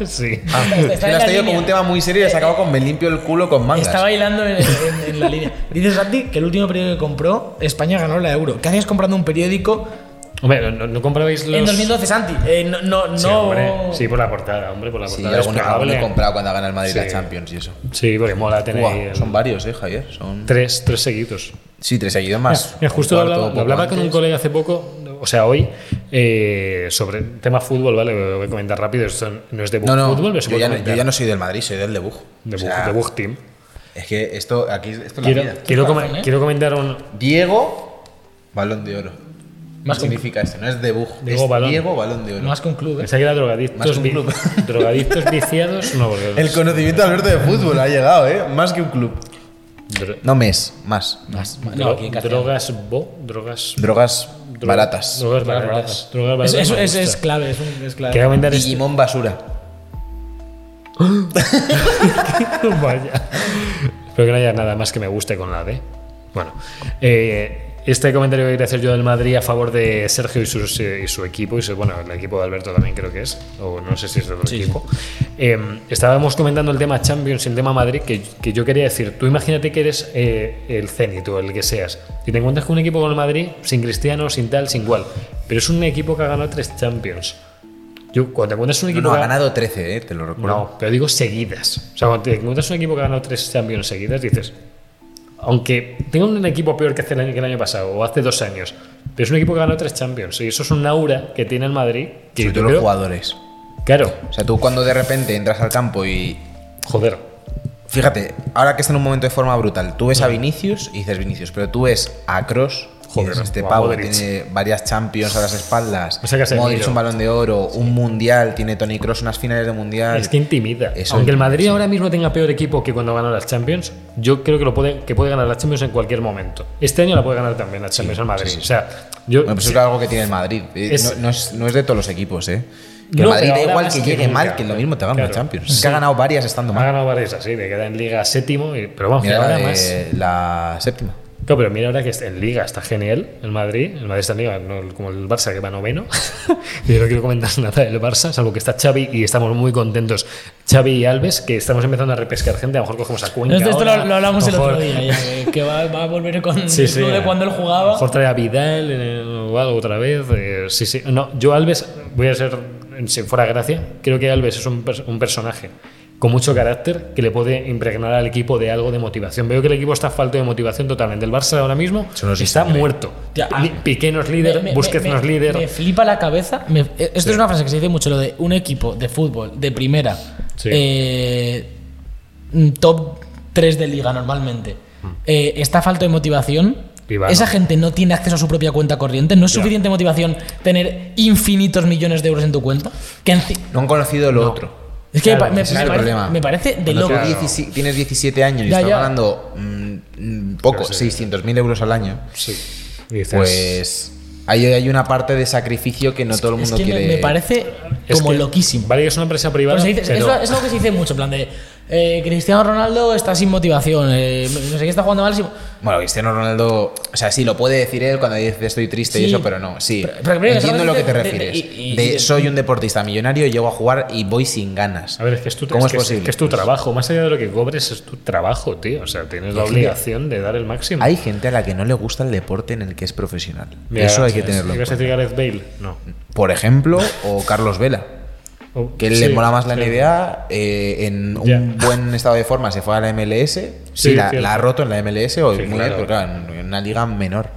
[SPEAKER 3] O...
[SPEAKER 4] Sí.
[SPEAKER 3] Ah,
[SPEAKER 5] Está-
[SPEAKER 3] es
[SPEAKER 5] está
[SPEAKER 3] que
[SPEAKER 5] en
[SPEAKER 3] lo
[SPEAKER 5] la
[SPEAKER 3] has tenido
[SPEAKER 5] línea.
[SPEAKER 3] como un tema muy serio y has acabado con me limpio el culo con mangas.
[SPEAKER 5] Está bailando en, en- en la línea. Dice Santi que el último periódico que compró, España ganó la euro. ¿Qué hacías comprando un periódico
[SPEAKER 4] Hombre, no- ¿no, no comprabais los.
[SPEAKER 5] en 2012, Santi? Eh, no, no,
[SPEAKER 4] Sí,
[SPEAKER 5] no.
[SPEAKER 4] hombre. sí, por la portada, hombre, por la
[SPEAKER 3] Sí,
[SPEAKER 4] portada. es
[SPEAKER 3] alguno, alguno he
[SPEAKER 4] probable.
[SPEAKER 3] comprado cuando gana el Madrid la
[SPEAKER 4] Sí.
[SPEAKER 3] Champions y eso.
[SPEAKER 4] Sí, porque mola tener
[SPEAKER 3] Buah,
[SPEAKER 4] el-
[SPEAKER 3] son varios, ¿eh, Javier? Son
[SPEAKER 4] tres, tres seguidos.
[SPEAKER 3] sí, tres seguidos más.
[SPEAKER 4] Mira,
[SPEAKER 3] Un
[SPEAKER 4] justo
[SPEAKER 3] cuarto,
[SPEAKER 4] hablaba, lo
[SPEAKER 3] poco
[SPEAKER 4] hablaba con un
[SPEAKER 3] antes.
[SPEAKER 4] colega hace poco, o sea, hoy, eh, sobre el tema fútbol, ¿vale? Lo voy a comentar rápido, esto no es de
[SPEAKER 3] No, no,
[SPEAKER 4] fútbol, pero se
[SPEAKER 3] yo
[SPEAKER 4] puede
[SPEAKER 3] ya, no-
[SPEAKER 4] comentar.
[SPEAKER 3] yo ya no soy del Madrid, soy del debug.
[SPEAKER 4] De
[SPEAKER 3] O
[SPEAKER 4] Bug-
[SPEAKER 3] sea,
[SPEAKER 4] de Bug Team.
[SPEAKER 3] Es que esto, aquí, esto es la
[SPEAKER 4] Quiero,
[SPEAKER 3] vida.
[SPEAKER 4] quiero,
[SPEAKER 5] razón,
[SPEAKER 4] come-
[SPEAKER 5] ¿eh?
[SPEAKER 4] quiero comentar un...
[SPEAKER 3] Diego, balón de oro.
[SPEAKER 5] Más
[SPEAKER 3] ¿Qué significa esto? No es debug.
[SPEAKER 4] Diego
[SPEAKER 3] es
[SPEAKER 4] Balón.
[SPEAKER 3] Diego, balón de oro.
[SPEAKER 5] Más que un club. ¿eh?
[SPEAKER 4] Pensé que era drogadictos,
[SPEAKER 3] Más que un
[SPEAKER 4] vi-
[SPEAKER 3] club.
[SPEAKER 4] drogadictos viciados. No, porque no
[SPEAKER 3] El
[SPEAKER 4] sé.
[SPEAKER 3] conocimiento de Alberto de fútbol ha llegado, ¿eh? Más que un club.
[SPEAKER 4] Dro-
[SPEAKER 3] No mes, más.
[SPEAKER 5] Más-
[SPEAKER 4] dro-
[SPEAKER 5] no, aquí en castellano.
[SPEAKER 4] drogas bo, drogas...
[SPEAKER 3] Drogas
[SPEAKER 4] dro-
[SPEAKER 3] baratas.
[SPEAKER 4] Drogas
[SPEAKER 5] Drogas
[SPEAKER 4] baratas.
[SPEAKER 5] baratas.
[SPEAKER 4] Drogas
[SPEAKER 5] Es-
[SPEAKER 4] baratas.
[SPEAKER 5] eso
[SPEAKER 4] me
[SPEAKER 5] es, es
[SPEAKER 4] gusta.
[SPEAKER 5] clave, es, un- es clave.
[SPEAKER 4] Quiero comentar este- esto.
[SPEAKER 3] Digimon basura.
[SPEAKER 4] Vaya. Espero que no haya nada más que me guste con la D. Bueno, eh, este comentario que quería hacer yo del Madrid a favor de Sergio y, sus, eh, y su equipo, y su- bueno, el equipo de Alberto también creo que es, o no sé si es de otro equipo. Eh, estábamos comentando el tema Champions y el tema Madrid, que, que yo quería decir, tú imagínate que eres eh, el Zenit o el que seas, y te encuentras con un equipo con el Madrid, sin Cristiano, sin tal, sin cual, pero es un equipo que ha ganado tres Champions. Yo, cuando te encuentras un
[SPEAKER 3] No,
[SPEAKER 4] equipo
[SPEAKER 3] no, ha
[SPEAKER 4] que ha-
[SPEAKER 3] ganado 13, ¿eh? Te lo recuerdo.
[SPEAKER 4] no, pero digo seguidas. O sea, cuando te encuentras un equipo que ha ganado tres Champions seguidas, dices, aunque tenga un equipo peor que hace el año, que el año pasado o hace dos años, pero es un equipo que ha ganado tres Champions y eso es un aura que tiene el Madrid. Que
[SPEAKER 3] Sobre
[SPEAKER 4] yo
[SPEAKER 3] todo los
[SPEAKER 4] creo-
[SPEAKER 3] jugadores.
[SPEAKER 4] Claro,
[SPEAKER 3] O sea, tú cuando de repente entras al campo y.
[SPEAKER 4] joder.
[SPEAKER 3] Fíjate, ahora que está en un momento de forma brutal, tú
[SPEAKER 4] Mm.
[SPEAKER 3] ves a Vinicius y dices Vinicius, pero tú ves a Cross,
[SPEAKER 4] Joder,
[SPEAKER 3] este
[SPEAKER 4] o a
[SPEAKER 3] pavo que
[SPEAKER 4] Modric.
[SPEAKER 3] tiene varias Champions a las espaldas,
[SPEAKER 4] O sea, que hace
[SPEAKER 3] Modric
[SPEAKER 4] Miro.
[SPEAKER 3] un balón de oro, un mundial, tiene Tony Cross unas finales de mundial.
[SPEAKER 4] Es que intimida.
[SPEAKER 3] Eso
[SPEAKER 4] Aunque el
[SPEAKER 3] intimida,
[SPEAKER 4] Madrid
[SPEAKER 3] sí.
[SPEAKER 4] ahora mismo tenga peor equipo que cuando ganó las Champions, yo creo que lo puede, que puede ganar las Champions en cualquier momento. Este año la puede ganar también las Champions al Madrid.
[SPEAKER 3] sí, sí.
[SPEAKER 4] O sea, yo
[SPEAKER 3] Bueno, pues
[SPEAKER 4] sí,
[SPEAKER 3] es algo que tiene el Madrid. Eh,
[SPEAKER 4] Es-
[SPEAKER 3] no, no es, no es de todos los equipos, ¿eh? Que
[SPEAKER 4] No,
[SPEAKER 3] el Madrid
[SPEAKER 4] pero
[SPEAKER 3] da
[SPEAKER 4] ahora
[SPEAKER 3] igual
[SPEAKER 4] más
[SPEAKER 3] que
[SPEAKER 4] que
[SPEAKER 3] llegue
[SPEAKER 4] nunca.
[SPEAKER 3] mal, que lo mismo te gana
[SPEAKER 4] Claro.
[SPEAKER 3] la Champions. Es que ha ganado varias estando
[SPEAKER 4] ha
[SPEAKER 3] mal.
[SPEAKER 4] ganado varias así, de queda en Liga séptimo, y- pero vamos,
[SPEAKER 3] Mira eh,
[SPEAKER 4] que
[SPEAKER 3] la,
[SPEAKER 4] ahora más.
[SPEAKER 3] de- la séptima.
[SPEAKER 4] Claro, pero mira ahora que está en Liga está genial, el Madrid, el Madrid está en Liga, no el- como el Barça que va noveno. Yo no quiero comentar nada del Barça, salvo que está Xavi y estamos muy contentos. Xavi y Alves, que estamos empezando a repescar gente, a lo mejor cogemos a Cuenca.
[SPEAKER 5] Esto, esto lo,
[SPEAKER 4] ahora,
[SPEAKER 5] lo hablamos
[SPEAKER 4] a
[SPEAKER 5] el
[SPEAKER 4] lo
[SPEAKER 5] otro
[SPEAKER 4] mejor-
[SPEAKER 5] día, ya, que, que va, va a volver con
[SPEAKER 4] Sí,
[SPEAKER 5] el
[SPEAKER 4] sí,
[SPEAKER 5] club de
[SPEAKER 4] eh,
[SPEAKER 5] cuando él
[SPEAKER 4] A lo
[SPEAKER 5] jugaba.
[SPEAKER 4] mejor trae a Vidal eh, o algo otra vez. eh, sí, sí. No, yo Alves, voy a ser, si fuera gracia, creo que Alves es un, pers- un personaje con mucho carácter que le puede impregnar al equipo de algo de motivación. Veo que el equipo está falto de motivación totalmente. El Barça ahora mismo
[SPEAKER 3] Eso no existe,
[SPEAKER 4] está
[SPEAKER 3] creo.
[SPEAKER 4] muerto.
[SPEAKER 5] Ya, ah.
[SPEAKER 4] Ni- Piqué no es líder,
[SPEAKER 5] Me- me-
[SPEAKER 4] Busquets
[SPEAKER 5] me-
[SPEAKER 4] no es líder.
[SPEAKER 5] Me flipa la cabeza. me- eh, esto
[SPEAKER 4] Sí.
[SPEAKER 5] es una frase que se dice mucho, lo de un equipo de fútbol de primera,
[SPEAKER 4] Sí.
[SPEAKER 5] eh, mm, top 3 de liga normalmente, eh, está falto de motivación.
[SPEAKER 4] Hmm. Y va,
[SPEAKER 5] Esa
[SPEAKER 4] ¿no?
[SPEAKER 5] gente no tiene acceso a su propia cuenta corriente. No es
[SPEAKER 4] Ya.
[SPEAKER 5] suficiente motivación tener infinitos millones de euros en tu cuenta. Que enci-
[SPEAKER 3] No han conocido lo otro.
[SPEAKER 5] es que
[SPEAKER 4] Claro,
[SPEAKER 5] me,
[SPEAKER 3] ese es
[SPEAKER 5] me
[SPEAKER 3] el
[SPEAKER 5] parece-
[SPEAKER 3] problema.
[SPEAKER 5] me parece de
[SPEAKER 3] Cuando tú
[SPEAKER 5] loco.
[SPEAKER 3] dieci- tienes 17 años y
[SPEAKER 5] Ya,
[SPEAKER 3] estás
[SPEAKER 5] ya.
[SPEAKER 3] ganando mm, mm, poco,
[SPEAKER 4] Pero sí.
[SPEAKER 3] 600.000 euros al año,
[SPEAKER 4] Sí. Dices,
[SPEAKER 3] pues ahí hay una parte de sacrificio que no todo el
[SPEAKER 5] Es
[SPEAKER 3] mundo
[SPEAKER 5] que me-
[SPEAKER 3] quiere.
[SPEAKER 5] me, parece
[SPEAKER 4] es
[SPEAKER 5] como
[SPEAKER 4] que-
[SPEAKER 5] loquísimo.
[SPEAKER 4] Vale, que es una empresa privada.
[SPEAKER 5] Pero se dice-
[SPEAKER 4] pero-
[SPEAKER 5] es, lo, es lo que se dice mucho, en plan de eh, Cristiano Ronaldo está sin motivación, eh, no sé qué está jugando mal. sin-
[SPEAKER 3] Bueno, Cristiano Ronaldo, o sea, sí, lo puede decir él cuando dice estoy triste y
[SPEAKER 5] Sí.
[SPEAKER 3] eso, pero no, sí.
[SPEAKER 5] Pero- pero- pero-
[SPEAKER 3] Entiendo lo que te
[SPEAKER 5] de- de-
[SPEAKER 3] refieres. De,
[SPEAKER 5] y- y- y-
[SPEAKER 3] soy un deportista millonario, llego a jugar y voy sin ganas.
[SPEAKER 4] A ver, es que es tu,
[SPEAKER 3] ¿Cómo
[SPEAKER 4] es
[SPEAKER 3] es
[SPEAKER 4] que es-
[SPEAKER 3] posible?
[SPEAKER 4] que es tu
[SPEAKER 3] Pues-
[SPEAKER 4] trabajo. Más allá de lo que cobres, es tu trabajo, tío. O sea, tienes la
[SPEAKER 3] Hay gente-
[SPEAKER 4] obligación de dar el máximo.
[SPEAKER 3] Hay gente a la que no le gusta el deporte en el que es profesional.
[SPEAKER 4] Mira,
[SPEAKER 3] eso hay que
[SPEAKER 4] ¿sabes?
[SPEAKER 3] tenerlo. en
[SPEAKER 4] ¿Ibas a
[SPEAKER 3] cuenta.
[SPEAKER 4] decir Gareth Bale? No.
[SPEAKER 3] Por ejemplo, o Carlos Vela,
[SPEAKER 4] O-
[SPEAKER 3] Mm. que
[SPEAKER 4] sí,
[SPEAKER 3] le mola más la
[SPEAKER 4] sí.
[SPEAKER 3] NBA, eh, en un
[SPEAKER 4] Ya.
[SPEAKER 3] buen estado de forma se fue a la MLS. Sí,
[SPEAKER 4] Sí,
[SPEAKER 3] la,
[SPEAKER 4] cierto.
[SPEAKER 3] la ha roto en la MLS o
[SPEAKER 4] Sí,
[SPEAKER 3] muy
[SPEAKER 4] claro.
[SPEAKER 3] bien, pero claro, en una liga menor.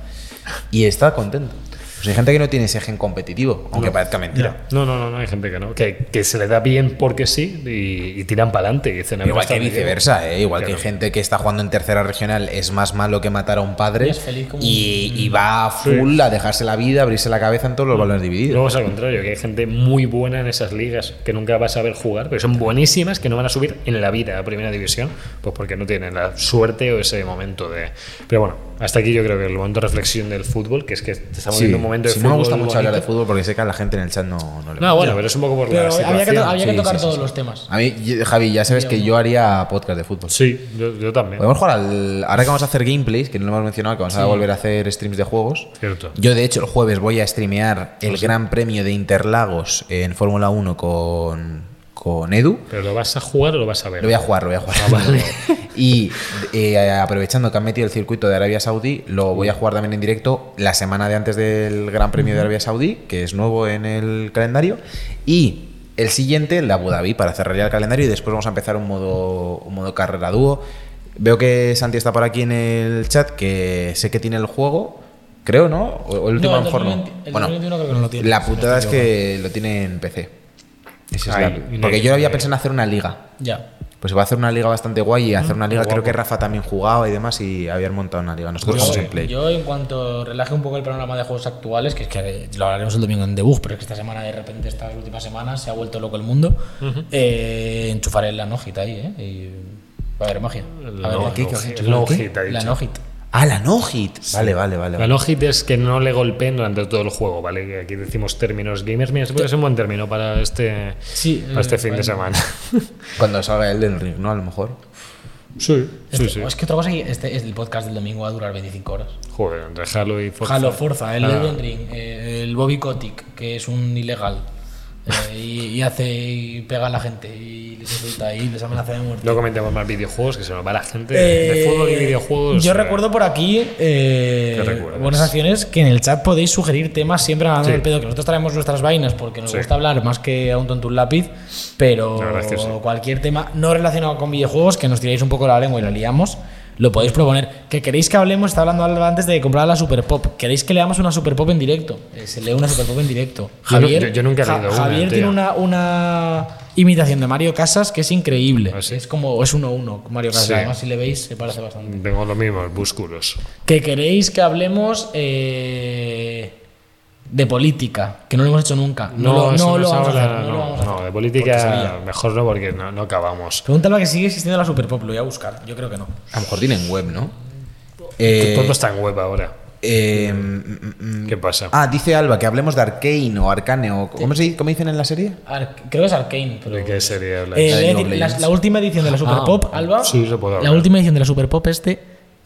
[SPEAKER 3] Y está contento. Pues hay gente que no tiene ese gen competitivo, aunque parezca mentira.
[SPEAKER 4] No, no, no, no, hay gente que no. Que, que se le da bien porque sí y, y tiran para adelante.
[SPEAKER 3] Igual que viceversa, ¿eh? igual que
[SPEAKER 4] Claro.
[SPEAKER 3] hay gente que está jugando en tercera regional es más malo que matar a un padre
[SPEAKER 5] Y es feliz como
[SPEAKER 3] y, y va a full a dejarse la vida, abrirse la cabeza en todos
[SPEAKER 4] Mm.
[SPEAKER 3] los balones divididos.
[SPEAKER 4] Luego es al contrario, que hay gente muy buena en esas ligas que nunca vas a ver jugar, pero son buenísimas que no van a subir en la vida a primera división, pues porque no tienen la suerte o ese momento de. Pero bueno, hasta aquí yo creo que el momento de reflexión del fútbol, que es que estamos
[SPEAKER 3] Sí.
[SPEAKER 4] viendo un momento de
[SPEAKER 3] Si no
[SPEAKER 4] fútbol.
[SPEAKER 3] me gusta mucho hablar de
[SPEAKER 4] bonito.
[SPEAKER 3] fútbol porque sé que a la gente en el chat no, no le
[SPEAKER 4] No, bueno, pero es un poco por la
[SPEAKER 5] Pero había que, to-
[SPEAKER 4] situación.
[SPEAKER 5] había que
[SPEAKER 3] Sí,
[SPEAKER 5] tocar
[SPEAKER 3] sí, sí,
[SPEAKER 5] todos
[SPEAKER 3] sí.
[SPEAKER 5] los temas.
[SPEAKER 3] A mí, y- Javi, ya sabes que yo haría podcast de fútbol.
[SPEAKER 4] Sí, yo, yo también.
[SPEAKER 3] Podemos jugar al. Ahora que vamos a hacer gameplays, que no lo hemos mencionado, que vamos a volver a hacer streams de juegos.
[SPEAKER 4] Cierto.
[SPEAKER 3] Yo, de hecho, el jueves voy a streamear el Gran Premio de Interlagos en Fórmula 1 con, con Edu.
[SPEAKER 4] ¿Pero lo vas a jugar o lo vas a ver?
[SPEAKER 3] Lo voy a jugar, lo voy a jugar. Y eh, aprovechando que han metido el circuito de Arabia Saudí, lo voy a jugar también en directo la semana de antes del Gran Premio de Arabia Saudí, que es nuevo en el calendario. Y el siguiente, el de Abu Dhabi, para cerrar ya el calendario. Y después vamos a empezar un modo, un modo carrera dúo. Veo que Santi está por aquí en el chat, que sé que tiene el juego. Creo, ¿no? O, o el último
[SPEAKER 5] No,
[SPEAKER 3] a lo
[SPEAKER 5] el
[SPEAKER 3] mejor no.
[SPEAKER 5] 2020 el
[SPEAKER 3] Bueno,
[SPEAKER 5] 2021 creo que no lo tiene,
[SPEAKER 3] La
[SPEAKER 5] si no
[SPEAKER 3] putada es
[SPEAKER 5] estoy
[SPEAKER 3] que lo tiene en PC. Esa es la-
[SPEAKER 4] Ay, no,
[SPEAKER 3] porque yo había
[SPEAKER 4] no.
[SPEAKER 3] pensado en hacer una liga.
[SPEAKER 5] Ya.
[SPEAKER 3] Pues se va a hacer una liga bastante guay y hacer una liga, creo
[SPEAKER 4] guapo.
[SPEAKER 3] que Rafa también jugaba y demás y habían montado una liga. Nosotros estamos en
[SPEAKER 5] Yo,
[SPEAKER 3] play.
[SPEAKER 5] yo, en cuanto relaje un poco el panorama de juegos actuales, que es que lo hablaremos el domingo en debug, pero es que esta semana, de repente, estas últimas semanas, se ha vuelto loco el mundo, eh, enchufaré la nojita ahí, ¿eh? Y va a haber magia. A ver,
[SPEAKER 4] no-
[SPEAKER 5] ¿qué- qué
[SPEAKER 4] no-
[SPEAKER 5] has dicho?
[SPEAKER 4] no- hit, ha dicho.
[SPEAKER 5] La nojita.
[SPEAKER 3] Ah, la no hit. Vale, vale, vale.
[SPEAKER 4] La logit es que no le golpeen durante todo el juego, ¿vale? Que aquí decimos términos gamers. Mira, este puede ser un buen término para este,
[SPEAKER 5] Sí,
[SPEAKER 4] para este
[SPEAKER 5] eh,
[SPEAKER 4] fin de
[SPEAKER 5] vale.
[SPEAKER 4] semana.
[SPEAKER 3] Cuando salga el del ring, ¿no? A lo mejor.
[SPEAKER 4] sí, sí, sí.
[SPEAKER 5] Es que otra cosa, que este, el podcast del domingo va a durar 25 horas.
[SPEAKER 4] Joder, entre Halo y Forza.
[SPEAKER 5] Halo, Forza, el
[SPEAKER 4] Ah.
[SPEAKER 5] Elden Ring, eh, el Bobby Kotick, que es un ilegal. eh, y, y hace y pega a la gente y les insulta y les amenaza de muerte.
[SPEAKER 4] No comentemos más videojuegos, que se nos va la gente.
[SPEAKER 5] Eh,
[SPEAKER 4] de fútbol y videojuegos.
[SPEAKER 5] Yo
[SPEAKER 4] eh,
[SPEAKER 5] recuerdo por aquí eh,
[SPEAKER 4] ¿Qué recuerdas?
[SPEAKER 5] buenas acciones que en el chat podéis sugerir temas siempre ganando
[SPEAKER 4] Sí.
[SPEAKER 5] el pedo, que nosotros traemos nuestras vainas porque nos
[SPEAKER 4] Sí.
[SPEAKER 5] gusta hablar más que a un tonto un lápiz, pero
[SPEAKER 4] La verdad es que sí.
[SPEAKER 5] cualquier tema no relacionado con videojuegos que nos tiréis un poco la lengua y la liamos. Lo podéis proponer. Que queréis que hablemos, está hablando Alba antes de comprar la Super Pop. ¿Queréis que leamos una Super Pop en directo? Eh, se lee una Super Pop en
[SPEAKER 4] Yo
[SPEAKER 5] directo.
[SPEAKER 4] no-
[SPEAKER 5] Javier,
[SPEAKER 4] yo- yo nunca he leído una,
[SPEAKER 5] Javier
[SPEAKER 4] tío.
[SPEAKER 5] tiene una, una imitación de Mario Casas que es increíble.
[SPEAKER 4] ¿Ah, sí?
[SPEAKER 5] Es como, es 1-1 Mario Casas.
[SPEAKER 4] Sí.
[SPEAKER 5] Además, si le veis, se parece bastante.
[SPEAKER 4] Tengo lo mismo, búsculos.
[SPEAKER 5] Que queréis que hablemos eh, de política, que no lo hemos hecho nunca. No, lo,
[SPEAKER 4] eso
[SPEAKER 5] no lo
[SPEAKER 4] se
[SPEAKER 5] vamos a
[SPEAKER 4] habla,
[SPEAKER 5] hacer. No,
[SPEAKER 4] no,
[SPEAKER 5] lo vamos a
[SPEAKER 4] no,
[SPEAKER 5] hacer,
[SPEAKER 4] de
[SPEAKER 5] porque sabía.
[SPEAKER 4] política mejor no, porque no, no acabamos.
[SPEAKER 5] Pregúntale a que sigue existiendo la Superpop, lo voy a buscar. Yo creo que no.
[SPEAKER 3] A lo mejor tienen web, ¿no? Eh,
[SPEAKER 4] Todo está en web ahora.
[SPEAKER 3] eh, mm, mm, mm.
[SPEAKER 4] ¿Qué pasa?
[SPEAKER 3] Ah, dice Alba que hablemos de Arcane o Arcane o. ¿Cómo, se, cómo dicen en la serie?
[SPEAKER 5] Ar- creo que es Arkane, pero.
[SPEAKER 4] ¿De qué serie hablas?
[SPEAKER 5] Eh,
[SPEAKER 3] League
[SPEAKER 5] voy a
[SPEAKER 3] of
[SPEAKER 5] decir, la,
[SPEAKER 3] Legends.
[SPEAKER 5] la última edición de la Superpop, Alba.
[SPEAKER 4] sí, se puede
[SPEAKER 5] la
[SPEAKER 4] hablar.
[SPEAKER 5] última edición de la Superpop es de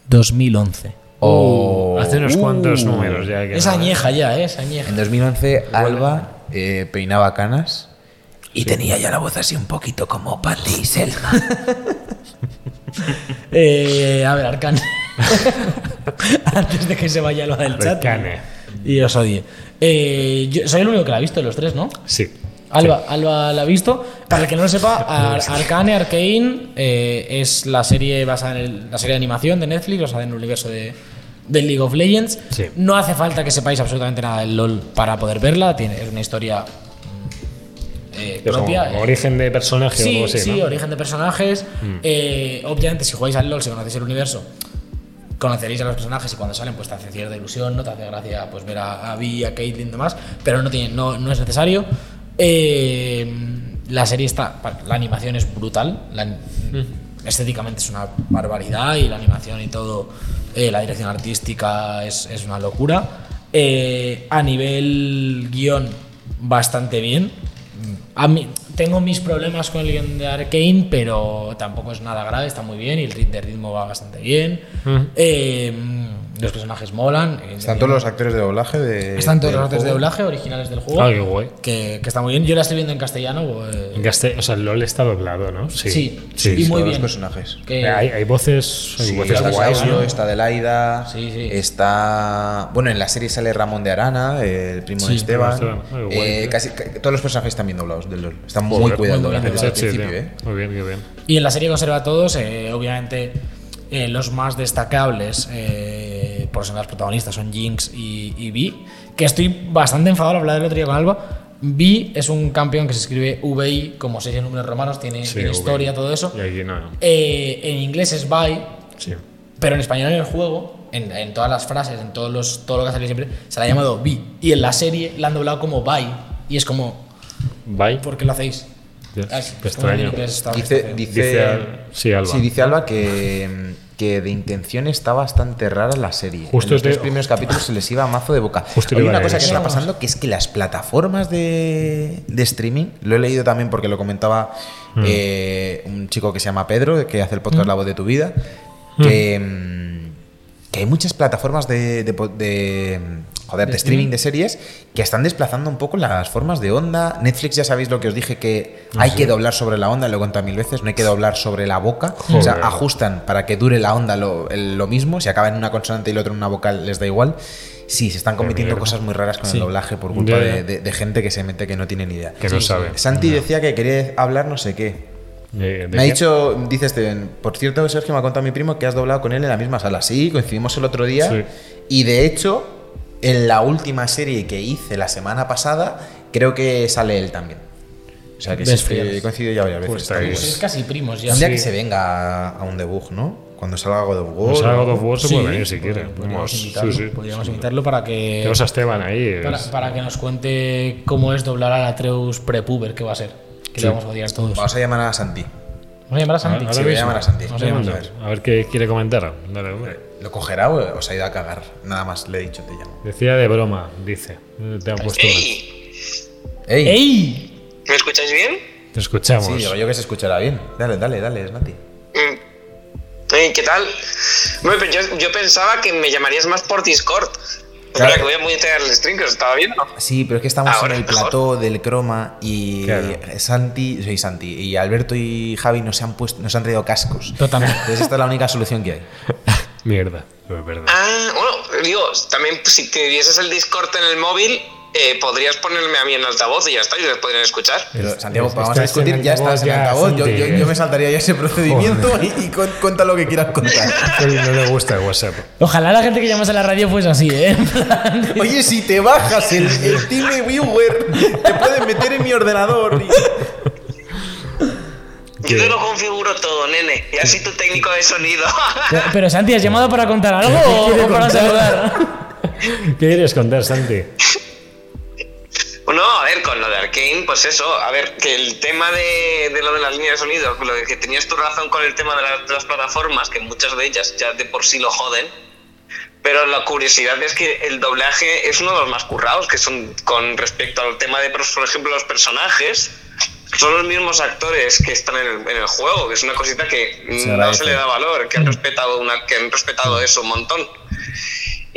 [SPEAKER 5] 2011.
[SPEAKER 3] Uh, O-
[SPEAKER 4] Hace unos cuantos números ya que.
[SPEAKER 5] Uh. Es
[SPEAKER 4] no-
[SPEAKER 5] añeja ya, ¿eh? Es añeja.
[SPEAKER 3] En 2011 Alba eh, peinaba canas y tenía ya la voz así un poquito como Patty Selma.
[SPEAKER 5] Eh, a ver, Arcane. Antes de que se vaya lo del chat.
[SPEAKER 4] Arcane.
[SPEAKER 5] Y os odie. Eh, yo soy el único que la ha visto de los tres, ¿no?
[SPEAKER 4] Sí.
[SPEAKER 5] Alba, Alba la ha visto. Para el que no lo sepa, Ar- Arcane, Arcane eh, es la serie basada en el- la serie de animación de Netflix, basada en el universo de, de League of Legends.
[SPEAKER 4] Sí.
[SPEAKER 5] No hace falta que sepáis absolutamente nada del LOL para poder verla. Tiene, es una historia mm, eh,
[SPEAKER 4] Pero como-
[SPEAKER 5] propia.
[SPEAKER 4] como
[SPEAKER 5] eh,
[SPEAKER 4] origen de personaje o
[SPEAKER 5] Sí,
[SPEAKER 4] algo así,
[SPEAKER 5] sí,
[SPEAKER 4] ¿no? Mm.
[SPEAKER 5] origen de personajes. Eh, obviamente, si jugáis al LOL, si conocéis el universo, conoceréis a los personajes y cuando salen, pues te hace cierta ilusión, ¿no? Te hace gracia pues, ver a, a Vi, a Caitlyn y demás, pero no, tiene, no, no es necesario. Eh, la serie está. La animación es brutal. la-
[SPEAKER 4] Mm.
[SPEAKER 5] Estéticamente es una barbaridad y la animación y todo, eh, la dirección artística es, es una locura. Eh, a nivel guión, bastante bien. A mí, tengo mis problemas con el guión de Arkane, pero tampoco es nada grave, está muy bien y el rit- de ritmo va bastante bien. Eh, los personajes molan.
[SPEAKER 3] Están todos los actores de doblaje de.
[SPEAKER 5] Están todos los actores de
[SPEAKER 3] juego.
[SPEAKER 5] doblaje originales del juego.
[SPEAKER 4] Ah, qué guay.
[SPEAKER 5] que, que está muy bien. Yo la estoy viendo en castellano. eh,
[SPEAKER 4] En caste- o sea, LOL está doblado, ¿no? Sí.
[SPEAKER 5] Sí,
[SPEAKER 4] sí. Eh,
[SPEAKER 5] y muy
[SPEAKER 3] Todos los
[SPEAKER 5] bien.
[SPEAKER 3] personajes.
[SPEAKER 5] que-
[SPEAKER 4] hay, hay voces, hay
[SPEAKER 3] Sí,
[SPEAKER 4] voces
[SPEAKER 3] está
[SPEAKER 4] guays,
[SPEAKER 3] Saulo,
[SPEAKER 4] ¿no?
[SPEAKER 3] está Adelaida,
[SPEAKER 5] Sí, sí.
[SPEAKER 3] está... Bueno, en la serie sale Ramón de Arana, el primo de
[SPEAKER 5] Sí,
[SPEAKER 3] Esteban.
[SPEAKER 4] Esteban. Ay, guay,
[SPEAKER 3] Eh,
[SPEAKER 4] tío.
[SPEAKER 3] casi, ca- todos los personajes están bien doblados del LoL. Están muy,
[SPEAKER 4] Joder,
[SPEAKER 3] cuidados
[SPEAKER 5] muy
[SPEAKER 3] el doblaje
[SPEAKER 5] bien
[SPEAKER 3] desde el
[SPEAKER 4] Sí, tío.
[SPEAKER 3] principio, ¿eh?
[SPEAKER 4] Muy bien, qué bien.
[SPEAKER 5] Y en la serie conserva a todos, eh, obviamente eh, los más destacables eh, por ser las protagonistas son Jinx y, y Vi, que estoy bastante enfadado al hablar del otro día con Alba. Vi es un campeón que se escribe VI como seis en números romanos, tiene,
[SPEAKER 4] Sí,
[SPEAKER 5] tiene
[SPEAKER 4] muy
[SPEAKER 5] historia,
[SPEAKER 4] bien.
[SPEAKER 5] todo eso.
[SPEAKER 4] Y aquí no, no.
[SPEAKER 5] Eh, en inglés es Vi,
[SPEAKER 4] Sí.
[SPEAKER 5] pero en español en el juego, en, en todas las frases, en todos los, todo lo que ha salido siempre, se la ha llamado Vi. Y en la serie la han doblado como Vi. Y es como,
[SPEAKER 4] Bye.
[SPEAKER 5] ¿por qué lo hacéis?
[SPEAKER 4] Ya,
[SPEAKER 5] Ah, es
[SPEAKER 4] qué
[SPEAKER 5] como en
[SPEAKER 4] extraño.
[SPEAKER 5] inglés está- está
[SPEAKER 3] Dice,
[SPEAKER 5] feo.
[SPEAKER 3] dice,
[SPEAKER 4] Dice Al- sí, Alba.
[SPEAKER 3] Sí, dice Alba que, mm, que de intención está bastante rara la serie.
[SPEAKER 4] Justo
[SPEAKER 3] en los
[SPEAKER 4] te-
[SPEAKER 3] tres primeros capítulos se les iba mazo de boca.
[SPEAKER 4] Justo
[SPEAKER 3] Hay
[SPEAKER 4] iba a
[SPEAKER 3] una
[SPEAKER 4] decir
[SPEAKER 3] cosa que
[SPEAKER 4] eso.
[SPEAKER 3] está pasando que es que las plataformas de, de streaming, lo he leído también porque lo comentaba eh, un chico que se llama Pedro, que hace el podcast La Voz de tu Vida, que, mm, que hay muchas plataformas de, de po- de, mm, joder, de streaming de series que están desplazando un poco las formas de onda. Netflix ya sabéis lo que os dije que hay que doblar sobre la onda, lo he contado mil veces, no hay que doblar sobre la boca. O sea,
[SPEAKER 4] Joder.
[SPEAKER 3] ajustan para que dure la onda lo, el- lo mismo, si acaba en una consonante y el otro en una vocal les da igual. Sí, se están cometiendo
[SPEAKER 4] mierda.
[SPEAKER 3] cosas muy raras con
[SPEAKER 5] Sí.
[SPEAKER 3] el doblaje por culpa
[SPEAKER 4] Ya, ya.
[SPEAKER 3] De, de- de gente que se mete que no tiene ni idea.
[SPEAKER 4] Que no sabe.
[SPEAKER 3] Santi decía que quería hablar no sé qué.
[SPEAKER 4] Eh, ¿de
[SPEAKER 3] Me ha
[SPEAKER 4] qué?
[SPEAKER 3] dicho, dice Steven, por cierto, Sergio me ha contado mi primo que has doblado con él en la misma sala. Sí, coincidimos el otro día.
[SPEAKER 4] Sí.
[SPEAKER 3] Y de hecho, en la última serie que hice la semana pasada, creo que sale él también. O sea que sí,
[SPEAKER 4] Ves,
[SPEAKER 3] es que
[SPEAKER 4] fíjate.
[SPEAKER 3] he coincidido ya varias
[SPEAKER 4] Pues
[SPEAKER 3] veces.
[SPEAKER 4] ahí
[SPEAKER 3] también.
[SPEAKER 4] es.
[SPEAKER 5] Es casi primos ya.
[SPEAKER 3] Un día
[SPEAKER 4] Sí.
[SPEAKER 3] que se venga a un debug, ¿no? Cuando salga God of War.
[SPEAKER 4] Pues haga God of War se
[SPEAKER 5] Sí,
[SPEAKER 4] puede venir si quiere. Vamos,
[SPEAKER 5] Podríamos
[SPEAKER 4] sí,
[SPEAKER 5] invitarlo,
[SPEAKER 4] sí.
[SPEAKER 5] podríamos invitarlo para que.
[SPEAKER 4] Tenemos a Esteban ahí. es-
[SPEAKER 5] Para, para que nos cuente cómo es doblar al Atreus prepuber, que va a ser. Que
[SPEAKER 4] Sí.
[SPEAKER 5] le vamos a odiar todos. Vamos
[SPEAKER 3] Vamos a llamar a Santi.
[SPEAKER 5] a llamar a Santi.
[SPEAKER 4] Ahora
[SPEAKER 3] Sí, voy a
[SPEAKER 4] mismo.
[SPEAKER 3] llamar a Santi.
[SPEAKER 4] Vamos a llamar.
[SPEAKER 3] Vamos a
[SPEAKER 4] A ver qué quiere comentar. Dale, hombre.
[SPEAKER 3] ¿Lo cogerá o os ha ido a cagar? Nada más, le he dicho, te llamo.
[SPEAKER 4] Decía de broma, dice. Te han puesto. una.
[SPEAKER 6] ¡Ey!
[SPEAKER 3] ¡Ey!
[SPEAKER 5] ¡Ey!
[SPEAKER 6] ¿Me escucháis bien?
[SPEAKER 4] Te escuchamos.
[SPEAKER 3] Sí, digo yo que se escuchará bien. Dale, dale, dale, Santi.
[SPEAKER 6] Mm. Ey, ¿Qué tal? Hombre, pero yo, yo pensaba que me llamarías más por Discord.
[SPEAKER 3] Claro.
[SPEAKER 6] Espera, que voy a mutear el stream que os estaba viendo.
[SPEAKER 3] Sí, pero es que estamos
[SPEAKER 6] Ahora
[SPEAKER 3] en el
[SPEAKER 6] mejor.
[SPEAKER 3] plató del croma y
[SPEAKER 4] Claro.
[SPEAKER 3] Santi, soy Santi, y Alberto y Javi nos han puesto, nos han traído cascos.
[SPEAKER 5] Totalmente.
[SPEAKER 3] Entonces esta es la única solución que hay.
[SPEAKER 4] Mierda. Es verdad.
[SPEAKER 6] Ah, bueno, digo, también pues, si tuvieses el Discord en el móvil, eh, podrías ponerme a mí en altavoz y ya está, y los podrían escuchar.
[SPEAKER 3] Pero Santiago,
[SPEAKER 4] es-
[SPEAKER 3] vamos a
[SPEAKER 4] estás en
[SPEAKER 3] discutir, ya
[SPEAKER 4] altavoz,
[SPEAKER 3] estás en
[SPEAKER 4] ya,
[SPEAKER 3] altavoz. Yo,
[SPEAKER 4] Santi,
[SPEAKER 3] yo,
[SPEAKER 4] eh.
[SPEAKER 3] yo me saltaría ya ese procedimiento y, y cu- cuenta lo que quieras contar.
[SPEAKER 4] No le gusta el WhatsApp.
[SPEAKER 5] Ojalá la gente que llamas a la radio fuese así, ¿eh? En plan,
[SPEAKER 3] Oye, si te bajas el, el TeamViewer, te pueden meter en mi ordenador. y-
[SPEAKER 6] Yo te lo configuro todo, nene. Y así tu técnico de sonido.
[SPEAKER 5] pero, pero, Santi, ¿has llamado para contar algo o, o para saludar?
[SPEAKER 4] ¿Qué quieres contar, Santi?
[SPEAKER 6] No, a ver, con lo de Arkane, pues eso, a ver, que el tema de, de lo de las líneas de sonido, lo de que tenías tu razón con el tema de las, de las plataformas, que muchas de ellas ya de por sí lo joden, pero la curiosidad es que el doblaje es uno de los más currados, que son con respecto al tema de, por ejemplo, los personajes, son los mismos actores que están en el, en el juego, que es una cosita que no
[SPEAKER 3] agradece.
[SPEAKER 6] se le da valor, que han respetado, una, que han respetado eso un montón.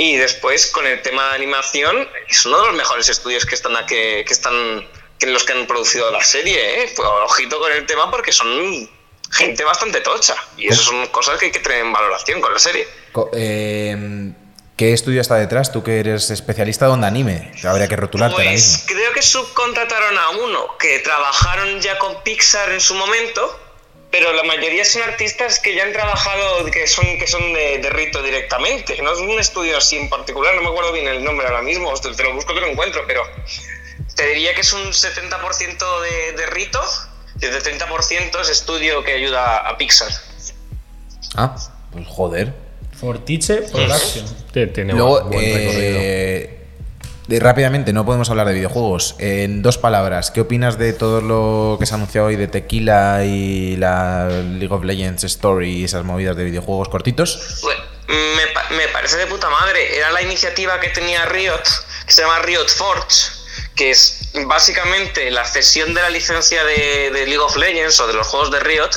[SPEAKER 6] Y después con el tema de animación, es uno de los mejores estudios que están a- que, que están que en los que han producido la serie, ¿eh? Fue- ojito con el tema porque son gente bastante tocha. Y eso son cosas que hay que tener en valoración con la serie.
[SPEAKER 3] Co- eh, ¿Qué estudio está detrás? Tú que eres especialista de onda anime, habría que rotularte ahora mismo.
[SPEAKER 6] Pues creo que subcontrataron a uno que trabajaron ya con Pixar en su momento, pero la mayoría son artistas que ya han trabajado, que son, que son de, de rito directamente. No es un estudio así en particular, no me acuerdo bien el nombre ahora mismo, te, te lo busco, te lo encuentro, pero te diría que es un 70% de, de rito y el 30% es estudio que ayuda a Pixar.
[SPEAKER 3] Ah, pues joder.
[SPEAKER 5] Fortiche Production.
[SPEAKER 4] Te- Tiene
[SPEAKER 3] Luego,
[SPEAKER 4] buen recorrido.
[SPEAKER 3] eh, de- rápidamente, no podemos hablar de videojuegos. En dos palabras, ¿qué opinas de todo lo que se ha anunciado hoy de Tequila y la League of Legends Story y esas movidas de videojuegos cortitos?
[SPEAKER 6] Bueno, me, pa- me parece de puta madre. Era la iniciativa que tenía Riot, que se llama Riot Forge, que es básicamente la cesión de la licencia de, de League of Legends o de los juegos de Riot,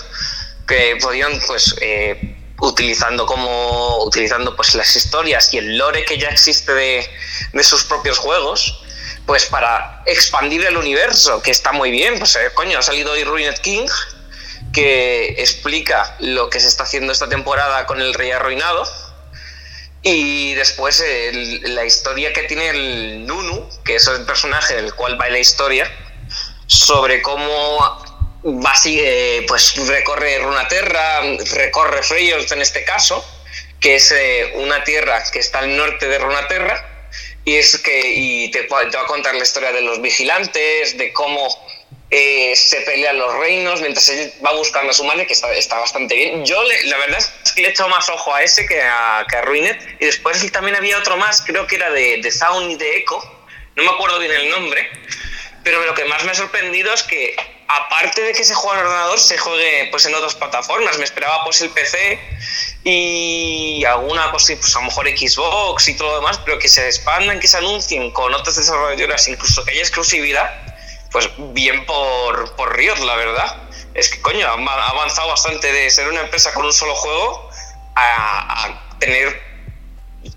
[SPEAKER 6] que podían, pues, eh, utilizando como utilizando pues las historias y el lore que ya existe de, de sus propios juegos, pues para expandir el universo, que está muy bien. Pues, eh, coño, ha salido hoy Ruined King, que explica lo que se está haciendo esta temporada con el Rey Arruinado. Y después el- la historia que tiene el Nunu, que es el personaje del cual va la historia, sobre cómo va así, eh, pues recorre Runaterra, recorre Freyos en este caso, que es eh, una tierra que está al norte de Runaterra, y es que y te, cua- te va a contar la historia de los vigilantes, de cómo eh, se pelean los reinos, mientras él va buscando a su madre, que está, está bastante bien. Yo le- la verdad es que le he echado más ojo a ese que a, que a Ruinet, y después también había otro más, creo que era de, de Sound y de Echo, no me acuerdo bien el nombre, pero lo que más me ha sorprendido es que, aparte de que se juega en ordenador, se juegue pues, en otras plataformas. Me esperaba pues el PC y alguna cosa, pues a lo mejor Xbox y todo lo demás, pero que se expandan, que se anuncien con otras desarrolladoras, incluso que haya exclusividad, pues bien por, por Riot, la verdad. Es que, coño, han ha avanzado bastante de ser una empresa con un solo juego a, a tener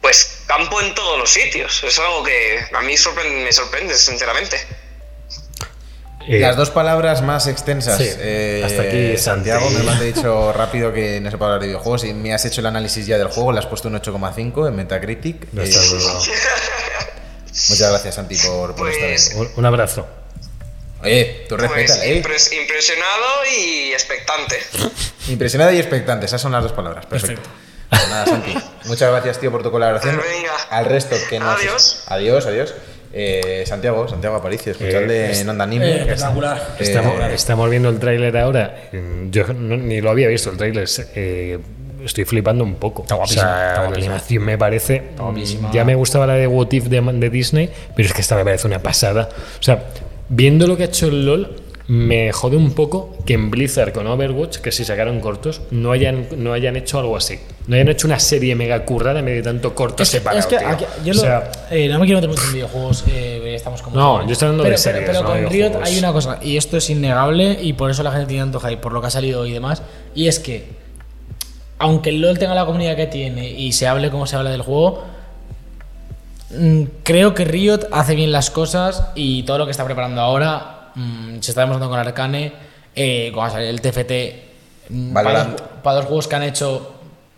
[SPEAKER 6] pues campo en todos los sitios. Es algo que a mí sorpre- me sorprende, sinceramente.
[SPEAKER 4] Eh,
[SPEAKER 3] Las dos palabras más extensas. Eh,
[SPEAKER 4] Sí. Hasta aquí,
[SPEAKER 3] Santiago,
[SPEAKER 4] Santi.
[SPEAKER 3] me lo has dicho rápido que no se puede hablar de videojuegos y me has hecho el análisis ya del juego, le has puesto un 8,5 en Metacritic.
[SPEAKER 4] no
[SPEAKER 3] Eh,
[SPEAKER 4] está todo.
[SPEAKER 3] muchas gracias, Santi, por, por
[SPEAKER 6] Pues-
[SPEAKER 3] estar.
[SPEAKER 4] Un- Un abrazo.
[SPEAKER 3] Oye, tú
[SPEAKER 6] Pues
[SPEAKER 3] respétale, eh.
[SPEAKER 6] impres- impresionado y expectante.
[SPEAKER 3] Impresionada y expectante, esas son las dos palabras. Perfecto.
[SPEAKER 5] Perfecto.
[SPEAKER 3] Pues nada, Santi. Muchas gracias, tío, por tu colaboración.
[SPEAKER 6] Pues Venga.
[SPEAKER 3] Al resto que nos.
[SPEAKER 6] Adiós.
[SPEAKER 3] Adiós, adiós. Eh, Santiago, Santiago Aparicio, escuchadle en Onda Anime.
[SPEAKER 5] eh, espectacular.
[SPEAKER 3] Eh,
[SPEAKER 4] Estamos, estamos viendo el tráiler ahora.
[SPEAKER 5] Mm.
[SPEAKER 4] Yo no- ni lo había visto el tráiler. Eh, estoy flipando un poco. Está
[SPEAKER 5] guapísima, está
[SPEAKER 4] la
[SPEAKER 5] guapísima.
[SPEAKER 4] animación me parece. Ya me gustaba la de What If de, de Disney, pero es que esta me parece una pasada. O sea, viendo lo que ha hecho el LOL. Me jode un poco que en Blizzard con Overwatch, que si sacaron cortos, no hayan, no hayan hecho algo así. No hayan hecho una serie mega currada en medio de tanto corto
[SPEAKER 5] Es que-
[SPEAKER 4] separado.
[SPEAKER 5] es que
[SPEAKER 4] tío.
[SPEAKER 5] aquí- yo
[SPEAKER 4] O
[SPEAKER 5] lo-
[SPEAKER 4] sea,
[SPEAKER 5] eh, no me quiero meter mucho en videojuegos, eh, estamos como.
[SPEAKER 4] No, yo estoy hablando de
[SPEAKER 5] Pero-
[SPEAKER 4] series,
[SPEAKER 5] Pero,
[SPEAKER 4] no
[SPEAKER 5] pero
[SPEAKER 4] de
[SPEAKER 5] con Riot
[SPEAKER 4] videojuegos.
[SPEAKER 5] hay una cosa, y esto es innegable, y por eso la gente tiene tanto hype, por lo que ha salido y demás, y es que, aunque el LoL tenga la comunidad que tiene y se hable como se habla del juego, mm, creo que Riot hace bien las cosas y todo lo que está preparando ahora mm, se está demostrando con Arcane, eh, cuando salió el TFT, mm, para
[SPEAKER 3] Valorant.
[SPEAKER 5] dos, para dos juegos que han hecho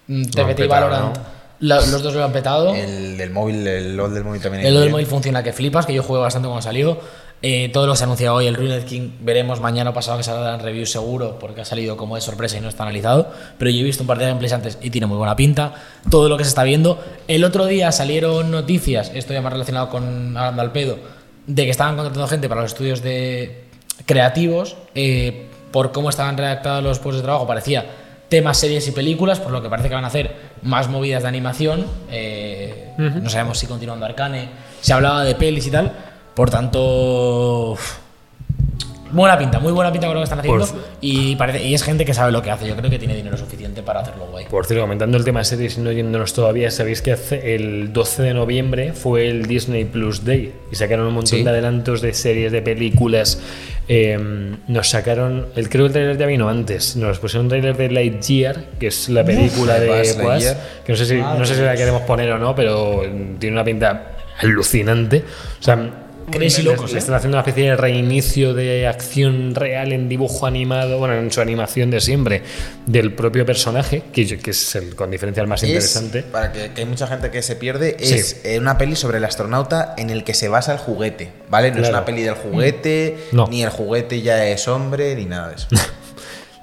[SPEAKER 5] mm, TFT
[SPEAKER 4] han
[SPEAKER 5] y
[SPEAKER 4] petado,
[SPEAKER 5] Valorant.
[SPEAKER 4] ¿no?
[SPEAKER 5] lo- los dos lo han petado.
[SPEAKER 3] El del móvil, el LOL del móvil también.
[SPEAKER 5] El del
[SPEAKER 3] incluye.
[SPEAKER 5] móvil funciona que flipas, que yo jugué bastante cuando salió. Eh, todo lo que se ha anunciado hoy, el Ruined King, veremos mañana o pasado que saldrán reviews seguro, porque ha salido como de sorpresa y no está analizado. Pero yo he visto un par de gameplays antes y tiene muy buena pinta. Todo lo que se está viendo. El otro día salieron noticias, esto ya más relacionado con hablando al pedo, de que estaban contratando gente para los estudios de creativos. eh, por cómo estaban redactados los puestos de trabajo, parecía temas, series y películas, por lo que parece que van a hacer más movidas de animación. eh, No sabemos si continuando Arcane. Se hablaba de pelis y tal. Por tanto. uf, Buena pinta, muy buena pinta con lo que están
[SPEAKER 4] Por
[SPEAKER 5] haciendo.
[SPEAKER 4] su-
[SPEAKER 5] Y, parece, y es gente que sabe lo que hace. Yo creo que tiene dinero suficiente para hacerlo guay.
[SPEAKER 4] Por cierto, comentando el tema de series y no yéndonos todavía, sabéis que hace el 12 de noviembre fue el Disney Plus Day y sacaron un montón
[SPEAKER 3] Sí.
[SPEAKER 4] de adelantos de series, de películas. Eh, nos sacaron, el, creo que el trailer ya vino antes, nos pusieron un trailer de Lightyear, que es la película de
[SPEAKER 3] Buzz
[SPEAKER 4] Buzz,
[SPEAKER 3] Lightyear.
[SPEAKER 4] que no sé, si, no sé si la queremos poner o no, pero tiene una pinta alucinante. O sea,
[SPEAKER 5] Crazy
[SPEAKER 4] le-
[SPEAKER 5] locos,
[SPEAKER 4] le
[SPEAKER 5] ¿eh?
[SPEAKER 4] están haciendo una especie de reinicio de acción real en dibujo animado, bueno, en su animación de siempre, del propio personaje, que, yo- que es el con diferencia el más
[SPEAKER 3] Es,
[SPEAKER 4] interesante.
[SPEAKER 3] para que, que hay mucha gente que se pierde,
[SPEAKER 4] Sí.
[SPEAKER 3] es eh, una peli sobre el astronauta en el que se basa el juguete, ¿vale? No es
[SPEAKER 4] Claro.
[SPEAKER 3] una peli del juguete,
[SPEAKER 4] No.
[SPEAKER 3] ni el juguete ya es hombre, ni nada de eso.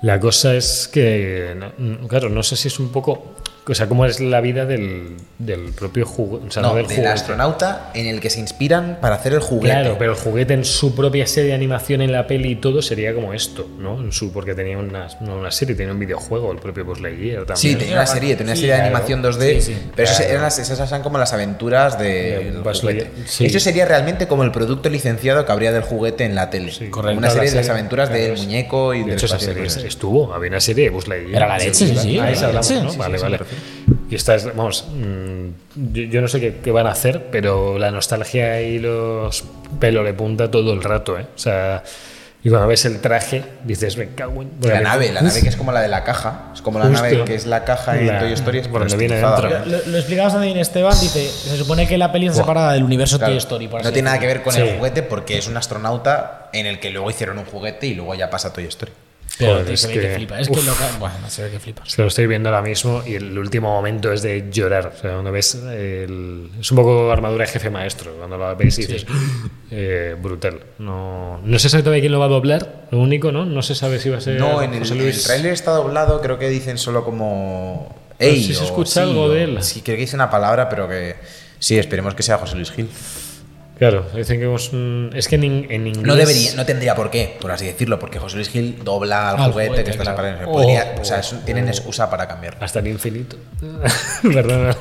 [SPEAKER 4] La cosa es que, no- no, claro, no sé si es un poco, o sea, cómo es la vida del, del propio juguete, o sea, no,
[SPEAKER 3] no,
[SPEAKER 4] del
[SPEAKER 3] del,
[SPEAKER 4] juguete.
[SPEAKER 3] astronauta en el que se inspiran para hacer el juguete.
[SPEAKER 4] Claro, pero el juguete en su propia serie de animación en la peli y todo sería como esto, ¿no? En su, porque tenía una, no una serie, tenía un videojuego, el propio Buzz Lightyear también.
[SPEAKER 3] Sí, tenía una serie, tenía una serie de
[SPEAKER 4] claro.
[SPEAKER 3] animación 2D,
[SPEAKER 4] Sí, sí,
[SPEAKER 3] pero esas
[SPEAKER 4] claro.
[SPEAKER 3] eran las- esas eran como las aventuras
[SPEAKER 4] De
[SPEAKER 3] de del
[SPEAKER 4] Buzz
[SPEAKER 3] juguete.
[SPEAKER 4] Lightyear, sí.
[SPEAKER 3] Eso sería realmente como el producto licenciado que habría del juguete en la tele.
[SPEAKER 4] Sí,
[SPEAKER 3] Como
[SPEAKER 4] correcto.
[SPEAKER 3] Una serie de las
[SPEAKER 4] Serie,
[SPEAKER 3] aventuras
[SPEAKER 4] claro,
[SPEAKER 3] del
[SPEAKER 4] es-
[SPEAKER 3] muñeco y
[SPEAKER 4] De
[SPEAKER 3] del pues,
[SPEAKER 4] hecho, esa
[SPEAKER 3] espacio
[SPEAKER 4] serie
[SPEAKER 3] exterior.
[SPEAKER 4] estuvo. Había una serie de Buzz Lightyear.
[SPEAKER 5] Era la leche, sí, sí,
[SPEAKER 4] Ah,
[SPEAKER 5] era
[SPEAKER 4] esa
[SPEAKER 5] la
[SPEAKER 4] hablamos,
[SPEAKER 5] leche,
[SPEAKER 4] ¿no?
[SPEAKER 5] sí,
[SPEAKER 4] vale,
[SPEAKER 5] sí,
[SPEAKER 4] vale. Y esta es, vamos, mm, yo, yo no sé qué, qué van a hacer, pero la nostalgia y los pelos de punta todo el rato, ¿eh? O sea, y cuando ves el traje, dices, me cago en...
[SPEAKER 3] La nave, la nave que es como la de la caja. Es como la
[SPEAKER 4] Justo.
[SPEAKER 3] nave que es la caja en
[SPEAKER 4] La-
[SPEAKER 3] Toy Story. es
[SPEAKER 4] por
[SPEAKER 3] pero
[SPEAKER 4] donde viene
[SPEAKER 3] estilizada.
[SPEAKER 4] dentro.
[SPEAKER 5] Lo, lo explicaba bastante bien Esteban. Dice: Se supone que la peli está
[SPEAKER 4] Buah.
[SPEAKER 5] separada del universo
[SPEAKER 3] Claro,
[SPEAKER 5] Toy Story. por
[SPEAKER 3] no
[SPEAKER 5] así
[SPEAKER 3] tiene nada que ver con
[SPEAKER 4] Sí.
[SPEAKER 3] el juguete porque es un astronauta en el que luego hicieron un juguete y luego ya pasa a Toy Story.
[SPEAKER 5] Pero
[SPEAKER 4] Joder,
[SPEAKER 5] te-
[SPEAKER 4] es
[SPEAKER 5] se ve que,
[SPEAKER 4] que-
[SPEAKER 5] flipa. Es
[SPEAKER 4] uf.
[SPEAKER 5] que lo que- Bueno, se ve que flipas.
[SPEAKER 4] Se lo estoy viendo ahora mismo y el último momento es de llorar. O sea, cuando ves el- Es un poco armadura de jefe maestro. Cuando lo ves y dices... eh, brutal. No, no se sabe todavía quién lo va a doblar. Lo único, ¿no? No se sabe si va a ser
[SPEAKER 3] No, en el,
[SPEAKER 4] José
[SPEAKER 3] el
[SPEAKER 4] Luis.
[SPEAKER 3] tráiler está doblado, creo que dicen solo como...
[SPEAKER 4] Pero
[SPEAKER 3] Ey,
[SPEAKER 4] sí se
[SPEAKER 3] o
[SPEAKER 4] escucha algo
[SPEAKER 3] o-
[SPEAKER 4] de él.
[SPEAKER 3] Sí, creo que dice una palabra, pero que... Sí, esperemos que sea José Luis Gil.
[SPEAKER 4] Claro, dicen que es, un- es que en, in- en inglés...
[SPEAKER 3] No debería, no tendría por qué, por así decirlo, porque José Luis Gil dobla al
[SPEAKER 5] Al
[SPEAKER 3] juguete,
[SPEAKER 5] juguete,
[SPEAKER 3] que está
[SPEAKER 5] claro.
[SPEAKER 3] sacando.
[SPEAKER 4] Oh,
[SPEAKER 3] Podría- o sea,
[SPEAKER 4] Ah, oh,
[SPEAKER 3] es un- tienen
[SPEAKER 4] oh.
[SPEAKER 3] excusa para cambiarlo.
[SPEAKER 4] Hasta el infinito. Perdona.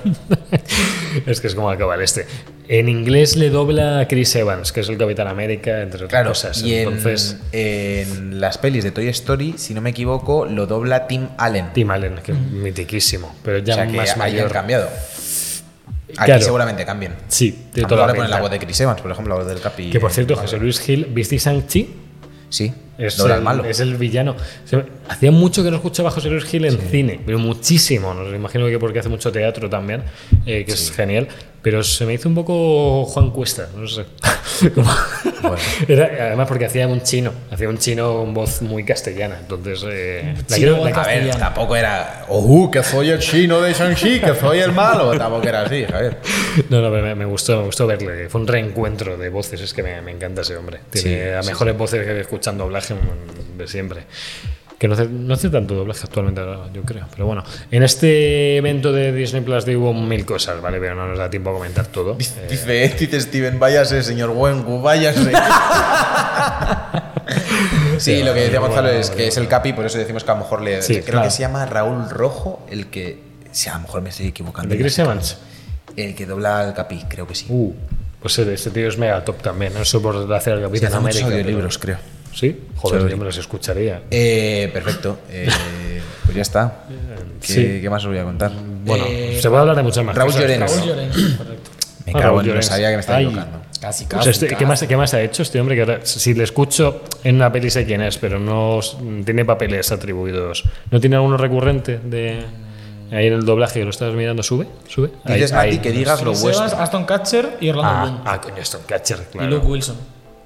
[SPEAKER 4] es que es como acabar este. En inglés le dobla a Chris Evans, que es el Capitán América, entre otras
[SPEAKER 3] Claro,
[SPEAKER 4] cosas.
[SPEAKER 3] y en,
[SPEAKER 4] Entonces,
[SPEAKER 3] en las pelis de Toy Story, si no me equivoco, lo dobla Tim Allen.
[SPEAKER 4] Tim Allen, que es mitiquísimo, pero
[SPEAKER 3] Mm.
[SPEAKER 4] ya
[SPEAKER 3] o sea, que
[SPEAKER 4] más
[SPEAKER 3] hayan
[SPEAKER 4] mayor.
[SPEAKER 3] cambiado. Aquí
[SPEAKER 4] Claro.
[SPEAKER 3] seguramente cambien.
[SPEAKER 4] Sí, de
[SPEAKER 3] A lo mejor
[SPEAKER 4] toda la
[SPEAKER 3] le ponen la
[SPEAKER 4] pinta.
[SPEAKER 3] voz de Chris Evans, por ejemplo, la voz del Capi.
[SPEAKER 4] Que por cierto,
[SPEAKER 3] Vale.
[SPEAKER 4] José Luis Gil, ¿viste Shang-Chi?
[SPEAKER 3] Sí,
[SPEAKER 4] Es,
[SPEAKER 3] dobla al
[SPEAKER 4] el-
[SPEAKER 3] malo.
[SPEAKER 4] es el villano. Se me- hacía mucho que no escuchaba a José Luis Gil en cine, pero muchísimo. No sé, imagino que porque hace mucho teatro también, eh, que es genial. Pero se me hizo un poco Juan Cuesta, no sé. Como- Era- además, porque hacía un chino, hacía un chino con voz muy castellana. Entonces, eh, la
[SPEAKER 5] Chino
[SPEAKER 4] quiero-
[SPEAKER 5] voz
[SPEAKER 4] la-
[SPEAKER 3] A ver,
[SPEAKER 5] castellano.
[SPEAKER 3] tampoco era. ¡Oh, que soy el chino de Shang-Chi! ¡Que soy el malo! Tampoco era así, Javier.
[SPEAKER 4] No, no, pero me, me gustó, me gustó verle. Fue un reencuentro de voces, es que me, me encanta ese hombre. Tiene
[SPEAKER 3] Sí,
[SPEAKER 4] las
[SPEAKER 3] sí,
[SPEAKER 4] mejores voces que escuchan doblaje mm, de siempre. que no hace, no hace tanto doblaje actualmente, ahora, yo creo. Pero bueno, en este evento de Disney Plus Day hubo mil cosas, ¿vale? Pero no nos da tiempo a comentar todo. Eh,
[SPEAKER 3] Dice, dice, dice Steven, váyase, señor Wengu, váyase. sí, lo que decía Gonzalo es que es el capi, por eso decimos que a lo mejor le.
[SPEAKER 4] Sí,
[SPEAKER 3] creo
[SPEAKER 4] claro.
[SPEAKER 3] que se llama Raúl Rojo, el que. Sí, a lo mejor me estoy equivocando.
[SPEAKER 4] ¿De Chris Evans?
[SPEAKER 3] El que dobla al capi, creo que sí.
[SPEAKER 4] Uh, pues este tío es mega top también. No sé por hacer el
[SPEAKER 3] Sí,
[SPEAKER 4] Capitán
[SPEAKER 3] hace muchos
[SPEAKER 4] América. pero-
[SPEAKER 3] audiolibros, creo.
[SPEAKER 4] Sí, joder,
[SPEAKER 3] Sí.
[SPEAKER 4] yo me los escucharía.
[SPEAKER 3] Eh, perfecto. Eh, pues ya está. ¿Qué,
[SPEAKER 4] Sí.
[SPEAKER 3] qué más os voy a contar?
[SPEAKER 4] Bueno,
[SPEAKER 5] Eh,
[SPEAKER 4] se puede hablar de muchas más
[SPEAKER 3] Raúl
[SPEAKER 4] cosas,
[SPEAKER 3] Llorens.
[SPEAKER 4] pero-
[SPEAKER 5] Raúl Llorens, correcto.
[SPEAKER 3] Me
[SPEAKER 4] Ah,
[SPEAKER 3] cago en-
[SPEAKER 4] Raúl
[SPEAKER 3] no
[SPEAKER 4] Llorens.
[SPEAKER 3] sabía que me estaba
[SPEAKER 4] Ay.
[SPEAKER 3] equivocando.
[SPEAKER 5] Casi,
[SPEAKER 4] O
[SPEAKER 5] casi.
[SPEAKER 4] sea, este- ¿qué, más, ¿Qué más ha hecho este hombre? Que ahora, si le escucho en una peli sé quién es, pero no s- tiene papeles atribuidos. ¿No tiene alguno recurrente de ahí en el doblaje que lo estás mirando? ¿Sube? ¿Sube? Ahí,
[SPEAKER 3] Dices, Mati,
[SPEAKER 4] ahí.
[SPEAKER 3] que digas lo
[SPEAKER 5] Chris Evans,
[SPEAKER 3] vuestro.
[SPEAKER 5] Aston Catcher y Orlando
[SPEAKER 4] Ah,
[SPEAKER 5] Bloom.
[SPEAKER 4] ah, coño, esto, Catcher,
[SPEAKER 5] Y
[SPEAKER 4] claro.
[SPEAKER 5] Luke Wilson.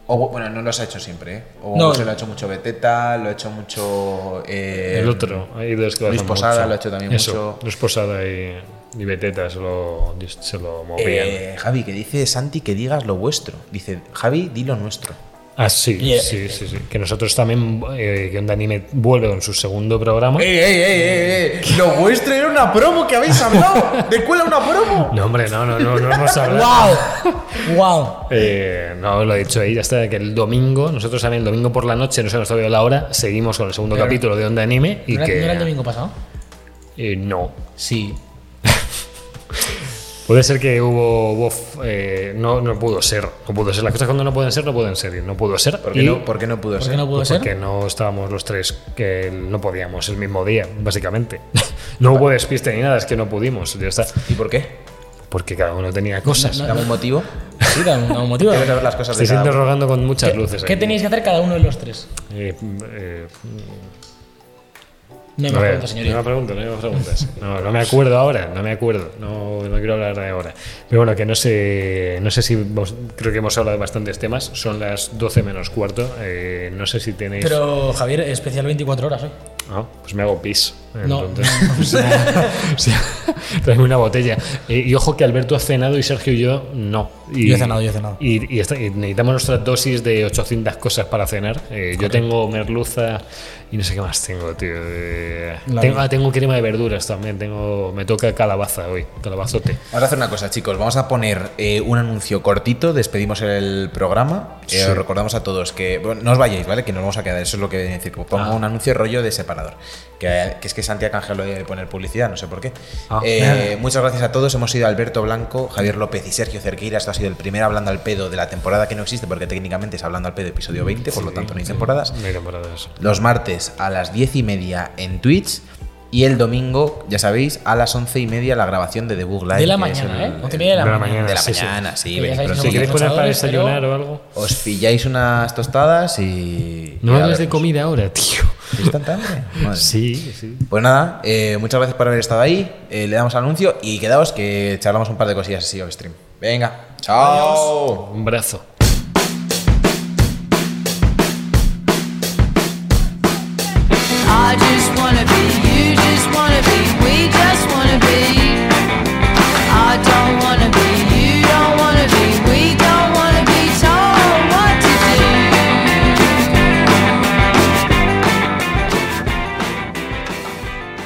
[SPEAKER 3] O, bueno, no los ha hecho siempre, ¿eh? O
[SPEAKER 5] No.
[SPEAKER 3] se lo ha hecho mucho Beteta, lo ha hecho mucho. eh,
[SPEAKER 4] el otro, ahí desglosan
[SPEAKER 3] Luis Posada
[SPEAKER 4] mucho.
[SPEAKER 3] lo ha hecho también
[SPEAKER 4] Eso,
[SPEAKER 3] mucho.
[SPEAKER 4] Luis Posada y, y Beteta se lo, se lo movían.
[SPEAKER 3] Eh, Javi, que dice Santi que digas lo vuestro. Dice, Javi, di lo nuestro.
[SPEAKER 4] Ah, sí,
[SPEAKER 5] Yeah.
[SPEAKER 4] sí, sí, sí. Que nosotros también, eh, que Onda Anime vuelve con su segundo programa.
[SPEAKER 3] ¡Ey, ey, ey, ey! ey! ¡Lo vuestro era una promo que habéis hablado! ¡De cuela una promo!
[SPEAKER 4] No, hombre, no, no, no, no hemos hablado.
[SPEAKER 5] ¡Wow! ¡Wow!
[SPEAKER 4] Eh, no, lo he dicho ahí, ya está, que el domingo, nosotros también el domingo por la noche, no se nos ha dado la hora, seguimos con el segundo capítulo de Onda Anime y
[SPEAKER 5] ¿No era,
[SPEAKER 4] que...
[SPEAKER 5] no era el domingo pasado?
[SPEAKER 4] Eh, no.
[SPEAKER 5] Sí.
[SPEAKER 4] Puede ser que hubo... hubo, eh, no, no pudo ser, no pudo ser. Las cosas cuando no pueden ser, no pueden ser. Y no pudo ser.
[SPEAKER 3] ¿Por qué,
[SPEAKER 4] y-
[SPEAKER 3] no, por qué no pudo
[SPEAKER 5] ¿Por
[SPEAKER 3] ser?
[SPEAKER 5] qué no pudo
[SPEAKER 4] pues
[SPEAKER 5] ser?
[SPEAKER 4] Porque no estábamos los tres, que no podíamos el mismo día, básicamente. No hubo despiste ni nada, es que no pudimos, ya está.
[SPEAKER 3] ¿Y por qué?
[SPEAKER 4] Porque cada uno tenía cosas.
[SPEAKER 5] Ah,
[SPEAKER 3] ¿Dame un motivo?
[SPEAKER 5] Sí, da un, da un motivo.
[SPEAKER 3] Quiero saber las cosas de
[SPEAKER 4] Estáis
[SPEAKER 3] cada uno.
[SPEAKER 4] interrogando con muchas luces.
[SPEAKER 5] ¿Qué
[SPEAKER 4] aquí.
[SPEAKER 5] tenéis que hacer cada uno de los tres?
[SPEAKER 4] Eh, eh,
[SPEAKER 5] No
[SPEAKER 4] A ver,
[SPEAKER 5] hay más preguntas,
[SPEAKER 4] No
[SPEAKER 5] señoría.
[SPEAKER 4] me pregunto, no me preguntas. No, no me acuerdo ahora, no me acuerdo. No, no quiero hablar de ahora. Pero bueno, que no sé, no sé si vos- creo que hemos hablado de bastantes temas. Son las 12 menos cuarto. eh, no sé si tenéis.
[SPEAKER 5] Pero Javier, especial 24 horas hoy.
[SPEAKER 4] Ah, pues me hago pis.
[SPEAKER 5] No.
[SPEAKER 4] Entonces, o sea, o sea, tráeme una botella. Eh, y ojo que Alberto ha cenado y Sergio y yo no. Y,
[SPEAKER 5] Yo he cenado, yo he cenado.
[SPEAKER 4] Y, y esta- y necesitamos nuestras dosis de 800 cosas para cenar. Eh, yo tengo merluza y no sé qué más tengo, tío. Eh,
[SPEAKER 5] La
[SPEAKER 4] tengo,
[SPEAKER 5] vida.
[SPEAKER 4] ah, tengo crema de verduras también. Tengo, me toca calabaza hoy, calabazote.
[SPEAKER 3] Vamos a hacer una cosa, chicos. Vamos a poner eh, un anuncio cortito. Despedimos el programa. Eh,
[SPEAKER 4] Sí.
[SPEAKER 3] Os recordamos a todos que bueno, no os vayáis, ¿vale? Que nos vamos a quedar. Eso es lo que venía a decir. que
[SPEAKER 4] Ah.
[SPEAKER 3] Pongo un anuncio rollo de separador. Que, que es que Santi ha canjeado lo de poner publicidad, no sé por qué.
[SPEAKER 4] Ah.
[SPEAKER 3] Eh, muchas gracias a todos. Hemos sido Alberto Blanco, Javier López y Sergio Cerqueira. Esto ha sido el primer Hablando al Pedo de la temporada que no existe, porque técnicamente es Hablando al Pedo episodio 20, por lo tanto no hay temporadas
[SPEAKER 4] No hay temporadas.
[SPEAKER 3] los martes a las 10 y media en Twitch y el domingo, ya sabéis, a las 11 y media la grabación de The Book Live.
[SPEAKER 5] De la
[SPEAKER 3] que es
[SPEAKER 5] mañana,
[SPEAKER 3] el-
[SPEAKER 5] ¿eh? Once y media de la
[SPEAKER 4] de la
[SPEAKER 5] mañana.
[SPEAKER 4] mañana.
[SPEAKER 3] de la
[SPEAKER 4] sí, sí.
[SPEAKER 3] mañana, sí,
[SPEAKER 5] Que
[SPEAKER 3] venís
[SPEAKER 5] ya sabéis,
[SPEAKER 3] pronto.
[SPEAKER 5] somos
[SPEAKER 4] Si queréis poner para
[SPEAKER 5] Luchadores, pero-
[SPEAKER 4] desayunar o algo.
[SPEAKER 3] Os pilláis unas tostadas y...
[SPEAKER 4] No
[SPEAKER 3] y
[SPEAKER 4] me
[SPEAKER 3] a
[SPEAKER 4] hables
[SPEAKER 3] vernos.
[SPEAKER 4] de
[SPEAKER 5] pues.
[SPEAKER 4] comida ahora, tío.
[SPEAKER 3] ¿Tienes tanta hambre? Madre
[SPEAKER 4] Sí, sí.
[SPEAKER 3] Pues nada, eh, muchas gracias por haber estado ahí. eh, le damos al anuncio y quedaos que charlamos un par de cosillas así off stream. Venga, chao.
[SPEAKER 4] Un brazo.
[SPEAKER 2] I just wanna be, you just wanna be, we just wanna be. I don't wanna be, you don't wanna be, we don't wanna be told what to do.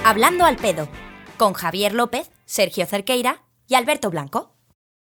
[SPEAKER 1] Hablando al pedo, con Javier López, Sergio Cerqueira y Alberto Blanco.